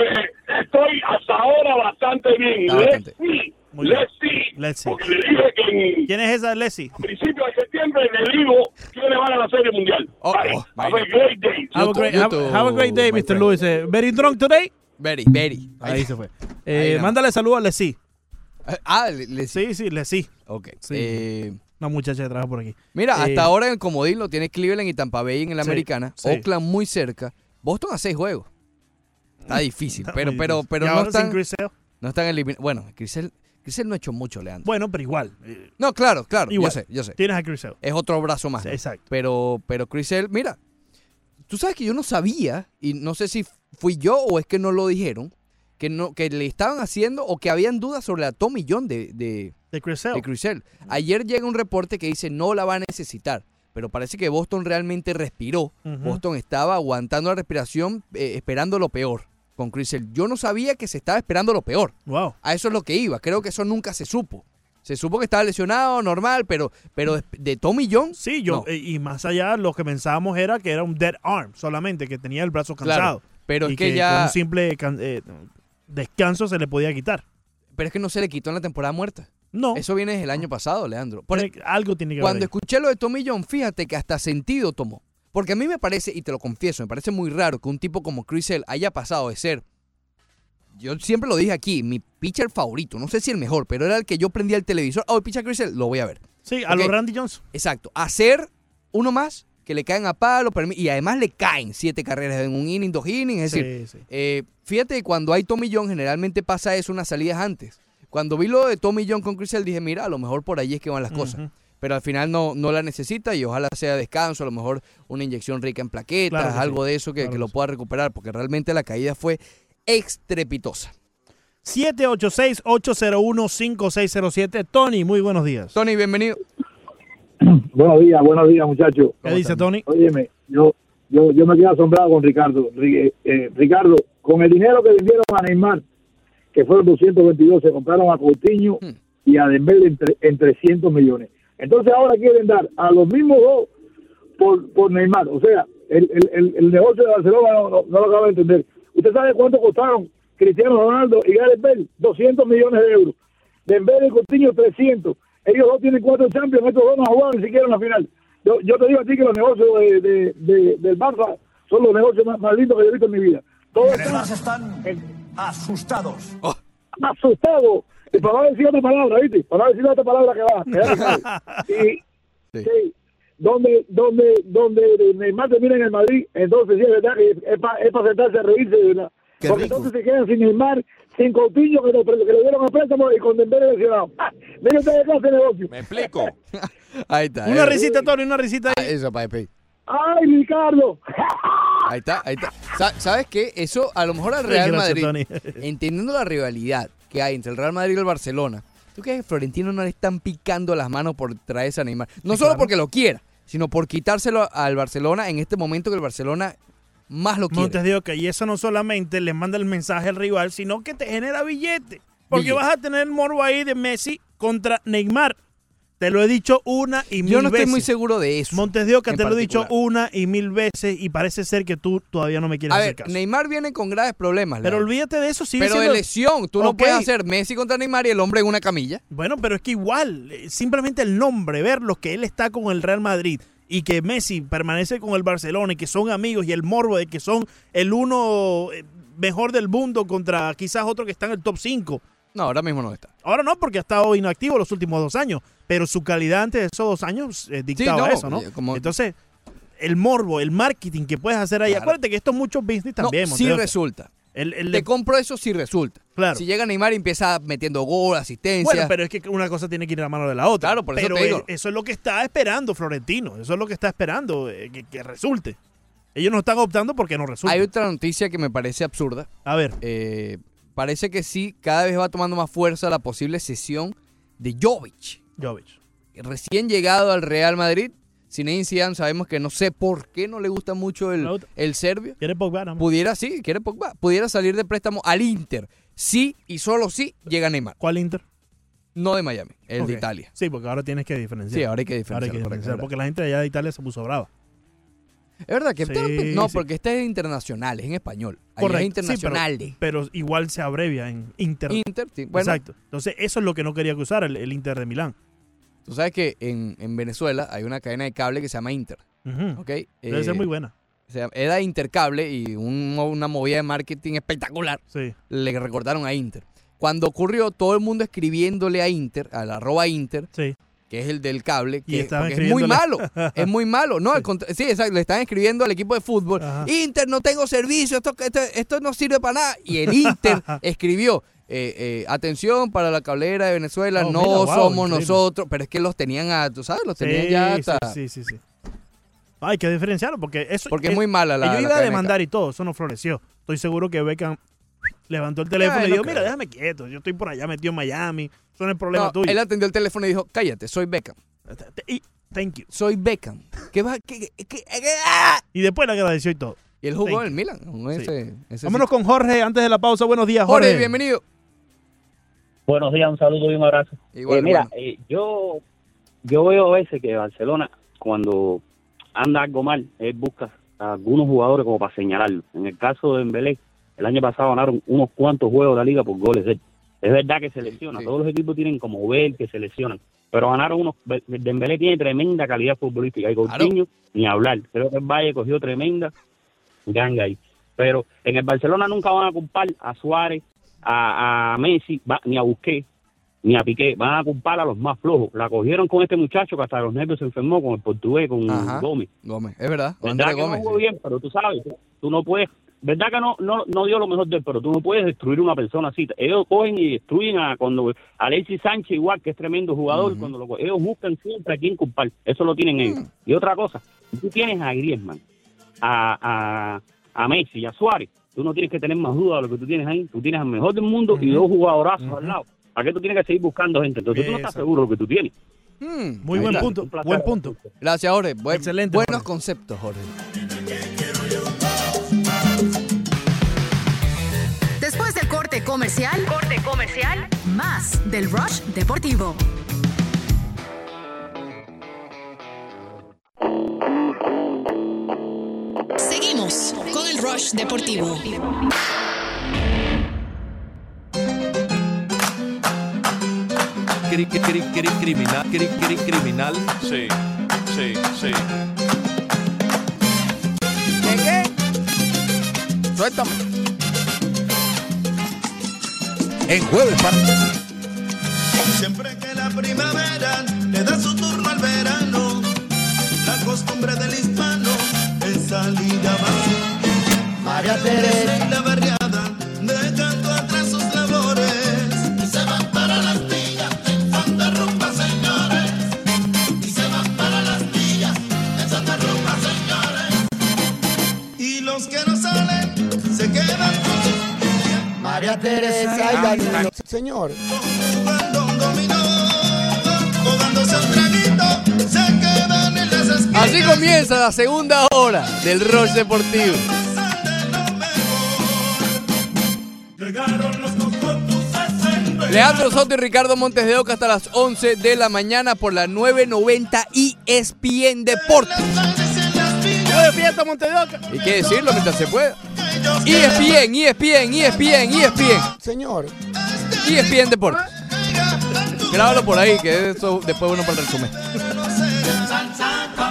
Speaker 14: estoy hasta ahora bastante bien.
Speaker 8: Está
Speaker 14: Let's
Speaker 8: bastante.
Speaker 14: see,
Speaker 8: Muy
Speaker 14: let's see.
Speaker 8: Let's see.
Speaker 14: Le dije que en
Speaker 8: ¿Quién es esa Leslie?
Speaker 14: principio de septiembre le digo quiénes van a la Serie Mundial. Bye. Have a great day.
Speaker 8: Oh, Have a great, have- have a great day, Mr. Luis. Eh, very drunk today.
Speaker 1: Very, very.
Speaker 8: Ahí se fue.
Speaker 1: Ahí
Speaker 8: Eh,
Speaker 1: nada.
Speaker 8: mándale saludos a Leslie.
Speaker 1: Ah, Leslie.
Speaker 8: Sí, sí, Leslie.
Speaker 1: Ok.
Speaker 8: Sí.
Speaker 1: Eh,
Speaker 8: Una muchacha que trabaja por aquí.
Speaker 1: Mira,
Speaker 8: Eh,
Speaker 1: hasta ahora en el comodín lo tiene Cleveland y Tampa Bay en la
Speaker 8: Sí,
Speaker 1: americana.
Speaker 8: sí.
Speaker 1: Oakland muy cerca. Boston a seis juegos. Está difícil,
Speaker 8: Está
Speaker 1: pero
Speaker 8: muy
Speaker 1: pero
Speaker 8: difícil.
Speaker 1: pero
Speaker 8: Y
Speaker 1: no
Speaker 8: ahora sin
Speaker 1: están
Speaker 8: Chris Sale.
Speaker 1: no están eliminados. Bueno, Crisel Chris Sale no ha hecho mucho, Leandro.
Speaker 8: Bueno, pero igual.
Speaker 1: No, claro, claro.
Speaker 8: Igual.
Speaker 1: Yo sé, yo sé.
Speaker 8: Tienes a Chris Sale.
Speaker 1: Es otro brazo más.
Speaker 8: Sí,
Speaker 1: ¿no?
Speaker 8: exacto.
Speaker 1: Pero, pero Chris Sale, mira, tú sabes que yo no sabía, y no sé si fui yo o es que no lo dijeron, que, no, que le estaban haciendo o que habían dudas sobre la Tommy John de, de,
Speaker 8: de Chris Sale.
Speaker 1: de Chris Sale. Ayer llega un reporte que dice no la va a necesitar. Pero parece que Boston realmente respiró.
Speaker 8: Ujú.
Speaker 1: Boston estaba aguantando la respiración, eh, esperando lo peor con Chris Sale. Yo no sabía que se estaba esperando lo peor.
Speaker 8: Wow.
Speaker 1: A eso es lo que iba. Creo que eso nunca se supo. Se supo que estaba lesionado, normal, pero, pero de- de Tommy John.
Speaker 8: Sí, yo,
Speaker 1: no.
Speaker 8: eh, y más allá, lo que pensábamos era que era un dead arm solamente, que tenía el brazo cansado.
Speaker 1: Claro, pero
Speaker 8: y
Speaker 1: es que ya-
Speaker 8: con un simple can- eh, descanso se le podía quitar.
Speaker 1: Pero es que no se le quitó en la temporada muerta.
Speaker 8: No. Ah.
Speaker 1: Eso viene desde el año pasado, Leandro. Por-
Speaker 8: Tiene- algo tiene que
Speaker 1: cuando
Speaker 8: ver. ahí.
Speaker 1: escuché lo de Tommy John, fíjate que hasta sentido tomó. Porque a mí me parece, y te lo confieso, me parece muy raro que un tipo como Chris Hill haya pasado de ser. Yo siempre lo dije aquí, mi pitcher favorito, no sé si el mejor, pero era el que yo prendía el televisor. Oh, picha Chris Hill, lo voy a ver.
Speaker 8: Sí, a lo
Speaker 1: Ok.
Speaker 8: Randy Johnson.
Speaker 1: Exacto. Hacer uno más que le caen a palo permi- y además le caen siete carreras en un inning, dos innings. Es
Speaker 8: Sí,
Speaker 1: decir,
Speaker 8: sí.
Speaker 1: eh, fíjate que cuando hay Tommy John generalmente pasa eso unas salidas antes. Cuando vi lo de Tommy John con Crisel dije, mira, a lo mejor por ahí es que van las cosas. Pero al final no, no la necesita y ojalá sea descanso, a lo mejor una inyección rica en plaquetas,
Speaker 8: Claro que
Speaker 1: algo
Speaker 8: sí,
Speaker 1: de eso que,
Speaker 8: claro
Speaker 1: que
Speaker 8: que
Speaker 1: lo
Speaker 8: sí.
Speaker 1: pueda recuperar, porque realmente la caída fue estrepitosa.
Speaker 8: 786-801-5607. Tony, muy buenos días.
Speaker 1: Tony, bienvenido.
Speaker 15: Buenos días, buenos días, muchachos.
Speaker 8: ¿Qué dice Tony?
Speaker 15: Óyeme, yo, yo, yo me quedé asombrado con Ricardo. Ri- eh, eh, Ricardo, con el dinero que le dieron a Neymar, que fueron 222, se compraron a Coutinho
Speaker 8: Hmm.
Speaker 15: y a Dembélé en, tre- en 300 millones. Entonces ahora quieren dar a los mismos dos por, por Neymar. O sea, el, el, el, el negocio de Barcelona no, no- no lo acabo de entender. ¿Usted sabe cuánto costaron Cristiano Ronaldo y Gareth Bale? 200 millones de euros. Dembélé y Coutinho 300. Ellos dos tienen cuatro Champions, estos dos no han jugado ni siquiera en la final. Yo, yo te digo a ti que los negocios de, de- de- del Barça son los negocios más, más lindos que yo he visto en mi vida. Todos
Speaker 10: Además
Speaker 15: están
Speaker 10: están asustados.
Speaker 1: Oh,
Speaker 15: asustados. Ah, Y para no decir otra palabra, ¿viste? Para no decir otra palabra que va. que ya la sabe. Y, sí, donde, donde, donde Neymar termina en el Madrid, entonces sí es verdad que es para sentarse a reírse, ¿verdad?
Speaker 16: Qué
Speaker 15: Porque
Speaker 16: rico.
Speaker 15: entonces se quedan sin Neymar, sin Coutinho, que, lo- que le dieron a préstamo y con Dembélé lesionado. ¡Ah! Mira ustedes clase de negocio.
Speaker 17: Me explico.
Speaker 1: Ahí está.
Speaker 8: Una
Speaker 1: eh.
Speaker 8: risita, Tony, una risita.
Speaker 1: Ah, Eso, para despedir.
Speaker 15: ¡Ay, Ricardo!
Speaker 1: Ahí está, ahí está. Sa- ¿Sabes qué? Eso a lo mejor al Real
Speaker 8: Gracias,
Speaker 1: Madrid, entendiendo la rivalidad que hay entre el Real Madrid y el Barcelona, ¿tú crees que Florentino no le están picando las manos por traerse a Neymar? No solo porque lo quiera, sino por quitárselo al Barcelona en este momento que el Barcelona más lo quiere.
Speaker 8: Montes de Oca. Y eso no solamente le manda el mensaje al rival, sino que te genera billete. Porque
Speaker 1: Billete.
Speaker 8: vas a tener el morbo ahí de Messi contra Neymar. Te lo he dicho una y mil veces.
Speaker 1: Yo no estoy muy seguro de eso.
Speaker 8: Montes de Oca,
Speaker 1: en
Speaker 8: te lo he dicho
Speaker 1: particular.
Speaker 8: una y mil veces y parece ser que tú todavía no me quieres
Speaker 1: A
Speaker 8: hacer
Speaker 1: ver,
Speaker 8: caso.
Speaker 1: Neymar viene con graves problemas.
Speaker 8: Pero
Speaker 1: Leandro.
Speaker 8: olvídate de eso, sigue
Speaker 1: Pero de
Speaker 8: siendo-
Speaker 1: lesión, tú no
Speaker 8: Ok.
Speaker 1: puedes hacer Messi contra Neymar y el hombre en una camilla.
Speaker 8: Bueno, pero es que igual, eh, simplemente el nombre, ver lo que él está con el Real Madrid y que Messi permanece con el Barcelona y que son amigos y el morbo de que son el uno eh, mejor del mundo contra quizás otro que está en el top 5.
Speaker 1: No, ahora mismo no está.
Speaker 8: Ahora no, porque ha estado inactivo los últimos dos años, pero su calidad antes de esos dos años eh, dictaba
Speaker 1: no,
Speaker 8: eso, ¿no?
Speaker 1: eh, como-
Speaker 8: Entonces, el morbo, el marketing que puedes hacer ahí,
Speaker 1: Claro.
Speaker 8: acuérdate que esto es mucho business también.
Speaker 1: no,
Speaker 8: Montes
Speaker 1: sí
Speaker 8: de Oca.
Speaker 1: resulta.
Speaker 8: El- el-
Speaker 1: Te compro eso si resulta.
Speaker 8: Claro.
Speaker 1: Si llega Neymar y empieza metiendo gol, asistencia.
Speaker 8: Bueno, pero es que una cosa tiene que ir a la mano de la otra.
Speaker 1: Claro, por eso
Speaker 8: pero
Speaker 1: te digo.
Speaker 8: es- eso es lo que está esperando Florentino. Eso es lo que está esperando, eh, que, que resulte. Ellos no están optando porque no resulta.
Speaker 1: Hay otra noticia que me parece absurda. Eh,
Speaker 8: A ver.
Speaker 1: parece que sí, cada vez va tomando más fuerza la posible cesión de Jovic.
Speaker 8: Jovic.
Speaker 1: Recién llegado al Real Madrid, Zinedine Zidane sabemos que no sé por qué no le gusta mucho el, el serbio.
Speaker 8: ¿Quiere Pogba? nada más.
Speaker 1: Pudiera, sí, quiere Pogba. Pudiera salir de préstamo al Inter. Sí y solo sí llega Neymar.
Speaker 8: ¿Cuál Inter?
Speaker 1: No de Miami, el
Speaker 8: Ok.
Speaker 1: de Italia.
Speaker 8: Sí, porque ahora tienes que diferenciar.
Speaker 1: Sí, ahora hay que diferenciarlo, para que
Speaker 8: diferenciar,
Speaker 1: no-
Speaker 8: porque la gente de allá de Italia se puso brava.
Speaker 1: Es verdad que...
Speaker 8: Sí,
Speaker 1: no,
Speaker 8: sí.
Speaker 1: porque este es internacional, es en español. Ahí
Speaker 8: Correcto.
Speaker 1: Es
Speaker 8: Sí, pero-
Speaker 1: internacional.
Speaker 8: pero, igual se abrevia en Inter.
Speaker 1: Inter, sí, bueno.
Speaker 8: Exacto. Entonces, eso es lo que no quería que usara el, el Inter de Milán.
Speaker 1: Tú sabes que en, en Venezuela hay una cadena de cable que se llama Inter.
Speaker 8: Ujú.
Speaker 1: ¿ok?
Speaker 8: Debe ser
Speaker 1: Eh,
Speaker 8: muy buena.
Speaker 1: O sea, era Intercable y un- una movida de marketing espectacular.
Speaker 8: Sí.
Speaker 1: Le recordaron a Inter. Cuando ocurrió, todo el mundo escribiéndole a Inter, al arroba Inter, que es el del cable,
Speaker 8: Y
Speaker 1: que
Speaker 8: estaban
Speaker 1: porque es muy malo.
Speaker 8: escribiéndole.
Speaker 1: Es muy malo. No, al contra- sí, exacto, le están escribiendo al equipo de fútbol, Inter, no tengo servicio, esto, esto, esto no sirve para nada. Y el Inter escribió, eh, eh, atención para la cablera de Venezuela,
Speaker 8: Oh,
Speaker 1: no
Speaker 8: mira, wow,
Speaker 1: somos
Speaker 8: increíble.
Speaker 1: nosotros, pero es que los tenían a, tú sabes, los tenían ya
Speaker 8: Sí,
Speaker 1: hasta...
Speaker 8: Sí, sí, sí. sí. Hay que diferenciarlo porque eso.
Speaker 1: Porque es muy mala la- la
Speaker 8: Eh, Yo iba a
Speaker 1: cadena de
Speaker 8: demandar y todo, eso no floreció. Estoy seguro que Beckham levantó el teléfono
Speaker 1: Ay,
Speaker 8: y
Speaker 1: no
Speaker 8: dijo:
Speaker 1: creo.
Speaker 8: Mira, déjame quieto, yo estoy por allá metido en Miami. Eso no es problema
Speaker 1: No,
Speaker 8: tuyo.
Speaker 1: Él atendió el teléfono y dijo, cállate, soy Beckham.
Speaker 8: Thank you.
Speaker 1: Soy Beckham. ¿Qué va? ¿Qué- qué- qué- qué- ah?
Speaker 8: Y después le agradeció y todo.
Speaker 1: Y él jugó
Speaker 8: Thank
Speaker 1: en el
Speaker 8: you.
Speaker 1: Milan. jugó
Speaker 8: Sí.
Speaker 1: ese- ese
Speaker 8: Vámonos con Jorge antes de la pausa. Buenos días, Jorge.
Speaker 1: Jorge, bienvenido.
Speaker 18: Buenos días, un saludo y un abrazo.
Speaker 1: Igual,
Speaker 18: Eh, mira,
Speaker 1: hermano.
Speaker 18: eh, yo, yo veo a veces que Barcelona, cuando anda algo mal, él busca a algunos jugadores como para señalarlo. En el caso de Dembélé, el año pasado ganaron unos cuantos juegos de la liga por goles de él. Es verdad que se lesiona, todos los equipos tienen como ver que se lesionan, pero ganaron unos... Dembélé tiene tremenda calidad futbolística y Coutinho, ni hablar. Creo que el Valle cogió tremenda ganga ahí. Pero en el Barcelona nunca van a culpar a Suárez, a, a Messi, va- ni a Busquets, ni a Piqué. Van a culpar a los más flojos. La cogieron con este muchacho que hasta los nervios se enfermó con el portugués, con
Speaker 1: Ajá.
Speaker 18: Gómez.
Speaker 1: Gómez, es verdad.
Speaker 18: ¿Verdad
Speaker 1: André
Speaker 18: que
Speaker 1: Gómez.
Speaker 18: no jugó bien? Pero tú sabes, tú no puedes... ¿Verdad que no, no, no dio lo mejor de él? Pero tú no puedes destruir una persona así. Ellos cogen y destruyen a cuando Alexis Sánchez igual, que es tremendo jugador, cuando lo co- ellos buscan siempre a quién culpar. Eso lo tienen ellos.
Speaker 1: Mm.
Speaker 18: Y otra cosa, tú tienes a Griezmann, a, a, a Messi y a Suárez, tú no tienes que tener más duda de lo que tú tienes ahí. Tú tienes al mejor del mundo y dos jugadorazos al lado. ¿Para qué tú tienes que seguir buscando gente? Entonces tú no estás
Speaker 1: Exacto.
Speaker 18: seguro de lo que tú tienes.
Speaker 1: Mm,
Speaker 18: Muy
Speaker 1: ahí
Speaker 18: buen
Speaker 1: está.
Speaker 18: punto, Un placer. buen punto.
Speaker 1: Gracias, Jorge. Buen- buenos conceptos, Jorge.
Speaker 6: Después del corte comercial, corte comercial, más del Rush Deportivo.
Speaker 11: Seguimos con el Rush Deportivo.
Speaker 3: Cri- cri- cri- cri- criminal, cri- cri- criminal. Sí, sí, sí.
Speaker 1: ¿Qué, qué? Suéltame.
Speaker 19: En jueves para.
Speaker 12: Siempre que la primavera le da su turno al verano, la costumbre del hispano es salir a vacilar. María Teresa en la barriada dejando atrás sus labores y se van para las villas en Santa Rumba, señores. Y se van para las villas en Santa Rumba, señores. Y los que no salen se quedan con sus María Teresa y Danilo. Señor. Jugando un dominó, jugándose un traguito, se quedan en las esquinas.
Speaker 1: Así comienza la segunda hora del Rush Deportivo.
Speaker 12: Llegaron los cocotus a
Speaker 1: Leandro Soto y Ricardo Montes de Oca hasta las 11 de la mañana por la E 990 ESPN Deportes.
Speaker 8: Buenos fiesta, Montedoca.
Speaker 1: Hay que decirlo mientras se pueda. E ESPN, ESPN, ESPN, ESPN.
Speaker 12: Señor.
Speaker 1: ESPN Deportes. Grábalo por ahí, que eso después bueno para el resumen.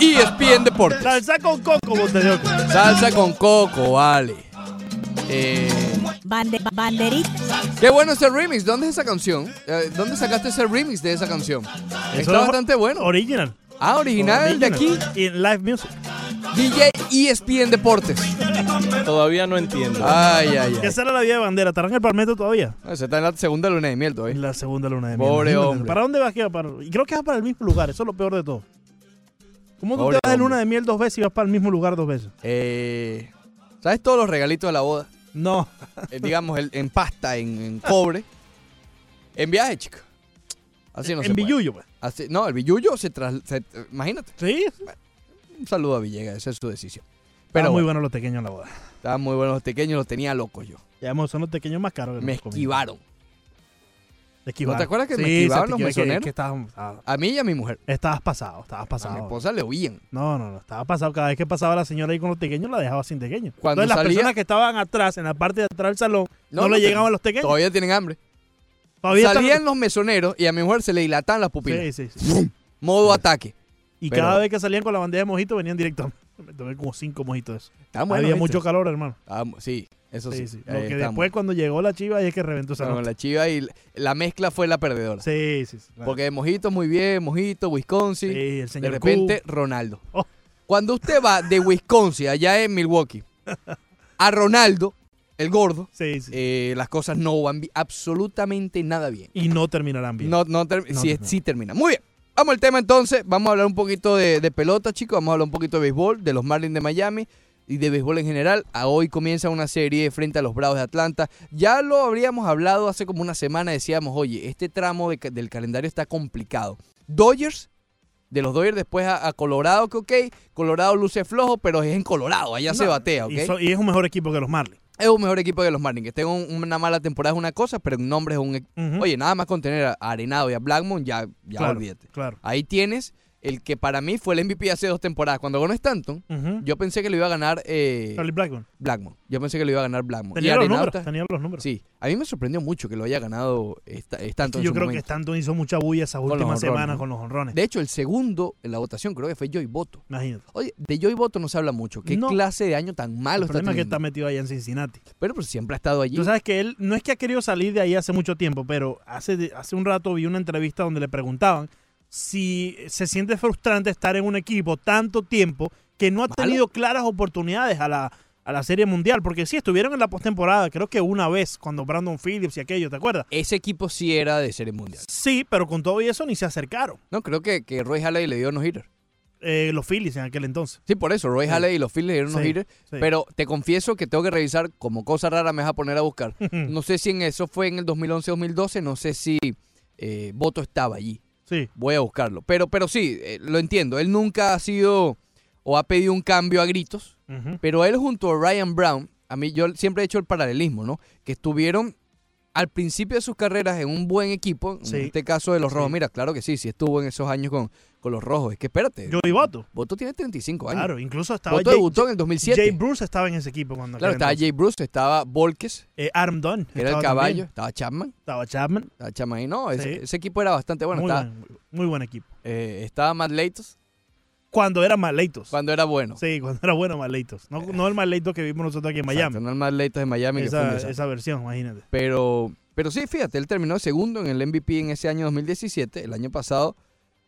Speaker 1: E ESPN Deportes.
Speaker 8: Salsa con coco, Montes de Oca.
Speaker 1: Salsa con coco, vale. Eh,
Speaker 4: Bande- banderita.
Speaker 1: qué bueno ese remix. ¿Dónde es esa canción? Eh, ¿Dónde sacaste ese remix de esa canción?
Speaker 8: Eso
Speaker 1: Está
Speaker 8: es
Speaker 1: bastante bueno.
Speaker 8: Original.
Speaker 1: Ah, original de aquí.
Speaker 8: Y live music.
Speaker 1: DJ ESPN Deportes.
Speaker 3: Todavía no entiendo.
Speaker 1: Ay, ay, ay.
Speaker 8: Esa era la vía de bandera. ¿Estará en el Palmetto todavía?
Speaker 1: Ah, Se está en la segunda luna de miel todavía.
Speaker 8: La segunda luna de miel.
Speaker 1: Pobre
Speaker 8: Imagínate.
Speaker 1: hombre.
Speaker 8: ¿Para dónde vas? que va para- Y creo que vas para el mismo lugar. Eso es lo peor de todo. ¿Cómo tú
Speaker 1: Pobre
Speaker 8: te vas de
Speaker 1: hombre.
Speaker 8: luna de miel dos veces y vas para el mismo lugar dos veces?
Speaker 1: Eh, ¿Sabes todos los regalitos de la boda? Eh,
Speaker 8: No.
Speaker 1: digamos, el- en pasta, en, en cobre. En viaje, chico. Así no
Speaker 8: En
Speaker 1: se puede.
Speaker 8: billullo, pues.
Speaker 1: Así- no, el billullo se, tras, se- Imagínate.
Speaker 8: Sí.
Speaker 1: Un saludo a Villegas, esa es su decisión.
Speaker 8: Pero
Speaker 1: Pero
Speaker 8: muy
Speaker 1: bueno,
Speaker 8: bueno los tequeños en la boda.
Speaker 1: estaban muy buenos los pequeños, los tenía locos yo.
Speaker 8: Ya hemos- son los tequeños más caros. que
Speaker 1: Me
Speaker 8: nos comimos.
Speaker 1: esquivaron.
Speaker 8: Te esquivaron.
Speaker 1: ¿No te acuerdas que me
Speaker 8: Sí, se
Speaker 1: esquivaban
Speaker 8: te
Speaker 1: los
Speaker 8: esquivé, que-
Speaker 1: mesoneros?
Speaker 8: que estabas- ah,
Speaker 1: A mí y a mi mujer.
Speaker 8: Estabas pasado, estabas pasado.
Speaker 1: A mi esposa le huían.
Speaker 8: No, no, no. Estaba pasado. Cada vez que pasaba la señora ahí con los tequeños, la dejaba sin tequeños.
Speaker 1: Cuando
Speaker 8: Entonces, las
Speaker 1: salía-
Speaker 8: personas que estaban atrás, en la parte de atrás del salón, no, le
Speaker 1: te-
Speaker 8: llegaban los tequeños.
Speaker 1: Todavía tienen hambre.
Speaker 8: Todavía están-
Speaker 1: Salían los mesoneros y a mi mujer se le dilataban las pupilas.
Speaker 8: Sí, sí,
Speaker 1: ¡Fum! Modo ataque.
Speaker 8: Y
Speaker 1: Pero-
Speaker 8: cada vez que salían con la bandera de mojito, venían directo. a mí. Me tomé como cinco mojitos. de eso.
Speaker 1: Está bueno,
Speaker 8: Había
Speaker 1: ¿viste?
Speaker 8: mucho calor, hermano.
Speaker 1: Ah, sí, eso sí.
Speaker 8: Sí, sí. Lo
Speaker 1: ahí
Speaker 8: que
Speaker 1: estamos.
Speaker 8: después, cuando llegó la chiva, ahí es que reventó esa
Speaker 1: Con
Speaker 8: noche.
Speaker 1: la chiva y la- la mezcla fue la perdedora.
Speaker 8: Sí, sí, sí.
Speaker 1: Porque de Mojito, muy bien, Mojito, Wisconsin.
Speaker 8: Sí, el
Speaker 1: de
Speaker 8: señor Oh.
Speaker 1: repente, Ronaldo. Cuando usted va de Wisconsin, allá en Milwaukee, a Ronaldo, el gordo, eh, las cosas no van bi- absolutamente nada bien.
Speaker 8: Y no terminarán bien.
Speaker 1: No, no, term- sí, sí termina. Muy bien. Vamos al tema entonces. Vamos a hablar un poquito de, de pelota, chicos. Vamos a hablar un poquito de béisbol, de los Marlins de Miami y de béisbol en general. A hoy comienza una serie frente a los Bravos de Atlanta. Ya lo habríamos hablado hace como una semana. Decíamos, oye, este tramo de ca- del calendario está complicado. Dodgers, de los Dodgers después a, a Colorado, que ok. Colorado luce flojo, pero es en Colorado. Allá se
Speaker 8: No,
Speaker 1: batea, ok.
Speaker 8: y so- y es un mejor equipo que los Marlins.
Speaker 1: Es un mejor equipo que los Marlins. Que tenga un- una mala temporada es una cosa, pero en nombre es un. e- Oye, nada más con tener a Arenado y a Blackmon, ya, ya
Speaker 8: Claro,
Speaker 1: olvídate.
Speaker 8: claro.
Speaker 1: Ahí tienes el que para mí fue el MVP hace dos temporadas. Cuando ganó Stanton,
Speaker 8: Ujú.
Speaker 1: yo pensé que lo iba a ganar. eh,
Speaker 8: Charlie Blackmon.
Speaker 1: Blackmon. Yo pensé que lo iba a ganar Blackmon.
Speaker 8: Tenía los números,
Speaker 1: tenía los números. Sí, a mí me sorprendió mucho que lo haya ganado esta- Stanton. en
Speaker 8: Yo
Speaker 1: su
Speaker 8: creo que
Speaker 1: momento.
Speaker 8: Stanton hizo mucha bulla esas
Speaker 1: Con los
Speaker 8: últimas
Speaker 1: honrones,
Speaker 8: semanas
Speaker 1: ¿no?
Speaker 8: con los honrones.
Speaker 1: De hecho, el segundo en la votación creo que fue Joy Boto.
Speaker 8: Imagínate.
Speaker 1: Oye, de Joy Boto no se habla mucho. ¿Qué
Speaker 8: No.
Speaker 1: clase de año tan malo
Speaker 8: El
Speaker 1: está
Speaker 8: problema es que
Speaker 1: teniendo?
Speaker 8: está metido allá en Cincinnati.
Speaker 1: Pero pues siempre ha estado allí.
Speaker 8: Tú sabes que él no es que ha querido salir de ahí hace mucho tiempo, pero hace, de- hace un rato vi una entrevista donde le preguntaban si se siente frustrante estar en un equipo tanto tiempo que no ha tenido claras oportunidades a la, a la Serie Mundial. Porque sí, estuvieron en la postemporada, creo que una vez, cuando Brandon Phillips y aquello, ¿te acuerdas?
Speaker 1: Ese equipo sí era de serie mundial.
Speaker 8: Sí, pero con todo y eso ni se acercaron.
Speaker 1: No, creo que, que Roy Halladay le dio unos hitter.
Speaker 8: Eh, los Phillies en aquel entonces.
Speaker 1: Sí, por eso, Roy
Speaker 8: Sí.
Speaker 1: Halladay y los Phillies le dieron unos
Speaker 8: Sí,
Speaker 1: hitters.
Speaker 8: sí.
Speaker 1: Pero te confieso que tengo que revisar, como cosa rara me vas a poner a buscar. No sé si en eso fue en el 2011-2012, no sé si eh, Boto estaba allí.
Speaker 8: Sí.
Speaker 1: Voy a buscarlo. Pero, pero sí, eh, lo entiendo. Él nunca ha sido o ha pedido un cambio a gritos.
Speaker 8: Ujú.
Speaker 1: Pero él junto a Ryan Brown, a mí yo siempre he hecho el paralelismo, ¿no? Que estuvieron al principio de sus carreras en un buen equipo, en
Speaker 8: Sí.
Speaker 1: este caso de los Rojos. Mira, claro que sí, sí estuvo en esos años con, con los Rojos. Es que espérate.
Speaker 8: Yo y Boto.
Speaker 1: Boto tiene 35 años.
Speaker 8: Claro, incluso estaba
Speaker 1: Boto debutó en el 2007.
Speaker 8: Jay Bruce estaba en ese equipo cuando
Speaker 1: Claro,
Speaker 8: aquel
Speaker 1: estaba Jay Bruce, estaba Volkes,
Speaker 8: Eh, Arm Dunn.
Speaker 1: que era el
Speaker 8: estaba
Speaker 1: caballo,
Speaker 8: también.
Speaker 1: estaba Chapman.
Speaker 8: Estaba Chapman.
Speaker 1: Estaba Chapman ahí. No, ese,
Speaker 8: Sí.
Speaker 1: ese equipo era bastante bueno.
Speaker 8: muy,
Speaker 1: estaba,
Speaker 8: buen, muy buen equipo.
Speaker 1: eh, estaba Matt Leitos
Speaker 8: Cuando era Maleitos.
Speaker 1: cuando era bueno.
Speaker 8: Sí, cuando era bueno Maleitos. No, no el Maleitos que vimos nosotros aquí en Miami.
Speaker 1: Exacto, no el Matt Leitos de Miami. que fue un
Speaker 8: esa,
Speaker 1: desastre.
Speaker 8: esa versión, imagínate.
Speaker 1: Pero, pero sí, fíjate, él terminó segundo en el MVP en ese año 2017, el año pasado.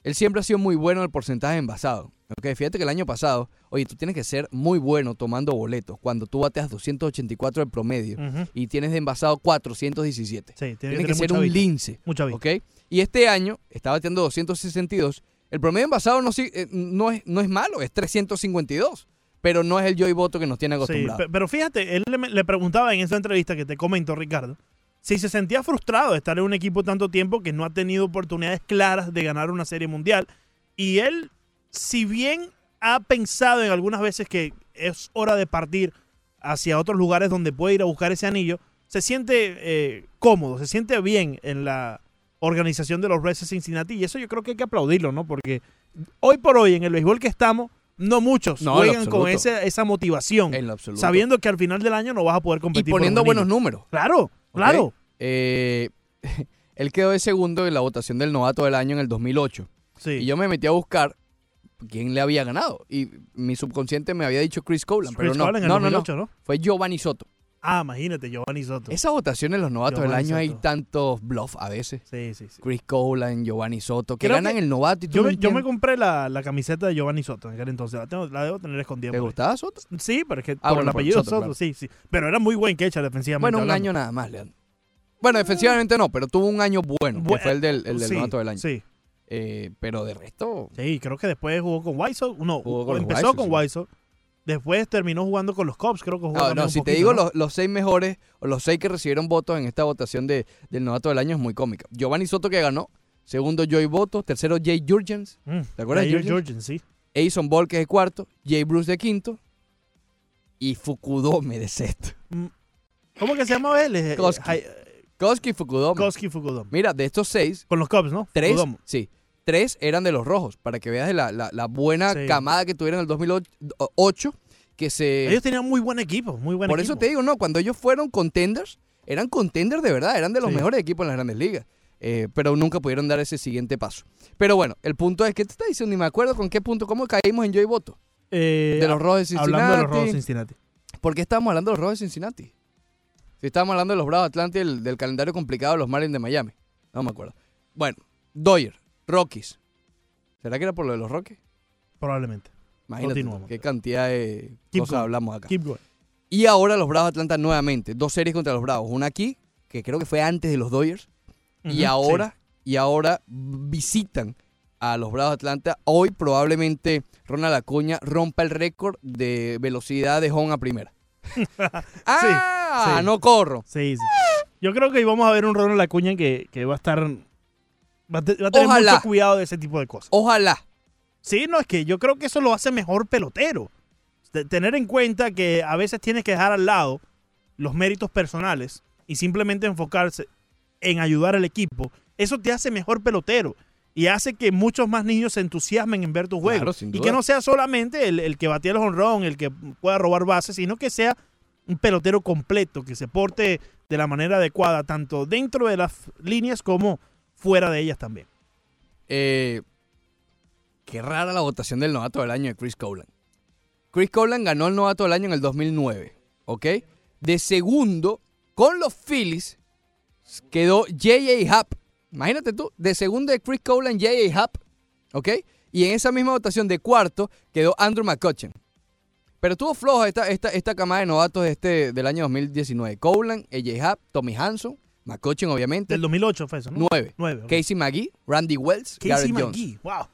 Speaker 1: Él siempre ha sido muy bueno en el porcentaje de envasado. ¿ok? Fíjate que el año pasado, oye, tú tienes que ser muy bueno tomando boletos cuando tú bateas 284 de promedio
Speaker 8: Ujú.
Speaker 1: y tienes de envasado 417.
Speaker 8: Mm. Sí, tiene que
Speaker 1: tienes que,
Speaker 8: tener
Speaker 1: ser
Speaker 8: mucha
Speaker 1: un
Speaker 8: vista.
Speaker 1: lince.
Speaker 8: Mucha vista.
Speaker 1: ¿ok? Y este año está bateando 262. El promedio envasado no, si- eh, no, es, no es malo, es 352. Pero no es el Joy Boto que nos
Speaker 8: Sí,
Speaker 1: tiene acostumbrados.
Speaker 8: pe- pero fíjate, él le, le preguntaba en esa entrevista que te comentó Ricardo si se sentía frustrado de estar en un equipo tanto tiempo que no ha tenido oportunidades claras de ganar una serie mundial. Y él, si bien ha pensado en algunas veces que es hora de partir hacia otros lugares donde puede ir a buscar ese anillo, se siente eh, cómodo, se siente bien en la organización de los Reds de Cincinnati. Y eso yo creo que hay que aplaudirlo, ¿no? Porque hoy por hoy, en el béisbol que estamos, no muchos
Speaker 1: No, en
Speaker 8: juegan con
Speaker 1: absoluto.
Speaker 8: ese- esa motivación
Speaker 1: en lo absoluto.
Speaker 8: sabiendo que al final del año no vas a poder
Speaker 1: y
Speaker 8: competir. por
Speaker 1: poniendo
Speaker 8: un
Speaker 1: buenos
Speaker 8: anillo.
Speaker 1: números.
Speaker 8: Claro, claro.
Speaker 1: ¿ok? Eh, él quedó de segundo en la votación del novato del año en el 2008. Y yo me metí a buscar quién le había ganado. Y mi subconsciente me había dicho Chris Colan, pero
Speaker 8: Chris
Speaker 1: no,
Speaker 8: Colan en el
Speaker 1: no, no,
Speaker 8: 2008, ¿no?
Speaker 1: Fue Giovanni Soto.
Speaker 8: Ah, imagínate, Giovanni Soto.
Speaker 1: Esa votación en los novatos
Speaker 8: Giovanni
Speaker 1: del año hay
Speaker 8: Soto.
Speaker 1: tantos bluff a veces.
Speaker 8: Sí, sí, sí.
Speaker 1: Chris Colan, Giovanni Soto, que
Speaker 8: Creo
Speaker 1: ganan
Speaker 8: que
Speaker 1: el novato y tú
Speaker 8: Yo,
Speaker 1: no
Speaker 8: me, yo me
Speaker 1: entiendes.
Speaker 8: compré la, la camiseta de Giovanni Soto en aquel entonces. La, tengo- la debo tener escondida.
Speaker 1: ¿Te
Speaker 8: por ahí.
Speaker 1: gustaba Soto?
Speaker 8: Sí, pero es que
Speaker 1: Ah,
Speaker 8: por
Speaker 1: bueno,
Speaker 8: el
Speaker 1: por
Speaker 8: apellido
Speaker 1: Soto,
Speaker 8: Soto,
Speaker 1: claro.
Speaker 8: sí, sí. Pero era muy buen quecha defensivamente.
Speaker 1: Bueno, un
Speaker 8: hablando.
Speaker 1: año nada más, Leandro. Bueno, defensivamente no, pero tuvo un año bueno,
Speaker 8: Bu-
Speaker 1: que fue el del, el del
Speaker 8: sí,
Speaker 1: novato del año.
Speaker 8: Sí.
Speaker 1: Eh, pero de resto,
Speaker 8: Sí, creo que después jugó con White Sox. No,
Speaker 1: Jugó con los
Speaker 8: empezó
Speaker 1: White Sox, sí.
Speaker 8: con White Sox. Después terminó jugando con los Cubs, creo que jugó
Speaker 1: No,
Speaker 8: también
Speaker 1: no,
Speaker 8: un
Speaker 1: si te
Speaker 8: poquito,
Speaker 1: digo
Speaker 8: ¿no?
Speaker 1: los, los seis mejores o los seis que recibieron votos en esta votación de, del novato del año es muy cómica. Giovanni Soto que ganó, segundo Joey Boto, tercero Jay Jurgens,
Speaker 8: Mm,
Speaker 1: ¿te acuerdas de
Speaker 8: Jair
Speaker 1: Jurgens?
Speaker 8: Jurgens, sí.
Speaker 1: Aison Ball que es de cuarto, Jay Bruce de quinto y Fukudome de sexto.
Speaker 8: Mm, ¿Cómo que se llama él? Eh,
Speaker 1: Koski.
Speaker 8: Jai-
Speaker 1: Koski Fukudome.
Speaker 8: Koski Fukudome.
Speaker 1: Mira, de estos seis,
Speaker 8: Con los Cubs, ¿no?
Speaker 1: tres,
Speaker 8: Fukudome.
Speaker 1: sí, tres eran de los rojos, para que veas de la, la- la buena
Speaker 8: Sí.
Speaker 1: camada que tuvieron en el 2008 que se...
Speaker 8: Ellos tenían muy buen equipo, muy buen
Speaker 1: Por
Speaker 8: equipo.
Speaker 1: eso te digo, no, cuando ellos fueron contenders, eran contenders de verdad, eran de los
Speaker 8: Sí.
Speaker 1: mejores equipos en las grandes ligas. Eh, pero nunca pudieron dar ese siguiente paso. Pero bueno, el punto es que te está diciendo, ni me acuerdo con qué punto, cómo caímos en Joey Boto.
Speaker 8: Eh,
Speaker 1: de los Rojos de Cincinnati.
Speaker 8: Hablando de los Rojos de Cincinnati.
Speaker 1: ¿Por qué estábamos hablando de los Rojos de Cincinnati? Si estábamos hablando de los Bravos de Atlanta y el- del calendario complicado de los Marlins de Miami. No me acuerdo. Bueno, Doyer, Rockies. ¿Será que era por lo de los Rockies?
Speaker 8: Probablemente.
Speaker 1: Imagínate tú,
Speaker 8: Continuamos.
Speaker 1: qué cantidad de
Speaker 8: Keep
Speaker 1: cosas
Speaker 8: going.
Speaker 1: hablamos acá.
Speaker 8: Keep going.
Speaker 1: Y ahora los Bravos de Atlanta nuevamente. Dos series contra los Bravos. Una aquí, que creo que fue antes de los Dodgers. y
Speaker 20: Ujú,
Speaker 1: ahora, y ahora visitan a los Bravos de Atlanta. Hoy probablemente Ronald Acuña rompa el récord de velocidad de home a primera. ah,
Speaker 8: sí.
Speaker 1: no corro.
Speaker 8: Sí, sí. Yo creo que ahí vamos a ver un Ronald Acuña que, que va a estar. Va a, te- va a tener
Speaker 1: Ojalá.
Speaker 8: mucho cuidado de ese tipo de cosas.
Speaker 1: Ojalá.
Speaker 8: Sí, no, es que yo creo que eso lo hace mejor pelotero. De- tener en cuenta que a veces tienes que dejar al lado los méritos personales y simplemente enfocarse en ayudar al equipo. Eso te hace mejor pelotero y hace que muchos más niños se entusiasmen en ver tu juego.
Speaker 1: Claro, sin
Speaker 8: y
Speaker 1: duda.
Speaker 8: que no sea solamente el, el que batía los honrón, el que pueda robar bases, sino que sea un pelotero completo, que se porte de la manera adecuada, tanto dentro de las líneas como fuera de ellas también.
Speaker 1: Eh, qué rara la votación del novato del año de Chris Colan. Chris Colan ganó el novato del año en el 2009, ¿ok? De segundo, con los Phillies, quedó J.A. Happ. Imagínate tú, de segundo de Chris Colan, J.A. Happ, ¿ok? Y en esa misma votación de cuarto quedó Andrew McCutchen. Pero estuvo floja esta, esta, esta camada de novatos de este, del año 2019. Colan, A.J. Happ, Tommy Hanson, McCutchen obviamente.
Speaker 8: Del 2008 fue eso, ¿no?
Speaker 1: 9.
Speaker 8: Nueve, ok.
Speaker 1: Casey McGee, Randy Wells,
Speaker 8: Casey
Speaker 1: Garrett Jones.
Speaker 8: McGee, wow.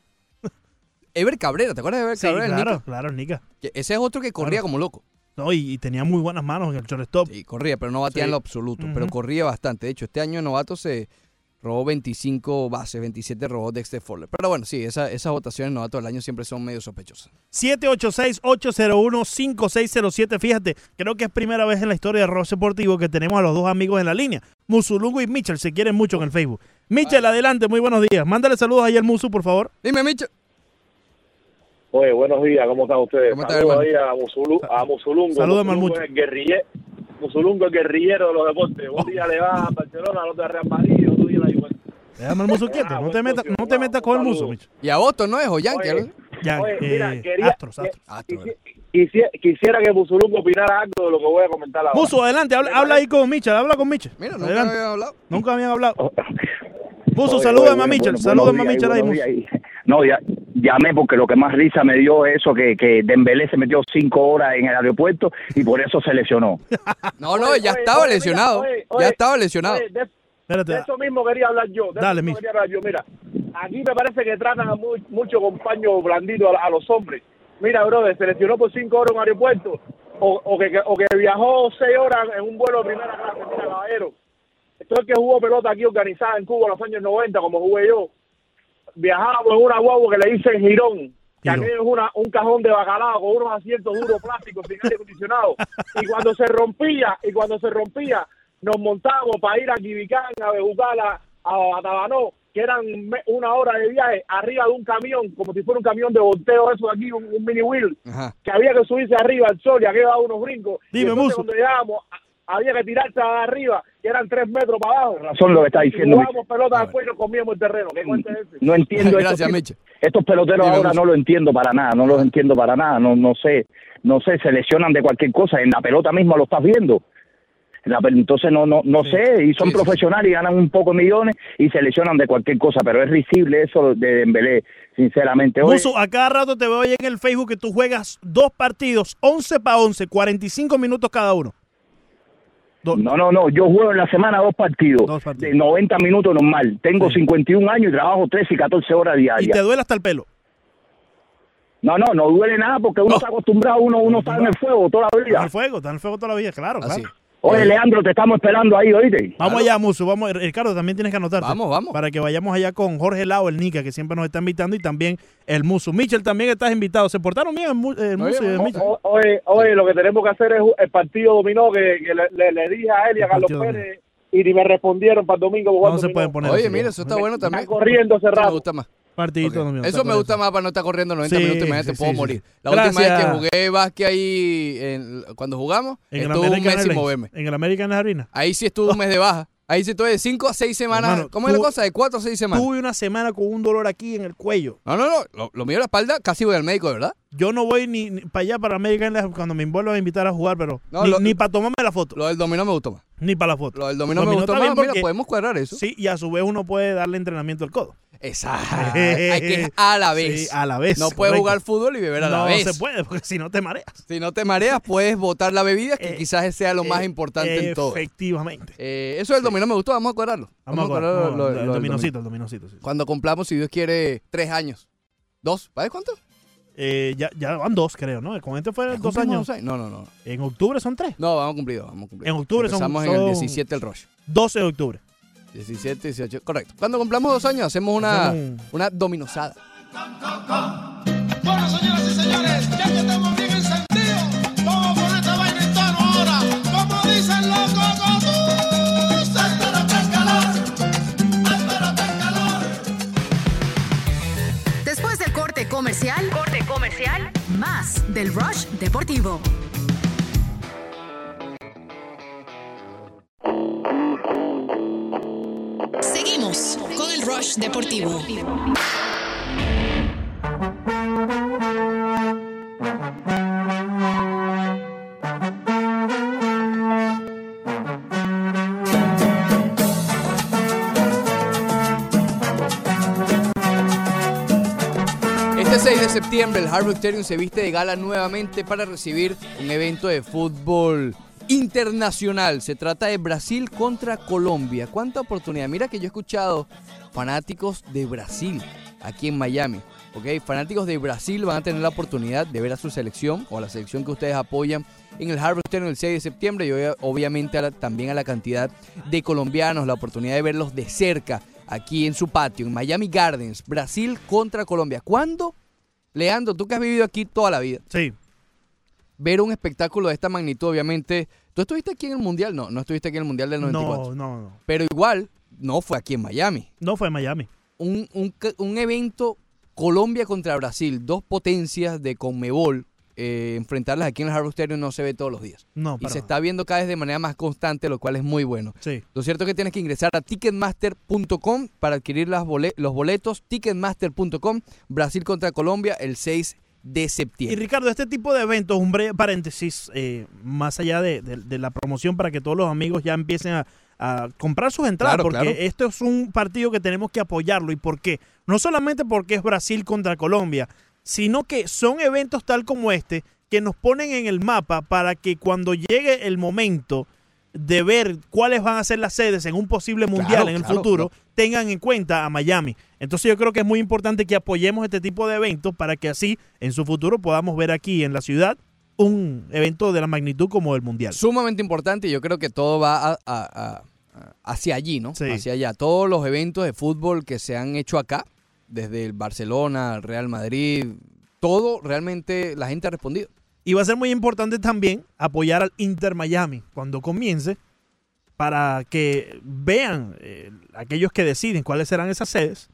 Speaker 1: Ever Cabrera, ¿te acuerdas de Ever
Speaker 8: Sí,
Speaker 1: Cabrera? el
Speaker 8: claro,
Speaker 1: Nica?
Speaker 8: claro, el Nica.
Speaker 1: Que ese es otro que corría
Speaker 8: Claro.
Speaker 1: como loco.
Speaker 8: No, y, y tenía muy buenas manos en el shortstop.
Speaker 1: Sí, corría, pero no batía en
Speaker 8: Sí.
Speaker 1: lo absoluto. Pero
Speaker 8: Ujú.
Speaker 1: corría bastante. De hecho, este año de novato se robó 25 bases, 27 robó Dexter Fowler. Pero bueno, sí, esa- esas votaciones de novato del año siempre son medio sospechosas.
Speaker 8: 786-801-5607. Fíjate, creo que es primera vez en la historia de Ross Deportivo que tenemos a los dos amigos en la línea. Musulungo y Mitchell se quieren mucho en el Facebook. Mitchell, adelante, muy buenos días. Mándale saludos ahí al Musu, por favor.
Speaker 1: Dime, Mitchell.
Speaker 15: Oye, Eh, buenos días, ¿cómo están ustedes?
Speaker 8: ¿Cómo estás,
Speaker 15: Saludos ahí
Speaker 8: hermano?
Speaker 15: a, Musulu, a Musulungo.
Speaker 8: Saludos,
Speaker 15: Musulungo
Speaker 8: Marmucho.
Speaker 15: es el guerrille- Musulungo es el guerrillero de los deportes. Un día le va a Barcelona, al otro a Real Madrid, y otro día la Juventus.
Speaker 8: Déjame al Musu
Speaker 15: Ah,
Speaker 8: quieto. No te metas no te metas con el Musu, Mitchell.
Speaker 1: Y a Boston, ¿no es? O Yankee,
Speaker 15: Oye,
Speaker 1: ¿no?
Speaker 8: Ya,
Speaker 15: oye, mira,
Speaker 8: eh,
Speaker 15: quería-
Speaker 8: Astros, Astros.
Speaker 15: Quisiera, quisiera que Musulungo opinara algo de lo que voy a comentar ahora.
Speaker 8: Musu, adelante, habla, habla ahí con Mitchell, habla con Mitchell.
Speaker 1: Mira,
Speaker 15: nunca
Speaker 1: habían hablado.
Speaker 8: Nunca habían
Speaker 15: Oh,
Speaker 8: hablado. Musu,
Speaker 21: Oye,
Speaker 8: saluda
Speaker 21: oye,
Speaker 8: a
Speaker 21: bueno,
Speaker 8: Mitchell,
Speaker 21: buenos
Speaker 8: saluda a
Speaker 21: días,
Speaker 8: Mitchell ahí,
Speaker 21: buenos
Speaker 8: Musu.
Speaker 21: días. No, ya, llamé porque lo que más risa me dio eso que, que Dembélé se metió cinco horas en el aeropuerto y por eso se lesionó.
Speaker 1: No, no, ya estaba lesionado. ya estaba lesionado.
Speaker 15: Oye, de, de eso mismo quería hablar yo. de eso
Speaker 1: Dale, mijo.
Speaker 15: mismo quería hablar yo. Mira, aquí me parece que tratan a mu- mucho con paño blandito a, a los hombres. Mira, brother, se lesionó por cinco horas en un aeropuerto o, o que, o que viajó seis horas en un vuelo de primera clase. Mira, caballero, esto es que jugó pelota aquí organizada en Cuba en los años 90, como jugué yo. Viajábamos en una guagua que le dicen girón. Que
Speaker 22: Girón.
Speaker 15: aquello es una, un cajón de bacalao con unos asientos duros plásticos sin aire acondicionado. Y cuando se rompía, y cuando se rompía, nos montábamos para ir a Quibicán, a Bejucala, a, a Tabanó, que eran me- una hora de viaje arriba de un camión, como si fuera un camión de volteo, eso de aquí, un, un mini wheel,
Speaker 1: Ajá.
Speaker 15: que había que subirse arriba al sol y aquello daba unos brincos. Y
Speaker 21: Dime,
Speaker 15: entonces
Speaker 21: Muso.
Speaker 15: Cuando llegábamos, a- había que tirarse arriba, que eran tres metros para abajo.
Speaker 21: razón lo que está diciendo, Ah,
Speaker 15: Jugábamos pelota después y nos comíamos el terreno. ¿Qué cuento es ese?
Speaker 21: No entiendo
Speaker 15: Gracias,
Speaker 21: estos,
Speaker 1: Meche.
Speaker 21: estos peloteros
Speaker 15: Dime,
Speaker 21: ahora
Speaker 15: Musu.
Speaker 21: no lo entiendo para nada, no los entiendo para nada, no no sé, no sé, se lesionan de cualquier cosa, en la pelota misma lo estás viendo. En la pel- entonces no no no sé, y son profesionales y ganan un poco millones y se lesionan de cualquier cosa, pero es risible eso de Dembélé, sinceramente. Oye,
Speaker 8: Musu, a cada rato te veo ahí en el Facebook que tú juegas dos partidos, 11 para 11, 45 minutos cada uno.
Speaker 21: No, no, no, yo juego en la semana dos partidos, de 90 minutos normal. Tengo 51 años y trabajo 13 y 14 horas diarias.
Speaker 8: Y te duele hasta el pelo.
Speaker 21: No, no, no duele nada porque uno está acostumbrado, uno, uno está en el fuego toda la
Speaker 8: Está en
Speaker 21: vida.
Speaker 8: el fuego, está en el fuego toda la vida, claro. claro. Eh,
Speaker 21: Oye,
Speaker 1: Eh.
Speaker 21: Leandro, te estamos esperando ahí, oíste.
Speaker 8: Vamos allá, Musu, vamos. eh, Ricardo, también tienes que anotarte.
Speaker 1: Vamos, vamos.
Speaker 8: Para que vayamos allá con Jorge Lao, el Nica, que siempre nos está invitando, y también el Musu. Michel, también estás invitado. ¿Se portaron bien el, Mu- el Musu y el Michel?
Speaker 15: O- o- Oye, oye, lo que tenemos que hacer es el partido dominó que, que le, le- le dije a él y a
Speaker 8: El
Speaker 15: Carlos
Speaker 8: partido
Speaker 15: Pérez y ni me respondieron para el domingo. para jugar
Speaker 8: No se
Speaker 15: dominó.
Speaker 8: pueden poner
Speaker 1: Oye,
Speaker 8: así,
Speaker 1: mira,
Speaker 8: ¿no?
Speaker 1: eso está bueno también.
Speaker 15: corriendo ese
Speaker 1: Eso Me
Speaker 15: rato.
Speaker 1: gusta más.
Speaker 8: Partidito domingo,
Speaker 1: Eso
Speaker 8: está
Speaker 1: me
Speaker 8: por
Speaker 1: gusta más para no estar corriendo 90
Speaker 8: Sí,
Speaker 1: minutos. Imagínate,
Speaker 8: sí,
Speaker 1: puedo
Speaker 8: sí,
Speaker 1: morir.
Speaker 8: sí.
Speaker 1: La última vez
Speaker 8: Gracias.
Speaker 1: que jugué básquet ahí, en- cuando jugamos,
Speaker 8: En el,
Speaker 1: estuve un
Speaker 8: American
Speaker 1: mes sin
Speaker 8: Airlines,
Speaker 1: moverme.
Speaker 8: en el American Arena.
Speaker 1: Ahí sí estuve un mes de baja. Ahí sí estuve de 5 a 6 semanas.
Speaker 8: Hermano,
Speaker 1: ¿Cómo es la
Speaker 8: tú-
Speaker 1: cosa? De 4 a 6 semanas.
Speaker 8: Tuve una semana con un dolor aquí en el cuello.
Speaker 1: No, no, no. Lo, lo mío es la espalda. Casi voy al médico, ¿verdad?
Speaker 8: Yo no voy ni, para allá, para American Airlines, cuando me vuelvan a invitar a jugar, pero
Speaker 1: No,
Speaker 8: ni,
Speaker 1: lo-
Speaker 8: para tomarme la foto.
Speaker 1: Lo del dominó me gustó más.
Speaker 8: Ni para la foto. Lo del
Speaker 1: dominó me gustó más. Mira, podemos cuadrar eso.
Speaker 8: Sí, y a su vez uno puede darle entrenamiento al codo.
Speaker 1: Exacto. Hay que ir a la vez.
Speaker 8: Sí, a la vez.
Speaker 1: No puedes
Speaker 8: correcto.
Speaker 1: jugar fútbol y beber a la
Speaker 8: No
Speaker 1: vez.
Speaker 8: se puede, porque si no te mareas. Eh,
Speaker 1: Si no te mareas, puedes botar la bebida, que quizás sea lo más importante en todo.
Speaker 8: Efectivamente.
Speaker 1: Eh, eso del dominó me gustó, vamos a acordarlo.
Speaker 8: Vamos a
Speaker 1: acordarlo
Speaker 8: acordar, no,
Speaker 1: lo- lo-
Speaker 8: el
Speaker 1: lo del
Speaker 8: dominocito, el dominocito. sí.
Speaker 1: Cuando cumplamos, si Dios quiere, tres años. ¿Dos? ¿Sabes cuánto?
Speaker 8: Eh, ya, ya van dos, creo, ¿no? Con este fueron dos
Speaker 1: cumplimos
Speaker 8: años.
Speaker 1: dos años? No, no, no.
Speaker 8: En octubre son tres.
Speaker 1: No, vamos cumplidos, vamos cumplidos.
Speaker 8: En octubre son-
Speaker 1: Empezamos en el
Speaker 8: son-
Speaker 1: 17 el Roche.
Speaker 8: 12 de octubre.
Speaker 1: 17, 18, correcto. Cuando cumplamos dos años, hacemos una,
Speaker 8: Hacemos
Speaker 1: una dominosada.
Speaker 2: Bueno, señoras y señores, ya que estamos bien encendidos, vamos a poner esta vaina en tono ahora. Como dicen los cocotús, espérate el calor, espérate el calor.
Speaker 6: Después del corte comercial, corte comercial, más del Rush Deportivo.
Speaker 11: Seguimos con el Rush Deportivo.
Speaker 1: Este 6 de septiembre, el Harvard Stadium se viste de gala nuevamente para recibir un evento de fútbol internacional. Se trata de Brasil contra Colombia. ¿Cuánta oportunidad? Mira que yo he escuchado fanáticos de Brasil aquí en Miami. ¿ok? Fanáticos de Brasil van a tener la oportunidad de ver a su selección o a la selección que ustedes apoyan en el Harvard Stadium el 6 de septiembre y obvia- obviamente a la- también a la cantidad de colombianos, la oportunidad de verlos de cerca aquí en su patio, en Miami Gardens, Brasil contra Colombia. ¿Cuándo? Leandro, tú que has vivido aquí toda la vida.
Speaker 8: Sí.
Speaker 1: Ver un espectáculo de esta magnitud, obviamente. ¿Tú estuviste aquí en el Mundial? No, no estuviste aquí en el Mundial del
Speaker 8: No,
Speaker 1: 94.
Speaker 8: no, no.
Speaker 1: Pero igual, no fue aquí en Miami.
Speaker 8: No fue en Miami.
Speaker 1: Un, un ca- un evento Colombia contra Brasil, dos potencias de Conmebol, eh, enfrentarlas aquí en el Harvard Stadium no se ve todos los días.
Speaker 8: No,
Speaker 1: y
Speaker 8: para
Speaker 1: se
Speaker 8: nada.
Speaker 1: está viendo cada vez de manera más constante, lo cual es muy bueno.
Speaker 8: Sí.
Speaker 1: Lo cierto es que tienes que ingresar a ticketmaster.com para adquirir las bole- los boletos. Ticketmaster.com, Brasil contra Colombia, el 6 de septiembre.
Speaker 8: Y Ricardo, este tipo de eventos, un breve paréntesis, eh, más allá de, de- de la promoción para que todos los amigos ya empiecen a, a comprar sus entradas,
Speaker 1: Claro,
Speaker 8: porque
Speaker 1: claro.
Speaker 8: esto es un partido que tenemos que apoyarlo. ¿Y por qué? No solamente porque es Brasil contra Colombia, sino que son eventos tal como este que nos ponen en el mapa para que cuando llegue el momento de ver cuáles van a ser las sedes en un posible mundial
Speaker 1: Claro,
Speaker 8: en el
Speaker 1: claro,
Speaker 8: futuro,
Speaker 1: no.
Speaker 8: tengan en cuenta a Miami. Entonces yo creo que es muy importante que apoyemos este tipo de eventos para que así en su futuro podamos ver aquí en la ciudad un evento de la magnitud como el Mundial.
Speaker 1: Sumamente importante y yo creo que todo va a- a- a- a- hacia allí, ¿no? Hacia allá. Todos los eventos de fútbol que se han hecho acá, desde el Barcelona, el Real Madrid, todo realmente la gente ha respondido.
Speaker 8: Y va a ser muy importante también apoyar al Inter Miami cuando comience para que vean eh, aquellos que deciden cuáles serán esas sedes,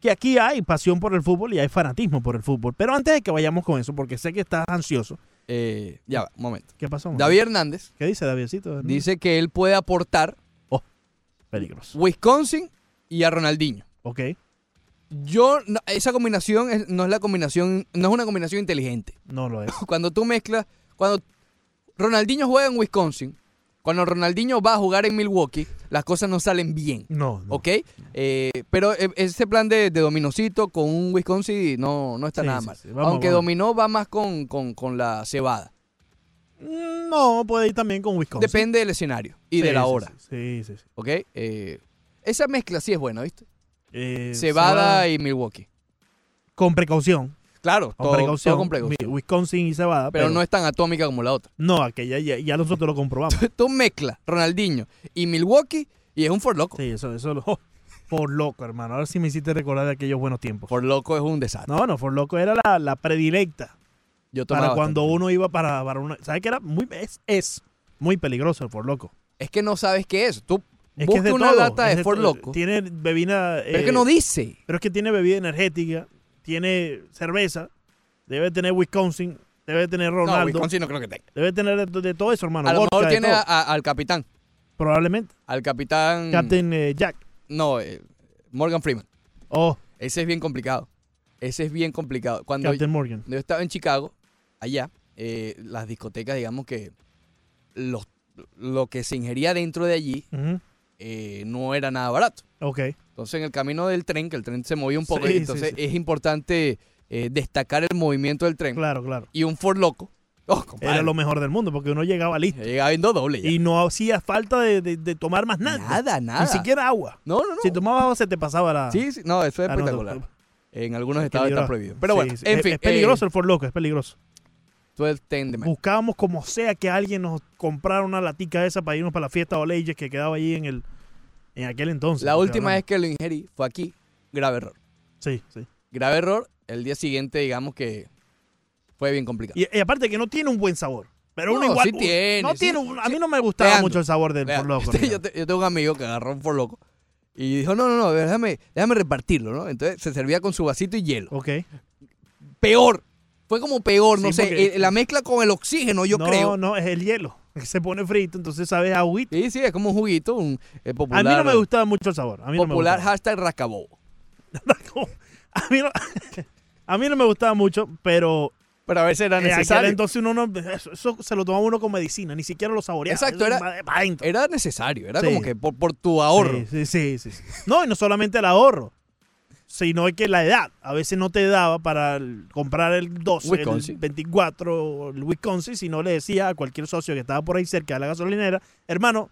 Speaker 8: que aquí hay pasión por el fútbol y hay fanatismo por el fútbol. Pero antes de que vayamos con eso, porque sé que estás ansioso.
Speaker 1: Eh, ya va, un momento.
Speaker 8: ¿Qué pasó?
Speaker 1: David Hernández
Speaker 8: ¿Qué dice Davidcito? Oh,
Speaker 1: dice que él puede aportar
Speaker 8: Peligroso.
Speaker 1: Wisconsin y a Ronaldinho.
Speaker 8: Ok.
Speaker 1: Yo, no- esa combinación es- no es la combinación, no es una combinación inteligente.
Speaker 8: No lo es.
Speaker 1: Cuando tú mezclas, cuando Ronaldinho juega en Wisconsin, cuando Ronaldinho va a jugar en Milwaukee, las cosas no salen bien.
Speaker 8: No,
Speaker 1: ¿Ok? Eh, pero eh, ese plan de, de dominocito con un Wisconsin no, no está
Speaker 8: Sí,
Speaker 1: nada
Speaker 8: sí,
Speaker 1: mal.
Speaker 8: sí, vamos,
Speaker 1: Aunque
Speaker 8: vamos.
Speaker 1: dominó va más con, con- con la cebada.
Speaker 8: No, puede ir también con Wisconsin.
Speaker 1: Depende del escenario y de
Speaker 8: Sí,
Speaker 1: la
Speaker 8: sí,
Speaker 1: hora.
Speaker 8: Sí, sí, sí.
Speaker 1: ¿Ok? Eh, esa mezcla sí es buena, ¿viste?
Speaker 8: Eh,
Speaker 1: Cebada
Speaker 8: Cebada-
Speaker 1: y Milwaukee.
Speaker 8: Con precaución.
Speaker 1: Claro,
Speaker 8: Con
Speaker 1: todo, todo
Speaker 8: precaución.
Speaker 1: con precaución.
Speaker 8: Mi- Wisconsin y Cebada.
Speaker 1: Pero no es tan atómica como la otra.
Speaker 8: Ah, No, aquella ya, ya nosotros lo comprobamos.
Speaker 1: Tú mezclas Ronaldinho y Milwaukee y es un for loco.
Speaker 8: Sí, eso, eso lo- por loco, hermano. Ahora sí me hiciste recordar de aquellos buenos tiempos.
Speaker 1: Por loco es un desastre.
Speaker 8: No, no, por loco era la, la predilecta.
Speaker 1: Yo tomaba
Speaker 8: Para cuando uno iba para, para una. ¿Sabes qué era? Muy, es, es muy peligroso el por loco.
Speaker 1: Es que no sabes qué es. Tú
Speaker 8: Es
Speaker 1: busca
Speaker 8: que es de
Speaker 1: una
Speaker 8: todo,
Speaker 1: lata
Speaker 8: es
Speaker 1: de,
Speaker 8: de
Speaker 1: for
Speaker 8: todo.
Speaker 1: loco.
Speaker 8: Tiene bebida. eh,
Speaker 1: Pero es que no dice.
Speaker 8: Pero es que tiene bebida energética, tiene cerveza, debe tener Wisconsin, debe tener Ronaldo.
Speaker 1: Wisconsin no creo que tenga.
Speaker 8: Debe tener de, de todo eso, hermano.
Speaker 1: A lo
Speaker 8: vodka,
Speaker 1: mejor
Speaker 8: de
Speaker 1: tiene
Speaker 8: todo.
Speaker 1: a- a- al capitán.
Speaker 8: Probablemente.
Speaker 1: Al capitán.
Speaker 8: Captain eh, Jack.
Speaker 1: No, eh, Morgan Freeman.
Speaker 8: Oh.
Speaker 1: Ese es bien complicado. Ese es bien complicado. Cuando
Speaker 8: Captain Morgan.
Speaker 1: Yo estaba en Chicago, allá, eh, las discotecas, digamos que los, lo que se ingería dentro de allí
Speaker 8: Ujú.
Speaker 1: eh, no era nada barato.
Speaker 8: Ok.
Speaker 1: Entonces, en el camino del tren, que el tren se movía un poco,
Speaker 8: Sí,
Speaker 1: y entonces
Speaker 8: sí, sí.
Speaker 1: es importante eh, destacar el movimiento del tren.
Speaker 8: Claro, claro.
Speaker 1: Y un Ford Loco. Oh, compadre,
Speaker 8: Era lo mejor del mundo porque uno llegaba listo.
Speaker 1: Llegaba viendo doble.
Speaker 8: Y no hacía falta de, de- de tomar más nada.
Speaker 1: Nada, nada.
Speaker 8: Ni siquiera agua.
Speaker 1: No, no, no.
Speaker 8: Si tomabas agua se te pasaba la.
Speaker 1: Sí, sí, no, eso es
Speaker 8: Ah, no,
Speaker 1: espectacular.
Speaker 8: no.
Speaker 1: En algunos
Speaker 8: Es
Speaker 1: estados
Speaker 8: peligroso.
Speaker 1: está prohibido. Pero
Speaker 8: Sí,
Speaker 1: bueno,
Speaker 8: sí.
Speaker 1: en
Speaker 8: Es-
Speaker 1: fin.
Speaker 8: Es peligroso
Speaker 1: eh,
Speaker 8: el For Loco, es peligroso.
Speaker 1: 12 ten de man.
Speaker 8: Buscábamos como sea que alguien nos comprara una latica de esa para irnos para la fiesta o leyes que quedaba allí en el en aquel entonces.
Speaker 1: La última vez que lo ingerí fue aquí. Grave error.
Speaker 8: Sí, sí.
Speaker 1: Grave error. El día siguiente, digamos que fue bien complicado.
Speaker 8: Y, y aparte que no tiene un buen sabor. Pero uno
Speaker 1: No,
Speaker 8: igual.
Speaker 1: sí tiene,
Speaker 8: no
Speaker 1: sí,
Speaker 8: tiene un- a mí no me
Speaker 1: Te
Speaker 8: gustaba
Speaker 1: ando.
Speaker 8: mucho el sabor del
Speaker 1: Vea,
Speaker 8: Por Loco.
Speaker 1: este, yo, te- yo tengo un amigo que agarró un por loco y dijo, no, no, no, déjame, déjame repartirlo, ¿no? Entonces se servía con su vasito y hielo.
Speaker 8: Ok.
Speaker 1: Peor. Fue como peor, no
Speaker 8: Sí,
Speaker 1: sé,
Speaker 8: porque-
Speaker 1: eh, la mezcla con el oxígeno, yo
Speaker 8: no,
Speaker 1: creo.
Speaker 8: No, es el hielo. que Se pone frito, entonces sabes a agüita.
Speaker 1: Sí, sí, es como un juguito, un eh,
Speaker 8: A
Speaker 1: popular.
Speaker 8: mí no me gustaba mucho el sabor. A mí no me
Speaker 1: Popular
Speaker 8: gustaba.
Speaker 1: hashtag rascabobo.
Speaker 8: A mí, no, a mí no me gustaba mucho, pero.
Speaker 1: Pero a veces era
Speaker 8: en aquel
Speaker 1: necesario.
Speaker 8: entonces uno no- eso, eso se lo tomaba uno con medicina, ni siquiera lo saboreaba. Eso
Speaker 1: Exacto, era,
Speaker 8: ma-
Speaker 1: era necesario, era
Speaker 8: Sí.
Speaker 1: como que por, por tu ahorro.
Speaker 8: Sí, sí, sí, sí. No, y no solamente el ahorro, sino que la edad. A veces no te daba para el- comprar el 12,
Speaker 1: Wisconsin.
Speaker 8: el 24, o el Wisconsin, si no le decía a cualquier socio que estaba por ahí cerca de la gasolinera, hermano,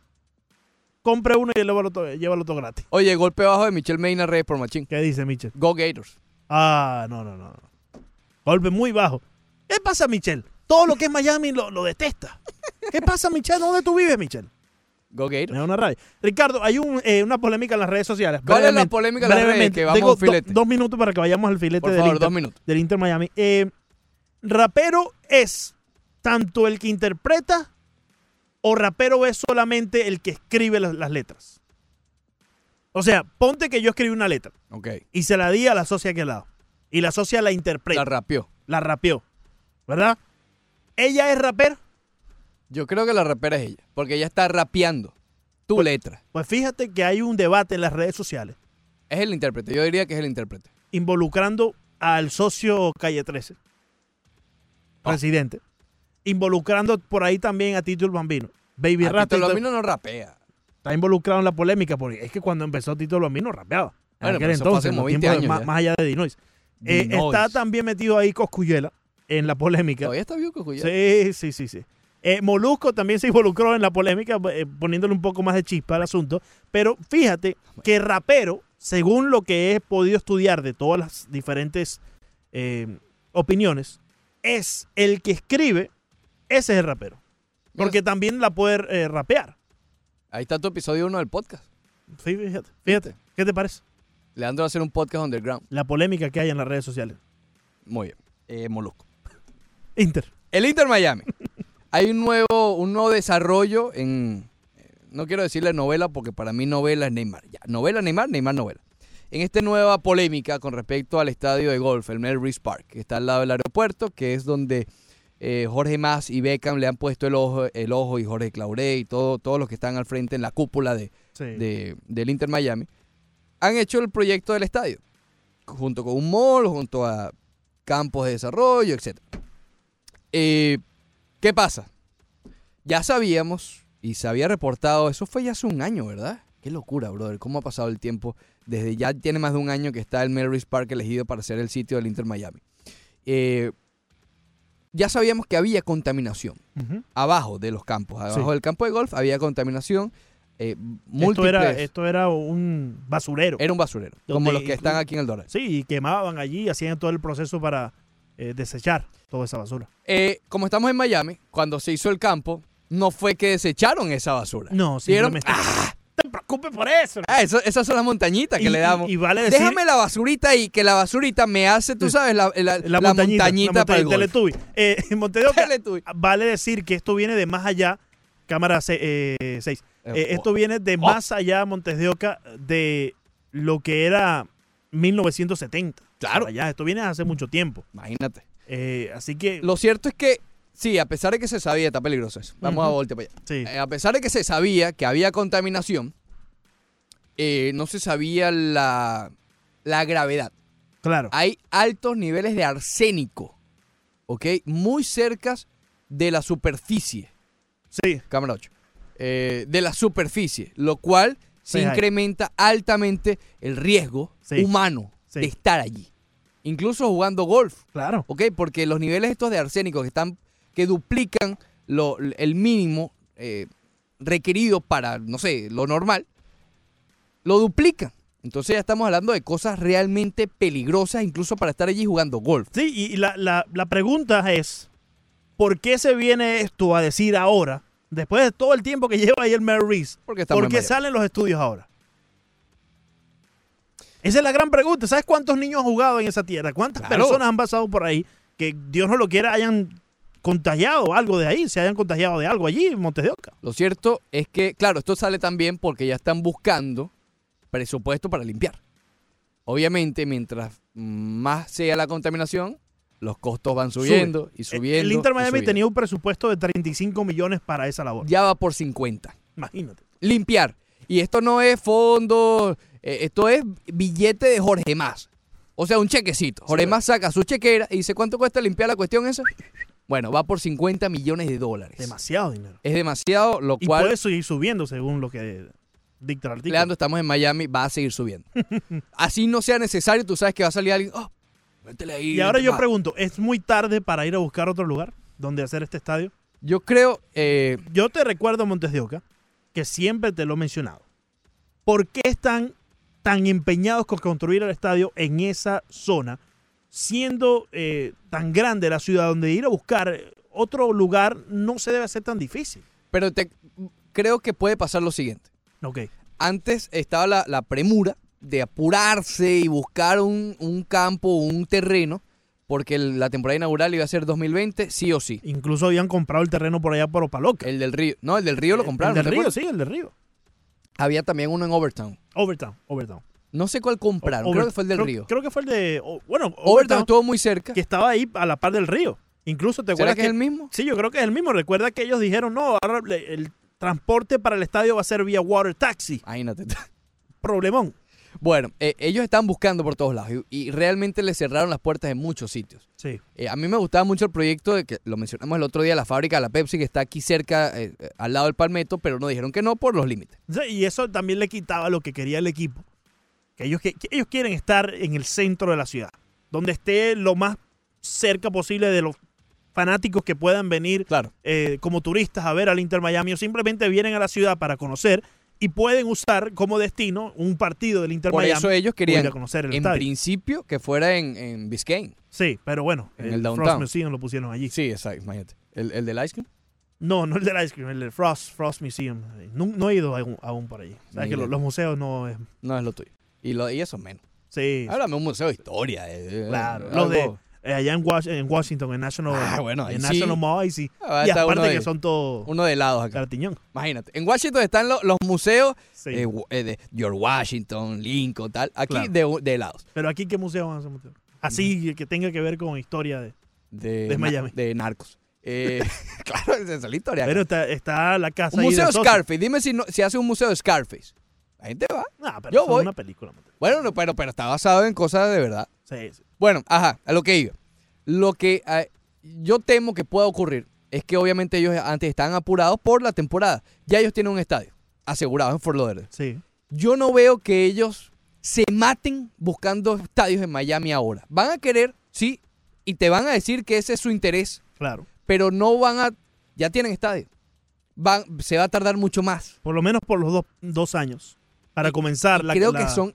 Speaker 8: compre uno y llévalo todo, llévalo todo gratis.
Speaker 1: Oye, golpe bajo de Michelle Medina Reyes por Machín.
Speaker 8: ¿Qué dice Michelle?
Speaker 1: Go Gators.
Speaker 8: Ah, no, no, no. no. Golpe muy bajo. ¿Qué pasa, Michelle? Todo lo que es Miami lo, lo detesta. ¿Qué pasa, Michelle? ¿Dónde tú vives, Michelle?
Speaker 1: Go Gators.
Speaker 8: Me da una rabia. Ricardo, hay un, eh, una polémica en las redes sociales.
Speaker 1: ¿Cuál es la
Speaker 8: Brevemente,
Speaker 1: polémica en las redes?
Speaker 8: brevemente.
Speaker 1: Que vamos
Speaker 8: Tengo
Speaker 1: al filete.
Speaker 8: do- dos minutos para que vayamos al filete
Speaker 1: Por
Speaker 8: del,
Speaker 1: favor,
Speaker 8: Inter,
Speaker 1: dos minutos.
Speaker 8: del Inter Miami. Eh, ¿Rapero es tanto el que interpreta o rapero es solamente el que escribe las, las letras? O sea, ponte que yo escribí una letra
Speaker 1: Ok.
Speaker 8: y se la di a la socia que al lado. Y la socia la interpreta.
Speaker 1: La rapeó.
Speaker 8: La rapeó. ¿Verdad? ¿Ella es rapera?
Speaker 1: Yo creo que la rapera es ella, porque ella está rapeando tu letra.
Speaker 8: Pues fíjate que hay un debate en las redes sociales
Speaker 1: Es el intérprete, yo diría que es el intérprete.
Speaker 8: involucrando al socio Calle 13,
Speaker 1: Ah.
Speaker 8: presidente, involucrando por ahí también a Tito el Bambino. Baby
Speaker 1: A
Speaker 8: Rata
Speaker 1: Tito
Speaker 8: y todo-
Speaker 1: Lomino no rapea.
Speaker 8: está involucrado en la polémica porque es que cuando empezó Tito el Bambino rapeaba. En
Speaker 1: Bueno,
Speaker 8: aquel
Speaker 1: pero eso fue hace
Speaker 8: entonces, en
Speaker 1: como
Speaker 8: los
Speaker 1: 20
Speaker 8: tiempos de-
Speaker 1: años
Speaker 8: más,
Speaker 1: ya.
Speaker 8: más allá de Dinois. Eh,
Speaker 1: Dinois.
Speaker 8: está también metido ahí Coscuyuela en la polémica.
Speaker 1: Todavía está vivo Coscuyuela.
Speaker 8: Sí, sí, sí, sí. Eh, Molusco también se involucró en la polémica, eh, poniéndole un poco más de chispa al asunto. Pero fíjate que rapero, según lo que he podido estudiar de todas las diferentes eh, opiniones, es el que escribe, ese es el rapero. Porque también la puede eh, rapear.
Speaker 1: Ahí está tu episodio 1 del podcast.
Speaker 8: Sí, fíjate, fíjate. ¿Qué te parece?
Speaker 1: Leandro va a hacer un podcast underground.
Speaker 8: La polémica que hay en las redes sociales.
Speaker 1: Muy bien. Eh, Molusco.
Speaker 8: Inter.
Speaker 1: El Inter Miami. Hay un nuevo, un nuevo desarrollo en. eh, No quiero decirle novela porque para mí novela es Neymar. Ya, novela Neymar, Neymar novela. En esta nueva polémica con respecto al estadio de golf, el Melrose Park, que está al lado del aeropuerto, que es donde eh, Jorge Mas y Beckham le han puesto el ojo, el ojo y Jorge Clauré y todo, todos los que están al frente en la cúpula de,
Speaker 8: Sí.
Speaker 1: de- del Inter Miami, han hecho el proyecto del estadio, junto con un mall, junto a campos de desarrollo, etc. Eh, ¿Qué pasa? Ya sabíamos y se había reportado, eso fue ya hace un año, ¿verdad? Qué locura, brother, cómo ha pasado el tiempo. Desde ya tiene más de un año que está el Melrose Park elegido para ser el sitio del Inter Miami. Eh, ya sabíamos que había contaminación
Speaker 8: Ujú.
Speaker 1: abajo de los campos, abajo
Speaker 8: Sí.
Speaker 1: del campo de golf había contaminación. Eh,
Speaker 8: Esto era,
Speaker 1: múltiples-
Speaker 8: esto era un basurero.
Speaker 1: era un basurero, como
Speaker 8: Donde
Speaker 1: los que están
Speaker 8: inclu-
Speaker 1: aquí en el dólar.
Speaker 8: Sí, y quemaban allí, hacían todo el proceso para eh, desechar toda esa basura.
Speaker 1: Eh, como estamos en Miami, cuando se hizo el campo, no fue que desecharon esa basura.
Speaker 8: No,
Speaker 1: ¿Vieron?
Speaker 8: simplemente. ¡Te preocupes por eso!
Speaker 1: Ah, eso- esas son las montañitas que
Speaker 8: Y-
Speaker 1: le damos.
Speaker 8: y- y vale decir-
Speaker 1: Déjame la basurita ahí, que la basurita me hace, tú sabes, la, la- la montañita,
Speaker 8: la
Speaker 1: para el golf.
Speaker 8: Teletubby. Eh, en Montevideo, vale decir que esto viene de más allá, cámara 6.
Speaker 1: Eh,
Speaker 8: Eh,
Speaker 1: oh.
Speaker 8: esto viene de más allá de Montes de Oca de lo que era 1970. Claro. Allá, esto viene hace mucho tiempo. Eh,
Speaker 1: Imagínate.
Speaker 8: así que.
Speaker 1: Lo cierto es que, sí, a pesar de que se sabía, está peligroso eso. Vamos a
Speaker 8: Ujú.
Speaker 1: voltear para allá. Eh, a pesar de que se sabía que había contaminación, eh, no se sabía la, la gravedad.
Speaker 8: Claro.
Speaker 1: Hay altos niveles de arsénico, ¿ok? Muy cercas de la superficie.
Speaker 8: Sí.
Speaker 1: Cámara 8. de la superficie, lo cual se
Speaker 8: Seis años.
Speaker 1: incrementa altamente el riesgo humano de estar allí. Incluso jugando golf.
Speaker 8: Claro.
Speaker 1: ¿Ok? Porque los niveles estos de arsénico que están, que duplican lo, el mínimo eh, requerido para, no sé, lo normal, lo duplican. Entonces ya estamos hablando de cosas realmente peligrosas, incluso para estar allí jugando golf.
Speaker 8: Sí, y, y la, la- la pregunta es, ¿por qué se viene esto a decir ahora, después de todo el tiempo que lleva ahí el Mary Reese?
Speaker 1: Porque está
Speaker 8: ¿Por
Speaker 1: muy
Speaker 8: qué
Speaker 1: mayor.
Speaker 8: salen los estudios ahora? Esa es la gran pregunta. ¿Sabes cuántos niños han jugado en esa tierra? ¿Cuántas
Speaker 1: Claro.
Speaker 8: personas han pasado por ahí que Dios no lo quiera hayan contagiado algo de ahí, se hayan contagiado de algo allí en Montes de Oca?
Speaker 1: Lo cierto es que, claro, esto sale también porque ya están buscando presupuesto para limpiar. Obviamente, mientras más sea la contaminación, los costos van subiendo y subiendo.
Speaker 8: El Inter
Speaker 1: y
Speaker 8: Miami
Speaker 1: subiendo.
Speaker 8: tenía un presupuesto de 35 millones para esa labor.
Speaker 1: Ya va por 50.
Speaker 8: Imagínate.
Speaker 1: Limpiar. Y esto no es fondo, eh, esto es billete de Jorge Más. O sea, un chequecito. Jorge Más saca su chequera y dice, ¿cuánto cuesta limpiar la cuestión esa? Bueno, va por 50 millones de dólares.
Speaker 8: Demasiado dinero.
Speaker 1: Es demasiado, lo
Speaker 8: Y
Speaker 1: cual...
Speaker 8: puede seguir subiendo según lo que dicta el artículo.
Speaker 1: Leandro, estamos en Miami, va a seguir subiendo. Así no sea necesario, tú sabes que va a salir alguien. "Oh, métele ahí,
Speaker 8: Y ahora
Speaker 1: vente
Speaker 8: yo
Speaker 1: pa".
Speaker 8: pregunto, ¿es muy tarde para ir a buscar otro lugar donde hacer este estadio?
Speaker 1: Yo creo... eh,
Speaker 8: yo te recuerdo, Montes de Oca, que siempre te lo he mencionado. ¿Por qué están tan empeñados con construir el estadio en esa zona, siendo eh, tan grande la ciudad donde ir a buscar otro lugar no se debe hacer tan difícil?
Speaker 1: Pero te, creo que puede pasar lo siguiente.
Speaker 8: Ok.
Speaker 1: Antes estaba la, la premura de apurarse y buscar un, un campo, un terreno, porque el- la temporada inaugural iba a ser 2020, sí o sí.
Speaker 8: Incluso habían comprado el terreno por allá por Opaloca. Eh,
Speaker 1: El del río. No, el del río lo compraron.
Speaker 8: el
Speaker 1: ¿te
Speaker 8: del río,
Speaker 1: acuerdas?
Speaker 8: sí, el del río.
Speaker 1: Había también uno en Overtown.
Speaker 8: Overtown, Overtown.
Speaker 1: No sé cuál compraron, creo
Speaker 8: Over-
Speaker 1: que fue el del
Speaker 8: creo-
Speaker 1: río.
Speaker 8: Creo que fue el de. o- Bueno,
Speaker 1: Overtown estuvo muy cerca.
Speaker 8: Que estaba ahí a la par del río. Incluso te
Speaker 1: ¿Será
Speaker 8: acuerdas
Speaker 1: que es el mismo?
Speaker 8: Sí, yo creo que es el mismo. Recuerda que ellos dijeron, no, ahora le- el transporte para el estadio va a ser vía water taxi.
Speaker 1: Imagínate.
Speaker 8: Problemón.
Speaker 1: Bueno, eh, ellos están buscando por todos lados y, y realmente les cerraron las puertas en muchos sitios.
Speaker 8: Sí.
Speaker 1: Eh, a mí me gustaba mucho el proyecto de que lo mencionamos el otro día, la fábrica de la Pepsi que está aquí cerca, eh, eh, al lado del Palmetto, pero no dijeron que no por los límites.
Speaker 8: Sí, Y eso también le quitaba lo que quería el equipo. Que ellos, que, que ellos quieren estar en el centro de la ciudad, donde esté lo más cerca posible de los fanáticos que puedan venir eh, como turistas a ver al Inter Miami o simplemente vienen a la ciudad para conocer y pueden usar como destino un partido del Inter
Speaker 1: por
Speaker 8: Miami.
Speaker 1: eso ellos
Speaker 8: o ir
Speaker 1: querían,
Speaker 8: a conocer el
Speaker 1: en
Speaker 8: estadio.
Speaker 1: principio, que fuera en, en Biscayne,
Speaker 8: Sí, pero bueno,
Speaker 1: en
Speaker 8: el
Speaker 1: el
Speaker 8: Frost
Speaker 1: downtown.
Speaker 8: Museum lo pusieron allí.
Speaker 1: Sí, exacto, imagínate. ¿El, el del Ice Cream?
Speaker 8: No, no el del Ice Cream, el del Frost, Frost Museum. No, no he ido aún, aún por allí. Sabes que
Speaker 1: Mira.
Speaker 8: lo- los museos no eh, es...
Speaker 1: No es lo tuyo. Y, lo, y eso es menos.
Speaker 8: Sí.
Speaker 1: Háblame un museo de historia. eh, eh,
Speaker 8: Claro,
Speaker 1: algo-
Speaker 8: los de eh, allá en, Wash- en Washington, en National,
Speaker 1: Ah, bueno, ahí
Speaker 8: en
Speaker 1: sí.
Speaker 8: National Mall, ahí sí.
Speaker 1: Ah, va a
Speaker 8: y
Speaker 1: estar
Speaker 8: aparte
Speaker 1: uno
Speaker 8: que
Speaker 1: de-
Speaker 8: son todos
Speaker 1: Uno de lados acá.
Speaker 8: Cartiñón.
Speaker 1: Imagínate. En Washington están lo- los museos eh, wa- eh, de George Washington, Lincoln, tal. Aquí
Speaker 8: Claro.
Speaker 1: de, de lados.
Speaker 8: Pero aquí, ¿qué museos van a ser museos? Así que tenga que ver con historia de...
Speaker 1: De,
Speaker 8: De
Speaker 1: na-
Speaker 8: Miami.
Speaker 1: De narcos. Eh, claro, esa es la historia.
Speaker 8: Pero está, está la casa
Speaker 1: un
Speaker 8: ahí
Speaker 1: museo
Speaker 8: de
Speaker 1: de
Speaker 8: Sosa.
Speaker 1: Scarface. Dime si, no- si hace un museo de Scarface. La gente va.
Speaker 8: Nah, Ah, pero
Speaker 1: Yo
Speaker 8: eso
Speaker 1: voy.
Speaker 8: es una película. man.
Speaker 1: Bueno, no, pero, pero está basado en cosas de verdad.
Speaker 8: Sí, sí.
Speaker 1: Bueno, ajá, a lo que iba. Lo que eh, yo temo que pueda ocurrir es que obviamente ellos antes estaban apurados por la temporada. Ya ellos tienen un estadio asegurado en Fort Lauderdale.
Speaker 8: Sí.
Speaker 1: Yo no veo que ellos se maten buscando estadios en Miami ahora. Van a querer, sí, y te van a decir que ese es su interés,
Speaker 8: Claro.
Speaker 1: pero no van a... Ya tienen estadio. Van, se va a tardar mucho más.
Speaker 8: Por lo menos por los dos, dos años. Para comenzar la
Speaker 1: Creo
Speaker 8: la-
Speaker 1: que son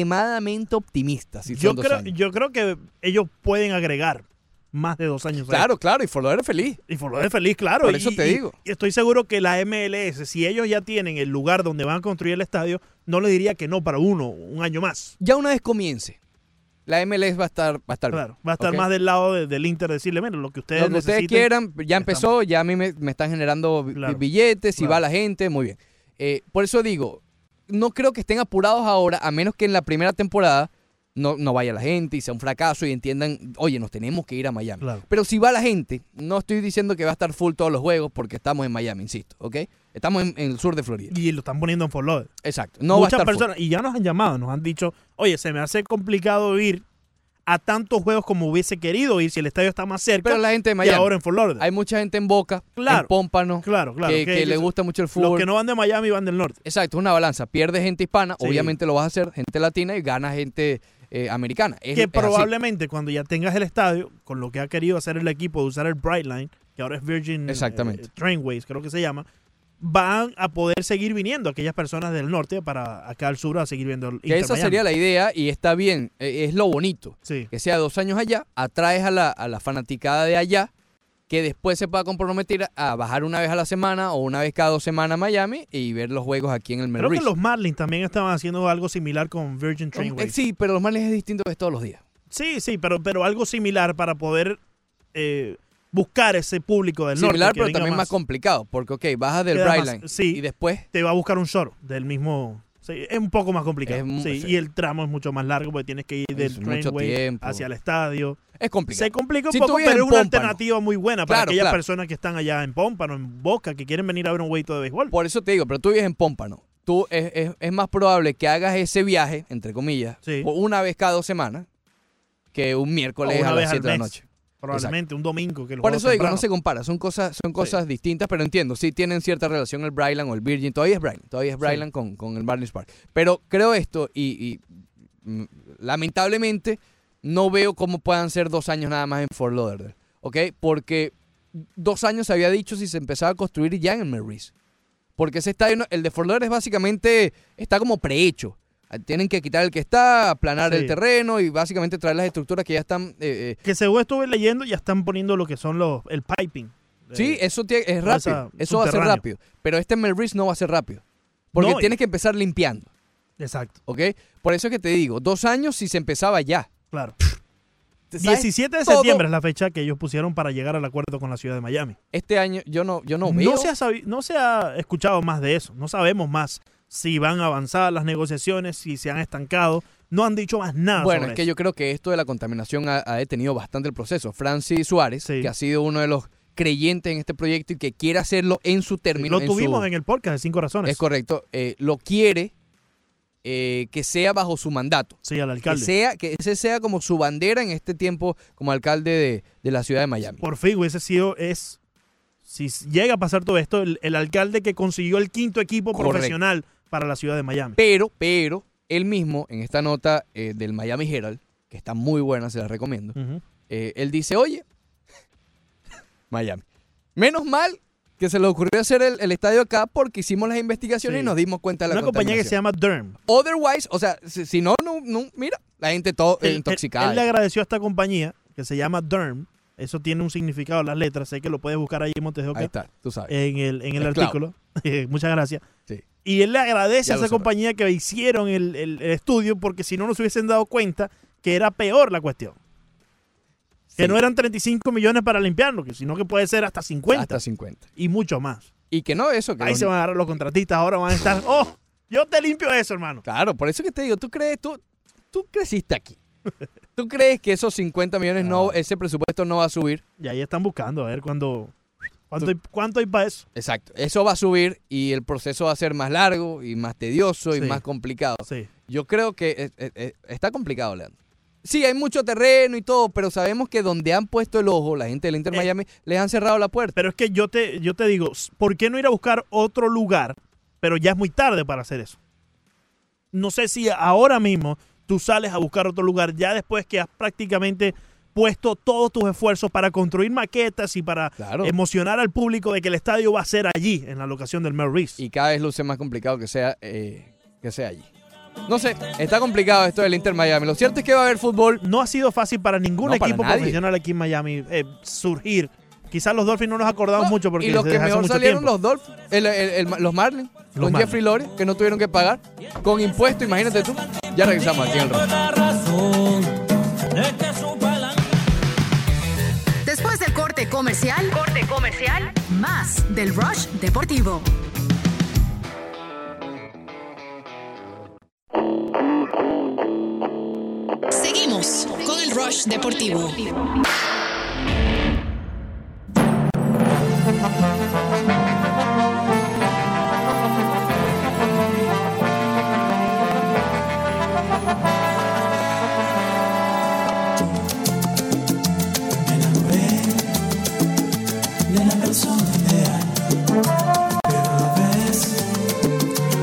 Speaker 1: extremadamente optimistas. si
Speaker 8: yo
Speaker 1: son dos
Speaker 8: creo,
Speaker 1: años.
Speaker 8: yo creo que ellos pueden agregar más de dos años. a
Speaker 1: Claro, claro, y Fort Lauderdale feliz.
Speaker 8: ¿eh? Y Fort Lauderdale feliz, claro.
Speaker 1: Por
Speaker 8: y-
Speaker 1: eso te
Speaker 8: y-
Speaker 1: digo.
Speaker 8: y estoy seguro que la MLS, si ellos ya tienen el lugar donde van a construir el estadio, no le diría que no para uno, un año más.
Speaker 1: Ya una vez comience, la MLS va a estar, va a estar
Speaker 8: Claro, va a estar más
Speaker 1: de
Speaker 8: del lado de- del Inter decirle, mira, lo que ustedes,
Speaker 1: lo que ustedes
Speaker 8: necesiten".
Speaker 1: quieran, ya empezó, ya a mí me, me están generando bi-
Speaker 8: Claro,
Speaker 1: billetes, si
Speaker 8: claro.
Speaker 1: va la gente, muy bien. Eh, por eso digo, no creo que estén apurados ahora, a menos que en la primera temporada no, no vaya la gente y sea un fracaso y entiendan, oye, nos tenemos que ir a Miami.
Speaker 8: Claro.
Speaker 1: Pero si va la gente, no estoy diciendo que va a estar full todos los juegos porque estamos en Miami, insisto, ¿ok? Estamos en, en el sur de Florida.
Speaker 8: Y lo están poniendo en Fort Lauderdale.
Speaker 1: Exacto, no va a
Speaker 8: Muchas
Speaker 1: estar full.
Speaker 8: personas, y ya nos han llamado, nos han dicho, oye, se me hace complicado ir a tantos juegos como hubiese querido ir si el estadio está más cerca.
Speaker 1: Pero la gente de
Speaker 8: Y
Speaker 1: Miami.
Speaker 8: ahora en Fort Lauderdale.
Speaker 1: Hay mucha gente en Boca, en Pómpano,
Speaker 8: claro,
Speaker 1: que,
Speaker 8: que
Speaker 1: que le
Speaker 8: ellos-
Speaker 1: gusta mucho el
Speaker 8: los
Speaker 1: fútbol.
Speaker 8: que no van de Miami van del norte.
Speaker 1: Exacto, es una balanza. Pierde gente hispana,
Speaker 8: Sí.
Speaker 1: obviamente lo vas a hacer, gente latina y gana gente eh, americana. Es-
Speaker 8: que
Speaker 1: es así.
Speaker 8: probablemente cuando ya tengas el estadio, con lo que ha querido hacer el equipo de usar el Bright Line, que ahora es Virgin eh,
Speaker 1: Exactamente.
Speaker 8: Trainways, creo que se llama, van a poder seguir viniendo aquellas personas del norte para acá al sur a seguir viendo el
Speaker 1: Que
Speaker 8: Inter
Speaker 1: esa
Speaker 8: Miami.
Speaker 1: sería la idea y está bien, eh, es lo bonito. Que sea dos años allá, atraes a la, a la fanaticada de allá, que después se pueda comprometer a bajar una vez a la semana o una vez cada dos semanas a Miami y ver los juegos aquí en el
Speaker 8: Creo que
Speaker 1: Melrose.
Speaker 8: los Marlins también estaban haciendo algo similar con Virgin Trainways.
Speaker 1: eh, sí, pero los Marlins es distinto que es todos los días.
Speaker 8: Sí, sí, pero, pero algo similar para poder eh, buscar ese público del norte.
Speaker 1: Similar,
Speaker 8: que
Speaker 1: pero
Speaker 8: venga
Speaker 1: también más. complicado, porque, ok, bajas del
Speaker 8: Queda
Speaker 1: Bright
Speaker 8: más-
Speaker 1: Line
Speaker 8: sí.
Speaker 1: y después
Speaker 8: te va a buscar un short del mismo. sí, es un poco más complicado.
Speaker 1: Es mu-
Speaker 8: sí,
Speaker 1: sí.
Speaker 8: Y el tramo es mucho más largo porque tienes que ir del
Speaker 1: Es mucho
Speaker 8: trainway
Speaker 1: tiempo.
Speaker 8: hacia el estadio.
Speaker 1: es complicado.
Speaker 8: Se complica un
Speaker 1: Si tú
Speaker 8: poco,
Speaker 1: vives
Speaker 8: pero es
Speaker 1: en
Speaker 8: una
Speaker 1: Pómpano.
Speaker 8: alternativa muy buena para
Speaker 1: Claro,
Speaker 8: aquellas
Speaker 1: claro.
Speaker 8: personas que están allá en Pómpano, en Boca, que quieren venir a ver un hueito de béisbol.
Speaker 1: Por eso te digo, pero tú vives en Pómpano. Tú es, es- es más probable que hagas ese viaje, entre comillas, por una vez cada dos semanas, que un
Speaker 8: O
Speaker 1: miércoles
Speaker 8: una
Speaker 1: a
Speaker 8: vez
Speaker 1: las
Speaker 8: al
Speaker 1: 7 de la
Speaker 8: mes,
Speaker 1: noche.
Speaker 8: Probablemente un domingo. Que los
Speaker 1: Por
Speaker 8: juegos
Speaker 1: eso digo,
Speaker 8: temprano.
Speaker 1: no se compara, son cosas, son cosas distintas, pero entiendo, sí tienen cierta relación el Bryland o el Virgin, todavía es Bryland, todavía es Bryland con, con el Marlins Park. Pero creo esto y, y, mm, lamentablemente no veo cómo puedan ser dos años nada más en Fort Lauderdale, ¿ok? Porque dos años se había dicho si se empezaba a construir ya en el Mary's. Porque ese estadio, no- el de Fort Lauderdale es básicamente, está como prehecho. Ah, Tienen que quitar el que está, aplanar
Speaker 8: Sí.
Speaker 1: el terreno y básicamente traer las estructuras que ya están... eh, eh,
Speaker 8: Que según estuve leyendo, ya están poniendo lo que son los el piping. Eh,
Speaker 1: Sí, eso tie- es
Speaker 8: toda
Speaker 1: rápido.
Speaker 8: esa-
Speaker 1: Eso va a ser
Speaker 8: subterráneo.
Speaker 1: rápido. Pero este Melris no va a ser rápido. Porque
Speaker 8: No, y-
Speaker 1: tienes que empezar limpiando,
Speaker 8: Exacto,
Speaker 1: ¿ok? Por eso es que te digo, dos años si se empezaba ya.
Speaker 8: claro.
Speaker 1: ¿Te sabes
Speaker 8: 17 de
Speaker 1: todo?
Speaker 8: septiembre es la fecha que ellos pusieron para llegar al acuerdo con la ciudad de Miami.
Speaker 1: Este año yo no, yo no
Speaker 8: No,
Speaker 1: veo.
Speaker 8: se ha sabi- no se ha escuchado más de eso. No sabemos más si van avanzadas las negociaciones, si se han estancado. No han dicho más nada. Ah,
Speaker 1: Bueno,
Speaker 8: sobre
Speaker 1: es que
Speaker 8: eso.
Speaker 1: yo creo que esto de la contaminación ha, ha detenido bastante el proceso. Francis Suárez, que ha sido uno de los creyentes en este proyecto y que quiere hacerlo en su término.
Speaker 8: Lo tuvimos
Speaker 1: su-
Speaker 8: en el podcast de Cinco Razones.
Speaker 1: Es correcto. eh, lo quiere eh, que sea bajo su mandato.
Speaker 8: Sí, al alcalde.
Speaker 1: Que, sea, que ese sea como su bandera en este tiempo como alcalde de, de la ciudad de Miami.
Speaker 8: Por fin hubiese sido, es, si s- llega a pasar todo esto, el, el alcalde que consiguió el quinto equipo
Speaker 1: Correcto.
Speaker 8: profesional para la ciudad de Miami.
Speaker 1: Pero, pero, él mismo, en esta nota eh, del Miami Herald, que está muy buena, se la recomiendo,
Speaker 8: Ujú.
Speaker 1: eh, él dice, oye, Miami, menos mal que se le ocurrió hacer el, el estadio acá porque hicimos las investigaciones
Speaker 8: Sí.
Speaker 1: y nos dimos cuenta de la
Speaker 8: Una compañía que se
Speaker 1: contaminación".
Speaker 8: llama Derm.
Speaker 1: Otherwise, o sea, si, si no, no, no, mira, la gente todo
Speaker 8: Él- él-
Speaker 1: intoxicada.
Speaker 8: Él, le agradeció a esta compañía que se llama Derm. Eso tiene un significado, las letras. Sé que lo puedes buscar ahí en Montes de Oca.
Speaker 1: Ahí está, tú sabes.
Speaker 8: En el, en el
Speaker 1: Esclavo.
Speaker 8: artículo. Muchas gracias.
Speaker 1: Sí.
Speaker 8: Y él le agradece
Speaker 1: Ya
Speaker 8: a
Speaker 1: lo
Speaker 8: esa
Speaker 1: sabrá.
Speaker 8: compañía que hicieron el, el- el estudio porque si no nos hubiesen dado cuenta que era peor la cuestión. Que
Speaker 1: Sí.
Speaker 8: no eran 35 millones para limpiarlo, que- sino que puede ser hasta 50
Speaker 1: Hasta 50.
Speaker 8: y mucho más.
Speaker 1: Y que no, eso que
Speaker 8: Ahí
Speaker 1: los-
Speaker 8: se van a agarrar los contratistas, ahora van a estar, ¡oh! Yo te limpio eso, hermano.
Speaker 1: Claro, por eso que te digo, tú crees, tú, tú creciste aquí. ¿Tú crees que esos 50 millones no, ese presupuesto no va a subir?
Speaker 8: Y ahí están buscando, a ver cuándo, cuánto, hay, cuánto hay para eso.
Speaker 1: Exacto. Eso va a subir y el proceso va a ser más largo y más tedioso y
Speaker 8: Sí.
Speaker 1: más complicado.
Speaker 8: Sí.
Speaker 1: Yo creo que eh, eh, eh, está complicado, Leandro. Sí, hay mucho terreno y todo, pero sabemos que donde han puesto el ojo la gente del
Speaker 8: Eh,
Speaker 1: Inter Miami, les han cerrado la puerta.
Speaker 8: Pero es que yo te, yo te digo, ¿por qué no ir a buscar otro lugar? Pero ya es muy tarde para hacer eso. No sé si ahora mismo tú sales a buscar otro lugar, ya después que has prácticamente puesto todos tus esfuerzos para construir maquetas y para emocionar al público de que el estadio va a ser allí, en la locación del Mel Reese.
Speaker 1: y cada vez luce más complicado que sea, eh, que sea allí. No sé, está complicado esto del Inter Miami. Lo cierto es que va a haber fútbol.
Speaker 8: No ha sido fácil para ningún
Speaker 1: No, para
Speaker 8: equipo
Speaker 1: nadie.
Speaker 8: profesional aquí en Miami eh, surgir. Quizás los Dolphins no nos acordamos mucho porque
Speaker 1: y los que
Speaker 8: desde hace
Speaker 1: mejor
Speaker 8: mucho
Speaker 1: salieron
Speaker 8: tiempo.
Speaker 1: los Dolphins, el- el- el- los Marlins,
Speaker 8: Los
Speaker 1: con
Speaker 8: Marlins.
Speaker 1: Jeffrey Lore, que no tuvieron que pagar, con impuestos, imagínate tú. Ya regresamos aquí en el Rock.
Speaker 6: Después del corte comercial, corte comercial, más del Rush Deportivo.
Speaker 11: Seguimos con el Rush Deportivo.
Speaker 2: de la persona ideal. Pero a la vez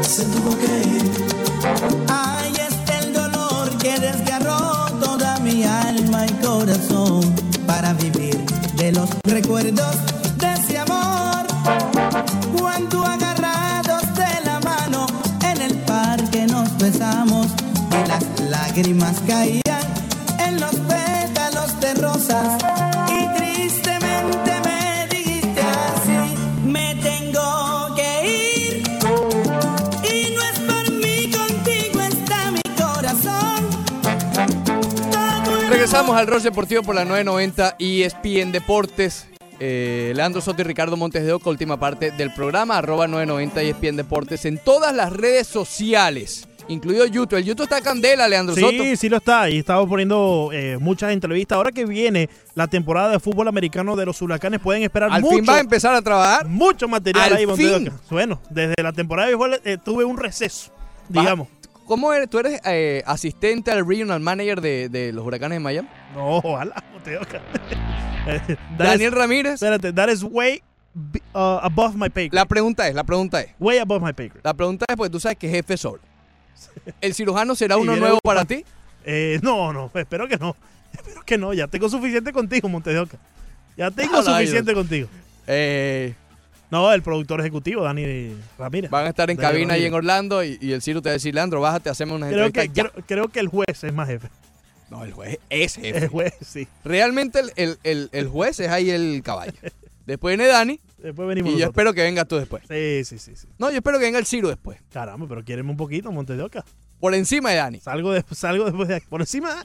Speaker 2: se tuvo que ir. Ahí está el dolor que desgarró toda mi alma y corazón para vivir de los recuerdos de ese amor. Ah. Cuando agarrados de la mano en el parque nos besamos y las lágrimas caían en los pétalos de rosas. Y tristemente me dijiste así, me tengo que ir. Y no es por mí, contigo está mi corazón.
Speaker 1: Regresamos al Roche Deportivo por la 990 y E ESPN Deportes. Eh, Leandro Soto y Ricardo Montes de Oca, última parte del programa, arroba 990 y E ESPN Deportes en todas las redes sociales, incluido YouTube. El YouTube está candela, Leandro Soto.
Speaker 8: Sí, sí lo está. Y estamos poniendo eh, muchas entrevistas. Ahora que viene la temporada de fútbol americano de los huracanes, pueden esperar
Speaker 1: Al
Speaker 8: mucho.
Speaker 1: fin va a empezar a trabajar.
Speaker 8: Mucho material
Speaker 1: Al
Speaker 8: ahí, Montedoca.
Speaker 1: fin.
Speaker 8: Bueno, desde la temporada de béisbol eh, tuve un receso, digamos.
Speaker 1: ¿Cómo eres? ¿Tú eres eh, asistente al regional manager de, de los huracanes de Miami?
Speaker 8: No, ojalá, Montedoca.
Speaker 1: Daniel Ramírez.
Speaker 8: Espérate, that is way b- uh, above my pay grade.
Speaker 1: La pregunta es, la pregunta es.
Speaker 8: Way above my pay grade.
Speaker 1: La pregunta es porque tú sabes que jefe sol. ¿El cirujano será
Speaker 8: Sí,
Speaker 1: uno
Speaker 8: viene
Speaker 1: nuevo
Speaker 8: un-
Speaker 1: para ti?
Speaker 8: Eh, no, no, espero que no. Espero que no, ya tengo suficiente contigo, Montedoca. Ya tengo
Speaker 1: Rayos.
Speaker 8: suficiente contigo.
Speaker 1: Eh,
Speaker 8: No, el productor ejecutivo, Dani Ramírez.
Speaker 1: van a estar en
Speaker 8: Dani
Speaker 1: cabina ahí en
Speaker 8: Ramírez.
Speaker 1: Orlando y, y el Ciro te va a decir, Leandro, bájate, hacemos una
Speaker 8: Creo
Speaker 1: entrevista.
Speaker 8: que, creo, creo que el juez es más jefe.
Speaker 1: No, el juez es jefe.
Speaker 8: El juez, sí.
Speaker 1: Realmente el, el- el- el juez es ahí el caballo. Después viene Dani
Speaker 8: Después
Speaker 1: y yo
Speaker 8: venimos nosotros.
Speaker 1: espero que vengas tú después.
Speaker 8: Sí, sí, sí, sí.
Speaker 1: No, yo espero que venga el Ciro después.
Speaker 8: Caramba, pero quiéreme un poquito, Montedoca.
Speaker 1: Por encima de Dani.
Speaker 8: Salgo, de- salgo después de aquí. Por encima,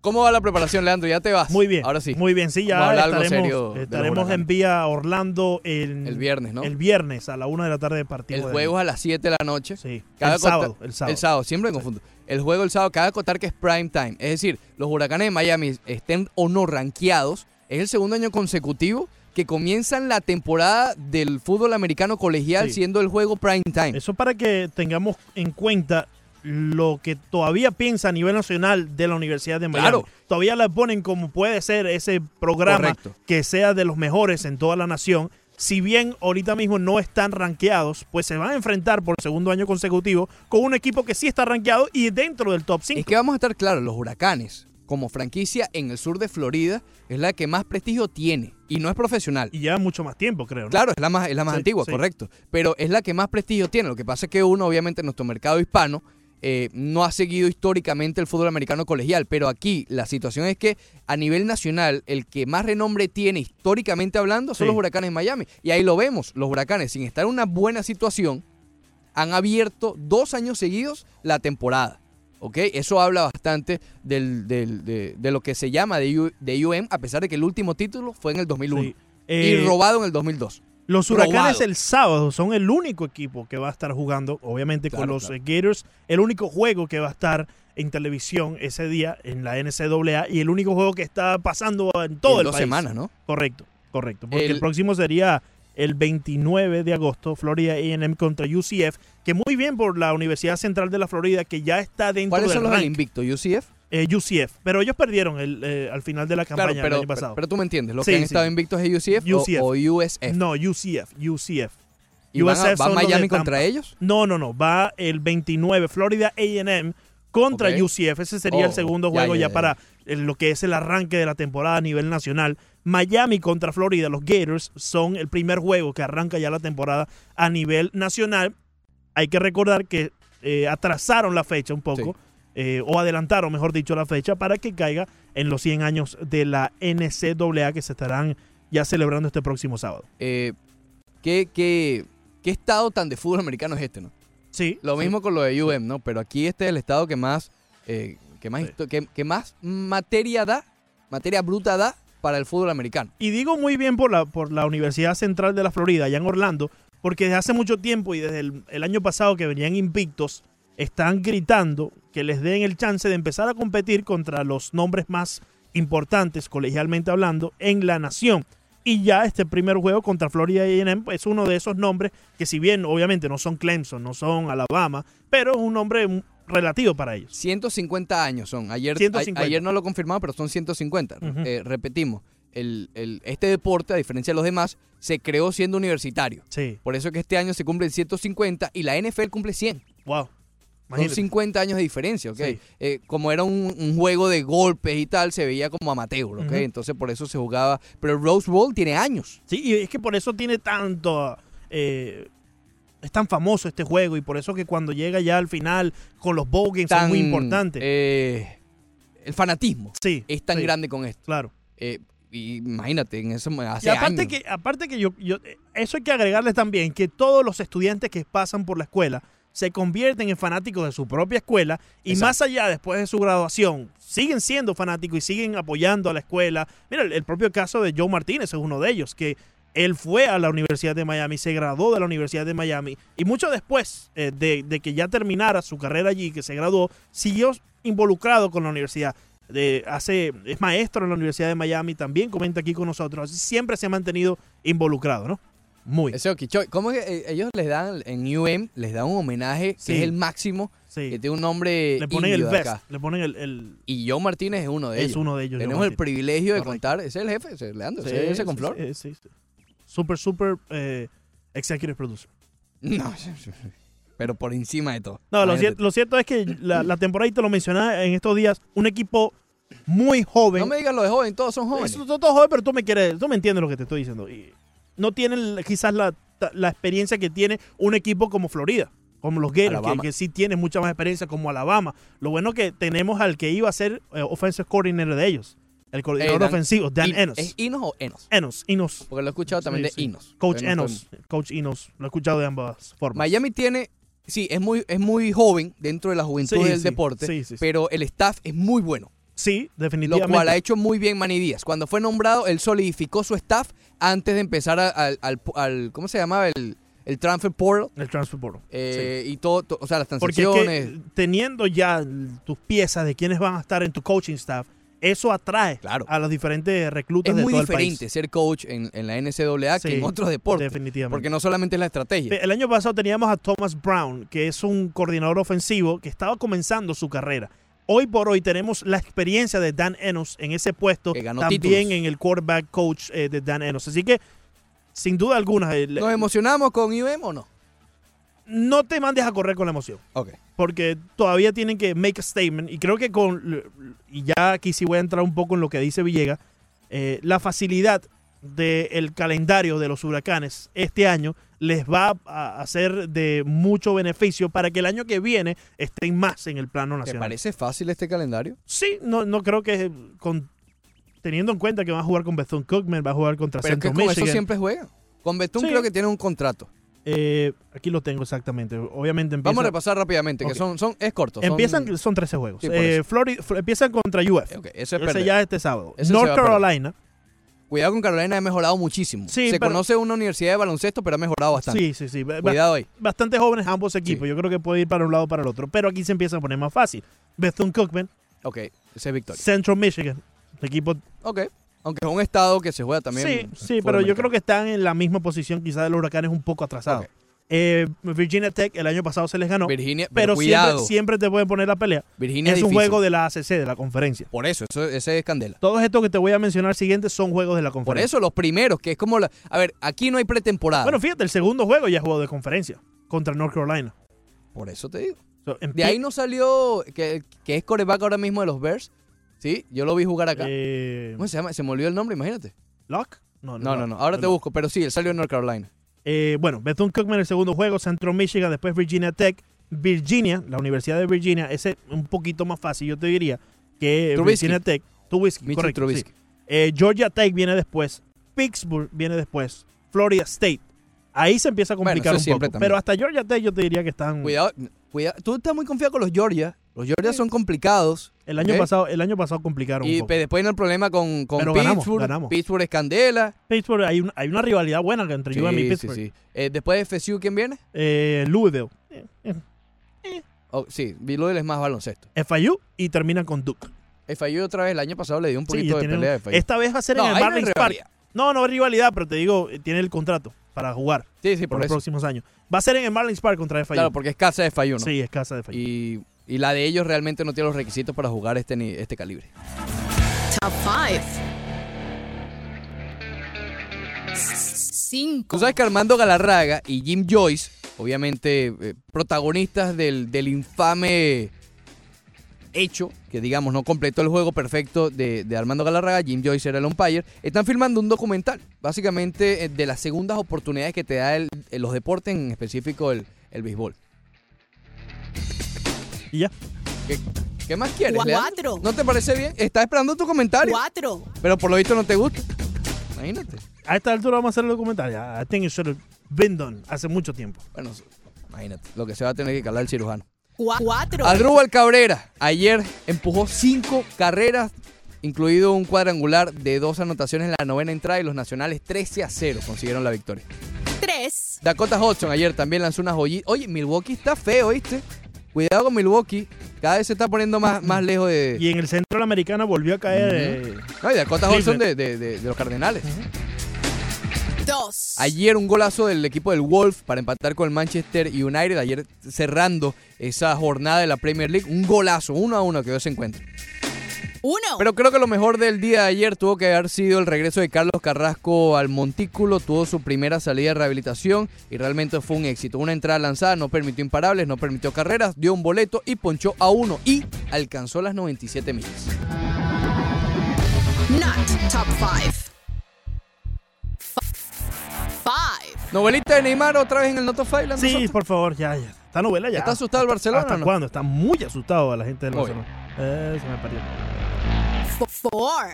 Speaker 1: ¿Cómo va la preparación, Leandro? Ya te vas. Muy
Speaker 8: bien.
Speaker 1: Ahora sí.
Speaker 8: muy bien, sí, ya
Speaker 1: Vamos a hablar algo
Speaker 8: estaremos,
Speaker 1: serio de los
Speaker 8: estaremos en
Speaker 1: huracanes.
Speaker 8: vía a Orlando el,
Speaker 1: El viernes, ¿no?
Speaker 8: el viernes a la una de la tarde de partido.
Speaker 1: El
Speaker 8: de-
Speaker 1: juego es a las 7 de la noche. Sí.
Speaker 8: el sábado, el sábado.
Speaker 1: siempre me confundo. El juego el sábado, cada acotar que es prime time. Es decir, los huracanes de Miami estén o no rankeados. Es el segundo año consecutivo que comienzan la temporada del fútbol americano colegial
Speaker 8: Sí.
Speaker 1: siendo el juego prime time.
Speaker 8: Eso para que tengamos en cuenta lo que todavía piensa a nivel nacional de la Universidad de Miami.
Speaker 1: Claro.
Speaker 8: Todavía la ponen como puede ser ese programa
Speaker 1: Correcto.
Speaker 8: que sea de los mejores en toda la nación. Si bien ahorita mismo no están rankeados, pues se van a enfrentar por segundo año consecutivo con un equipo que sí está rankeado y dentro del top 5.
Speaker 1: Es que vamos a estar claros, los huracanes, como franquicia en el sur de Florida, es la que más prestigio tiene y no es profesional.
Speaker 8: Y lleva mucho más tiempo, creo. ¿no?
Speaker 1: Claro, es la más, es la más
Speaker 8: Sí,
Speaker 1: antigua,
Speaker 8: sí.
Speaker 1: correcto. Pero es la que más prestigio tiene. Lo que pasa es que uno, obviamente, en nuestro mercado hispano, eh, no ha seguido históricamente el fútbol americano colegial. Pero aquí la situación es que a nivel nacional, el que más renombre tiene históricamente hablando son
Speaker 8: Sí.
Speaker 1: los huracanes de Miami. Y ahí lo vemos, los huracanes, sin estar en una buena situación, han abierto dos años seguidos la temporada. ¿Ok? Eso habla bastante del- del- de, de lo que se llama de, U- de UM, a pesar de que el último título fue en el 2001
Speaker 8: Sí. Eh,
Speaker 1: y robado en el 2002.
Speaker 8: Los huracanes
Speaker 1: Robado.
Speaker 8: el sábado son el único equipo que va a estar jugando, obviamente con
Speaker 1: Claro,
Speaker 8: los
Speaker 1: claro.
Speaker 8: eh, Gators, el único juego que va a estar en televisión ese día en la NCAA y el único juego que está pasando en todo
Speaker 1: En
Speaker 8: el
Speaker 1: dos
Speaker 8: país.
Speaker 1: semanas, ¿no?
Speaker 8: Correcto, correcto. Porque el,
Speaker 1: El-
Speaker 8: próximo sería el 29 de agosto, Florida A&M contra UCF, que muy bien por la Universidad Central de la Florida, que ya está dentro
Speaker 1: ¿Cuáles
Speaker 8: del
Speaker 1: son los del
Speaker 8: ranking.
Speaker 1: invicto? ¿UCF?
Speaker 8: Eh, UCF, pero ellos perdieron el, eh, al final de la campaña
Speaker 1: Claro, pero,
Speaker 8: el año pasado.
Speaker 1: pero, tú me entiendes. Los
Speaker 8: Sí,
Speaker 1: que han
Speaker 8: sí.
Speaker 1: estado invictos es UCF, o-
Speaker 8: UCF.
Speaker 1: O, USF.
Speaker 8: No, UCF, UCF.
Speaker 1: ¿Y van a-
Speaker 8: USF
Speaker 1: va
Speaker 8: son los de
Speaker 1: Miami
Speaker 8: Tampa.
Speaker 1: contra ellos?
Speaker 8: No, no, no. Va el 29, Florida AM contra
Speaker 1: Ok.
Speaker 8: UCF. Ese sería
Speaker 1: Oh,
Speaker 8: el segundo
Speaker 1: ya,
Speaker 8: juego
Speaker 1: ya,
Speaker 8: ya,
Speaker 1: ya,
Speaker 8: para eh, lo que es el arranque de la temporada a nivel nacional. Miami contra Florida, los Gators son el primer juego que arranca ya la temporada a nivel nacional. Hay que recordar que eh, atrasaron la fecha un poco, eh, o adelantaron, mejor dicho, la fecha para que caiga en los 100 años de la NCAA que se estarán ya celebrando este próximo sábado.
Speaker 1: Eh, ¿qué, qué, qué estado tan de fútbol americano es este, no?
Speaker 8: Sí.
Speaker 1: Lo
Speaker 8: sí.
Speaker 1: mismo con lo de UM, ¿no? Pero aquí este es el estado que más, eh, que más, histo- que, que más materia da, materia bruta da para el fútbol americano.
Speaker 8: Y digo muy bien por la, por la Universidad Central de la Florida, allá en Orlando, porque desde hace mucho tiempo y desde el, el año pasado que venían invictos, están gritando que les den el chance de empezar a competir contra los nombres más importantes, colegialmente hablando, en la nación. Y ya este primer juego contra Florida AM es uno de esos nombres que si bien obviamente no son Clemson, no son Alabama, pero es un nombre relativo para ellos.
Speaker 1: 150 años son. Ayer,
Speaker 8: 150.
Speaker 1: a- ayer no lo confirmamos, pero son 150.
Speaker 8: Ujú.
Speaker 1: Eh, repetimos, el- el- este deporte, a diferencia de los demás, se creó siendo universitario. Por eso es que este año se cumplen 150 y la NFL cumple 100.
Speaker 8: ¡Wow!
Speaker 1: Son
Speaker 8: Imagínate.
Speaker 1: 50 años de diferencia, ¿ok?
Speaker 8: Sí.
Speaker 1: Eh, como era un, un juego de golpes y tal, se veía como amateur, ¿ok?
Speaker 8: Ujú.
Speaker 1: Entonces por eso se jugaba. Pero el Rose Bowl tiene años.
Speaker 8: Sí, y es que por eso tiene tanto. eh, es tan famoso este juego y por eso que cuando llega ya al final con los bowl games es
Speaker 1: Tan, eh,
Speaker 8: muy importante.
Speaker 1: el fanatismo es tan
Speaker 8: sí.
Speaker 1: grande con esto. Eh,
Speaker 8: Claro.
Speaker 1: imagínate, en eso hace
Speaker 8: y aparte
Speaker 1: años.
Speaker 8: que aparte que yo, yo eso hay que agregarle también que todos los estudiantes que pasan por la escuela se convierten en fanáticos de su propia escuela y más allá después de su graduación siguen siendo fanáticos y siguen apoyando a la escuela. Mira, el, el propio caso de Joe Martínez es uno de ellos que él fue a la Universidad de Miami, se graduó de la Universidad de Miami y mucho después eh, de, de que ya terminara su carrera allí, que se graduó, siguió involucrado con la universidad de- hace, es maestro en la Universidad de Miami, también comenta aquí con nosotros. Siempre se ha mantenido involucrado, ¿no? Muy.
Speaker 1: Ese Okichoy, ¿cómo es que eh, ellos les dan en UM, les dan un homenaje
Speaker 8: Sí.
Speaker 1: que es el máximo, que tiene un nombre
Speaker 8: Le ponen
Speaker 1: indio
Speaker 8: el
Speaker 1: de
Speaker 8: vest,
Speaker 1: acá?
Speaker 8: le ponen el... el-
Speaker 1: Y John Martínez es uno de
Speaker 8: Es
Speaker 1: ellos.
Speaker 8: uno de ellos, Joe
Speaker 1: Tenemos el
Speaker 8: Martínez.
Speaker 1: privilegio de contar. Ese es el jefe, ese es Leandro, ese
Speaker 8: Sí,
Speaker 1: es ese con
Speaker 8: sí,
Speaker 1: Flor.
Speaker 8: sí, sí, sí. Super, super eh, executive producer.
Speaker 1: No, pero por encima de todo.
Speaker 8: No, lo,
Speaker 1: Imagínate.
Speaker 8: cier- lo cierto es que la, la temporada, y te lo mencionaba en estos días, un equipo muy joven.
Speaker 1: No me digas lo de joven, todos son jóvenes.
Speaker 8: Es todo todo joven, pero tú me quieres, tú me entiendes lo que te estoy diciendo. Y no tienen quizás la, ta- la experiencia que tiene un equipo como Florida, como los Gators, que-
Speaker 1: Alabama.
Speaker 8: que, sí tiene mucha más experiencia, como Alabama. Lo bueno que tenemos al que iba a ser eh, offensive coordinator de ellos, el coordinador
Speaker 1: Eh, Dan-
Speaker 8: ofensivo, Dan
Speaker 1: In-
Speaker 8: Enos.
Speaker 1: ¿Es Inos o Enos?
Speaker 8: Enos, Enos.
Speaker 1: Porque lo he escuchado también
Speaker 8: Sí,
Speaker 1: de
Speaker 8: sí.
Speaker 1: Inos.
Speaker 8: Coach
Speaker 1: Pero no estoy-
Speaker 8: Enos, Coach Enos, lo he escuchado de ambas formas.
Speaker 1: Miami tiene, sí, es muy, es muy joven dentro de la juventud
Speaker 8: Sí,
Speaker 1: del
Speaker 8: sí,
Speaker 1: deporte,
Speaker 8: sí, sí, sí.
Speaker 1: pero el staff es muy bueno.
Speaker 8: Sí,
Speaker 1: Lo
Speaker 8: definitivamente.
Speaker 1: cual ha hecho muy bien Manny Díaz. Cuando fue nombrado, él solidificó su staff antes de empezar a- al, al- al- ¿cómo se llamaba? El, el transfer portal.
Speaker 8: El transfer portal.
Speaker 1: Eh, Y todo, to- o sea, las
Speaker 8: Porque es que,
Speaker 1: transacciones.
Speaker 8: teniendo ya tus piezas de quienes van a estar en tu coaching staff, eso atrae a los diferentes reclutas
Speaker 1: es
Speaker 8: de
Speaker 1: muy
Speaker 8: todo
Speaker 1: diferente ser coach en, en la NCAA
Speaker 8: el país. Sí,
Speaker 1: que en otros deportes.
Speaker 8: Definitivamente.
Speaker 1: Porque no solamente es la estrategia.
Speaker 8: El año pasado teníamos a Thomas Brown, que es un coordinador ofensivo que estaba comenzando su carrera. Hoy por hoy tenemos la experiencia de Dan Enos en ese puesto, también
Speaker 1: títulos.
Speaker 8: en el quarterback coach eh, de Dan Enos. Así que, sin duda alguna, eh, el-
Speaker 1: ¿Nos emocionamos con IBM o no?
Speaker 8: no te mandes a correr con la emoción.
Speaker 1: Ok.
Speaker 8: porque todavía tienen que make a statement. Y creo que con. Y ya aquí sí voy a entrar un poco en lo que dice Villegas. eh, la facilidad del calendario de los huracanes este año les va a hacer de mucho beneficio para que el año que viene estén más en el plano
Speaker 1: ¿Te
Speaker 8: nacional.
Speaker 1: parece fácil este calendario?
Speaker 8: Sí, no, no creo que con teniendo en cuenta que va a jugar con Bethune Cookman, va a jugar contra
Speaker 1: Pero es que
Speaker 8: Central
Speaker 1: con eso
Speaker 8: Michigan.
Speaker 1: siempre juega. Con Betún
Speaker 8: Sí.
Speaker 1: creo que tiene un contrato.
Speaker 8: Eh, aquí lo tengo exactamente. Obviamente empieza-
Speaker 1: Vamos a repasar rápidamente,
Speaker 8: Ok.
Speaker 1: que son, son, es corto. son-
Speaker 8: Empiezan, son, 13 juegos.
Speaker 1: Sí, por
Speaker 8: Eh,
Speaker 1: eso.
Speaker 8: Flori- Fl- empiezan contra UF.
Speaker 1: Ok, eso es
Speaker 8: Ese
Speaker 1: perder.
Speaker 8: ya este sábado.
Speaker 1: Ese se va
Speaker 8: North
Speaker 1: a perder.
Speaker 8: Carolina.
Speaker 1: Cuidado con Carolina, ha mejorado muchísimo.
Speaker 8: Sí,
Speaker 1: Se
Speaker 8: pero-
Speaker 1: conoce una universidad de baloncesto, pero ha mejorado bastante.
Speaker 8: Sí, sí, sí. Ba-
Speaker 1: Oh, Cuidado ahí.
Speaker 8: Bastante jóvenes ambos equipos. Yo creo que puede ir para un lado o para el otro. Pero aquí se empieza a poner más fácil. Bethune Cookman,
Speaker 1: Ok, esa es victoria.
Speaker 8: Central Michigan. Equipo.
Speaker 1: Ok, aunque es un estado que se juega también.
Speaker 8: sí, sí, pero yo creo que están en la misma posición. Quizás de los huracanes un poco atrasados. Eh, Virginia Tech el año pasado se les ganó.
Speaker 1: Virginia- pero
Speaker 8: pero siempre,
Speaker 1: cuidado.
Speaker 8: siempre te pueden poner la pelea.
Speaker 1: Virginia
Speaker 8: es
Speaker 1: es
Speaker 8: un
Speaker 1: difícil.
Speaker 8: juego de la ACC, de la conferencia.
Speaker 1: Por eso, eso- ese es candela.
Speaker 8: Todos estos que te voy a mencionar siguientes son juegos de la
Speaker 1: Por
Speaker 8: conferencia.
Speaker 1: eso los primeros, que es como la... A ver, aquí no hay pretemporada.
Speaker 8: Bueno, fíjate, el segundo juego ya es juego de conferencia contra North Carolina.
Speaker 1: Por eso te digo.
Speaker 8: So, empie-
Speaker 1: De ahí no salió, que, que es coreback ahora mismo de los Bears. Sí, yo lo vi jugar acá.
Speaker 8: Eh,
Speaker 1: ¿Cómo se llama? Se me olvidó el nombre, imagínate.
Speaker 8: ¿Lock?
Speaker 1: No, no,
Speaker 8: Lock,
Speaker 1: no. Ahora te
Speaker 8: Lock.
Speaker 1: busco, pero sí, él salió en North Carolina.
Speaker 8: Eh, bueno, Bethune Cookman el segundo juego, Central Michigan, después Virginia Tech, Virginia, la Universidad de Virginia, ese un poquito más fácil, yo te diría, que
Speaker 1: Trubisky.
Speaker 8: Virginia Tech, Trubisky,
Speaker 1: Mitchell
Speaker 8: correcto.
Speaker 1: Trubisky.
Speaker 8: sí. Eh, Georgia Tech viene después, Pittsburgh viene después, Florida State. Ahí se empieza a
Speaker 1: Bueno,
Speaker 8: complicar
Speaker 1: eso
Speaker 8: un
Speaker 1: siempre
Speaker 8: poco.
Speaker 1: también.
Speaker 8: Pero hasta Georgia Tech yo te diría que están.
Speaker 1: Cuidado, cuidado. Tú estás muy confiado con los Georgia. Los Georgia son complicados.
Speaker 8: El año
Speaker 1: ¿ok?
Speaker 8: pasado, el año pasado complicaron un
Speaker 1: Y
Speaker 8: poco.
Speaker 1: pe- después no el problema con, con
Speaker 8: Pero ganamos,
Speaker 1: Pittsburgh.
Speaker 8: ganamos.
Speaker 1: Pittsburgh es candela.
Speaker 8: Pittsburgh, hay una, hay una rivalidad buena entre
Speaker 1: Sí,
Speaker 8: UM y
Speaker 1: sí,
Speaker 8: Pittsburgh.
Speaker 1: sí. Eh, después de FSU, ¿quién viene?
Speaker 8: Eh, Louisville,
Speaker 1: Oh, sí, Louisville es más baloncesto.
Speaker 8: FIU y terminan con Duke.
Speaker 1: FIU otra vez, el año pasado le dio un
Speaker 8: Sí,
Speaker 1: poquito de
Speaker 8: tienen-
Speaker 1: pelea a FIU.
Speaker 8: Esta vez va a ser
Speaker 1: No,
Speaker 8: en el
Speaker 1: ahí no hay
Speaker 8: Marlins Park.
Speaker 1: rivalidad.
Speaker 8: No, no es rivalidad, pero te digo, eh, tiene el contrato para jugar
Speaker 1: Sí, sí,
Speaker 8: por
Speaker 1: por
Speaker 8: los
Speaker 1: eso.
Speaker 8: próximos años. Va a ser en el Marlins Park contra FIU.
Speaker 1: Claro, porque es casa de FIU, ¿no?
Speaker 8: Sí, es casa de FIU.
Speaker 1: Y Y la de ellos realmente no tiene los requisitos para jugar este, ni- este calibre.
Speaker 6: Top 5.
Speaker 1: Tú sabes que Armando Galarraga y Jim Joyce, obviamente eh, protagonistas del, del infame hecho, que digamos no completó el juego perfecto de, de Armando Galarraga, Jim Joyce era el umpire, están filmando un documental, básicamente eh, de las segundas oportunidades que te da el- eh, los deportes, en específico el, el béisbol.
Speaker 8: Y ya.
Speaker 1: ¿Qué, qué más quieres? Leandro?
Speaker 4: Cuatro.
Speaker 1: ¿No te parece bien? Estás esperando tu comentario.
Speaker 4: Cuatro.
Speaker 1: Pero por lo visto no te gusta. Imagínate.
Speaker 8: A esta altura vamos a hacer el documental. Ya, I think it should have been done hace mucho tiempo.
Speaker 1: Bueno, imagínate. Lo que se va a tener que calar el cirujano.
Speaker 4: Cua- cuatro.
Speaker 1: Adrúbal Cabrera ayer empujó cinco carreras, incluido un cuadrangular de dos anotaciones en la novena entrada y los nacionales 13 a 0 consiguieron la victoria.
Speaker 4: Tres.
Speaker 1: Dakota Hudson ayer también lanzó una joyita. Oye, Milwaukee está feo, ¿viste? Cuidado con Milwaukee. Cada vez se está poniendo más, más lejos de...
Speaker 8: Y en el centro de la americana volvió a caer.
Speaker 1: Ujú.
Speaker 8: eh,
Speaker 1: No, y Dakota Hudson de,
Speaker 8: Cleveland.
Speaker 1: de- de- de los Cardenales.
Speaker 4: Dos.
Speaker 1: Ayer un golazo del equipo del Wolf para empatar con el Manchester United. Ayer cerrando esa jornada de la Premier League. Un golazo, uno a uno quedó ese encuentro.
Speaker 4: Uno.
Speaker 1: Pero creo que lo mejor del día de ayer tuvo que haber sido el regreso de Carlos Carrasco al Montículo. Tuvo su primera salida de rehabilitación y realmente fue un éxito. Una entrada lanzada, no permitió imparables, no permitió carreras, dio un boleto y ponchó a uno y alcanzó las 97 millas.
Speaker 6: Not top 5. 5.
Speaker 1: Novelita de Neymar otra vez en el Noto Five.
Speaker 8: Sí, por favor, ya, ya. Esta novela ya.
Speaker 1: ¿Está asustado el Barcelona
Speaker 8: ¿Hasta
Speaker 1: o no?
Speaker 8: cuándo? Está muy asustado a la gente del
Speaker 1: Muy.
Speaker 8: Barcelona. Eh, se me parió.
Speaker 4: Four.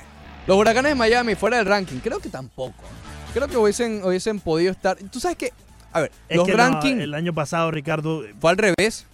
Speaker 1: Los huracanes de Miami fuera del ranking, creo que tampoco. Creo que hubiesen, hubiesen podido estar. Tú sabes que, a ver,
Speaker 8: Es
Speaker 1: los
Speaker 8: que no,
Speaker 1: rankings
Speaker 8: el año pasado, Ricardo, eh,
Speaker 1: fue al revés.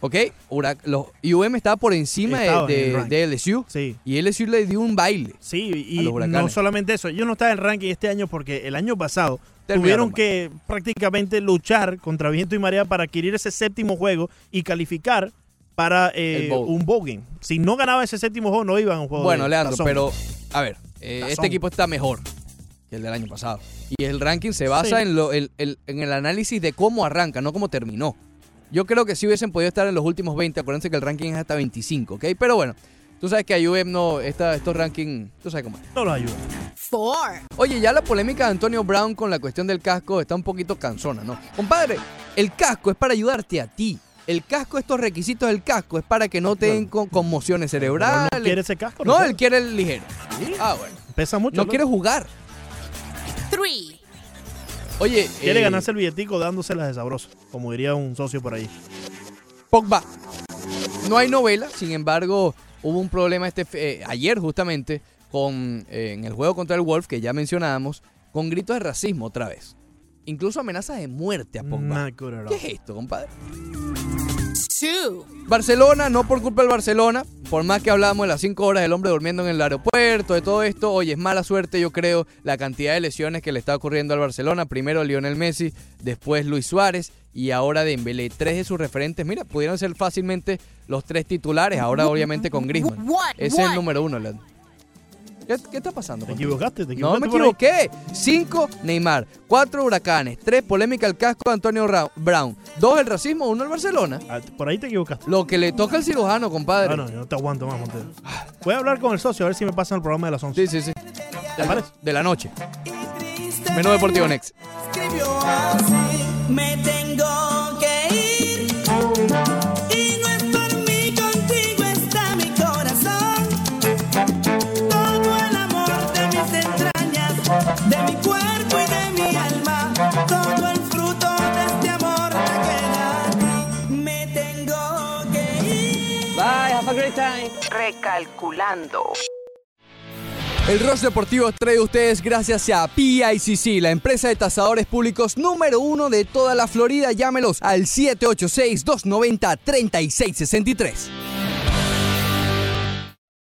Speaker 1: ¿Ok? Hurac- los UM estaba por encima de-
Speaker 8: Estaba en el
Speaker 1: de,
Speaker 8: ranking.
Speaker 1: de LSU. Y LSU le dio un baile.
Speaker 8: Sí,
Speaker 1: a
Speaker 8: y
Speaker 1: los
Speaker 8: no
Speaker 1: huracanes.
Speaker 8: solamente eso, ellos no están en el ranking este año porque el año pasado
Speaker 1: Terminaron
Speaker 8: tuvieron que prácticamente luchar contra viento y marea para adquirir ese séptimo juego y calificar para eh,
Speaker 1: El bowl.
Speaker 8: un bowl game. Si no ganaba ese séptimo juego, no iban a un juego
Speaker 1: Bueno,
Speaker 8: de
Speaker 1: Leandro,
Speaker 8: tazón.
Speaker 1: pero a ver, eh,
Speaker 8: Tazón.
Speaker 1: este equipo está mejor que el del año pasado. Y el ranking se basa
Speaker 8: Sí.
Speaker 1: en, lo- el- el- en el análisis de cómo arranca, no cómo terminó. Yo creo que sí hubiesen podido estar en los últimos 20. Acuérdense que el ranking es hasta 25, ¿ok? Pero bueno, tú sabes que a UM no, esta, estos rankings, tú sabes cómo es.
Speaker 8: No los ayuda.
Speaker 4: Four.
Speaker 1: Oye, ya la polémica de Antonio Brown con la cuestión del casco está un poquito cansona, ¿no? Compadre, el casco es para ayudarte a ti. El casco, estos requisitos del casco es para que no te den con- conmociones cerebrales.
Speaker 8: Pero no quiere ese casco,
Speaker 1: No,
Speaker 8: Ricardo.
Speaker 1: él quiere el ligero. Ah, bueno.
Speaker 8: Pesa mucho.
Speaker 1: No
Speaker 8: loco.
Speaker 1: quiere jugar.
Speaker 4: Three.
Speaker 1: Oye,
Speaker 8: Quiere
Speaker 1: eh,
Speaker 8: ganarse el billetico dándoselas de sabroso, como diría un socio por ahí.
Speaker 1: Pogba. No hay novela, sin embargo, hubo un problema este eh, ayer justamente con eh, en el juego contra el Wolf que ya mencionábamos, con gritos de racismo otra vez. Incluso amenazas de muerte a Pogba.
Speaker 8: Not good at all.
Speaker 1: ¿Qué es esto, compadre?
Speaker 4: Two.
Speaker 1: Barcelona, no por culpa del Barcelona, por más que hablábamos de las 5 horas del hombre durmiendo en el aeropuerto, de todo esto, oye, es mala suerte, yo creo, la cantidad de lesiones que le está ocurriendo al Barcelona. Primero Lionel Messi, después Luis Suárez y ahora Dembélé. Tres de sus referentes, mira, pudieron ser fácilmente los tres titulares, ahora obviamente con Griezmann. Ese es el número uno, Leandro. ¿Qué, qué está pasando?
Speaker 8: Te
Speaker 1: contigo?
Speaker 8: equivocaste, te
Speaker 1: No
Speaker 8: equivocaste.
Speaker 1: me
Speaker 8: por ahí.
Speaker 1: equivoqué. 5, Neymar. 4, Huracanes. 3, polémica al casco de Antonio Ra- Brown. 2, el racismo. 1, el Barcelona.
Speaker 8: Ah, Por ahí te equivocaste.
Speaker 1: Lo que le toca al cirujano, compadre.
Speaker 8: Ah, no, yo no te aguanto más, Montero. Voy a hablar con el socio a ver si me pasan el programa de las 11.
Speaker 1: Sí, sí, sí.
Speaker 8: ¿Te parece?
Speaker 1: De la noche. Menú Deportivo Next.
Speaker 2: Me tengo que ir y no es por mí, contigo está mi corazón. Todo el amor de mis entrañas, de mi cuerpo y de mi alma, todo el fruto de este amor te queda a ti. Me tengo que ir. Bye, have a great time. Recalculando.
Speaker 1: El Rush Deportivo trae a ustedes gracias a PICC, la empresa de tasadores públicos número uno de toda la Florida. Llámelos al 786-290-3663.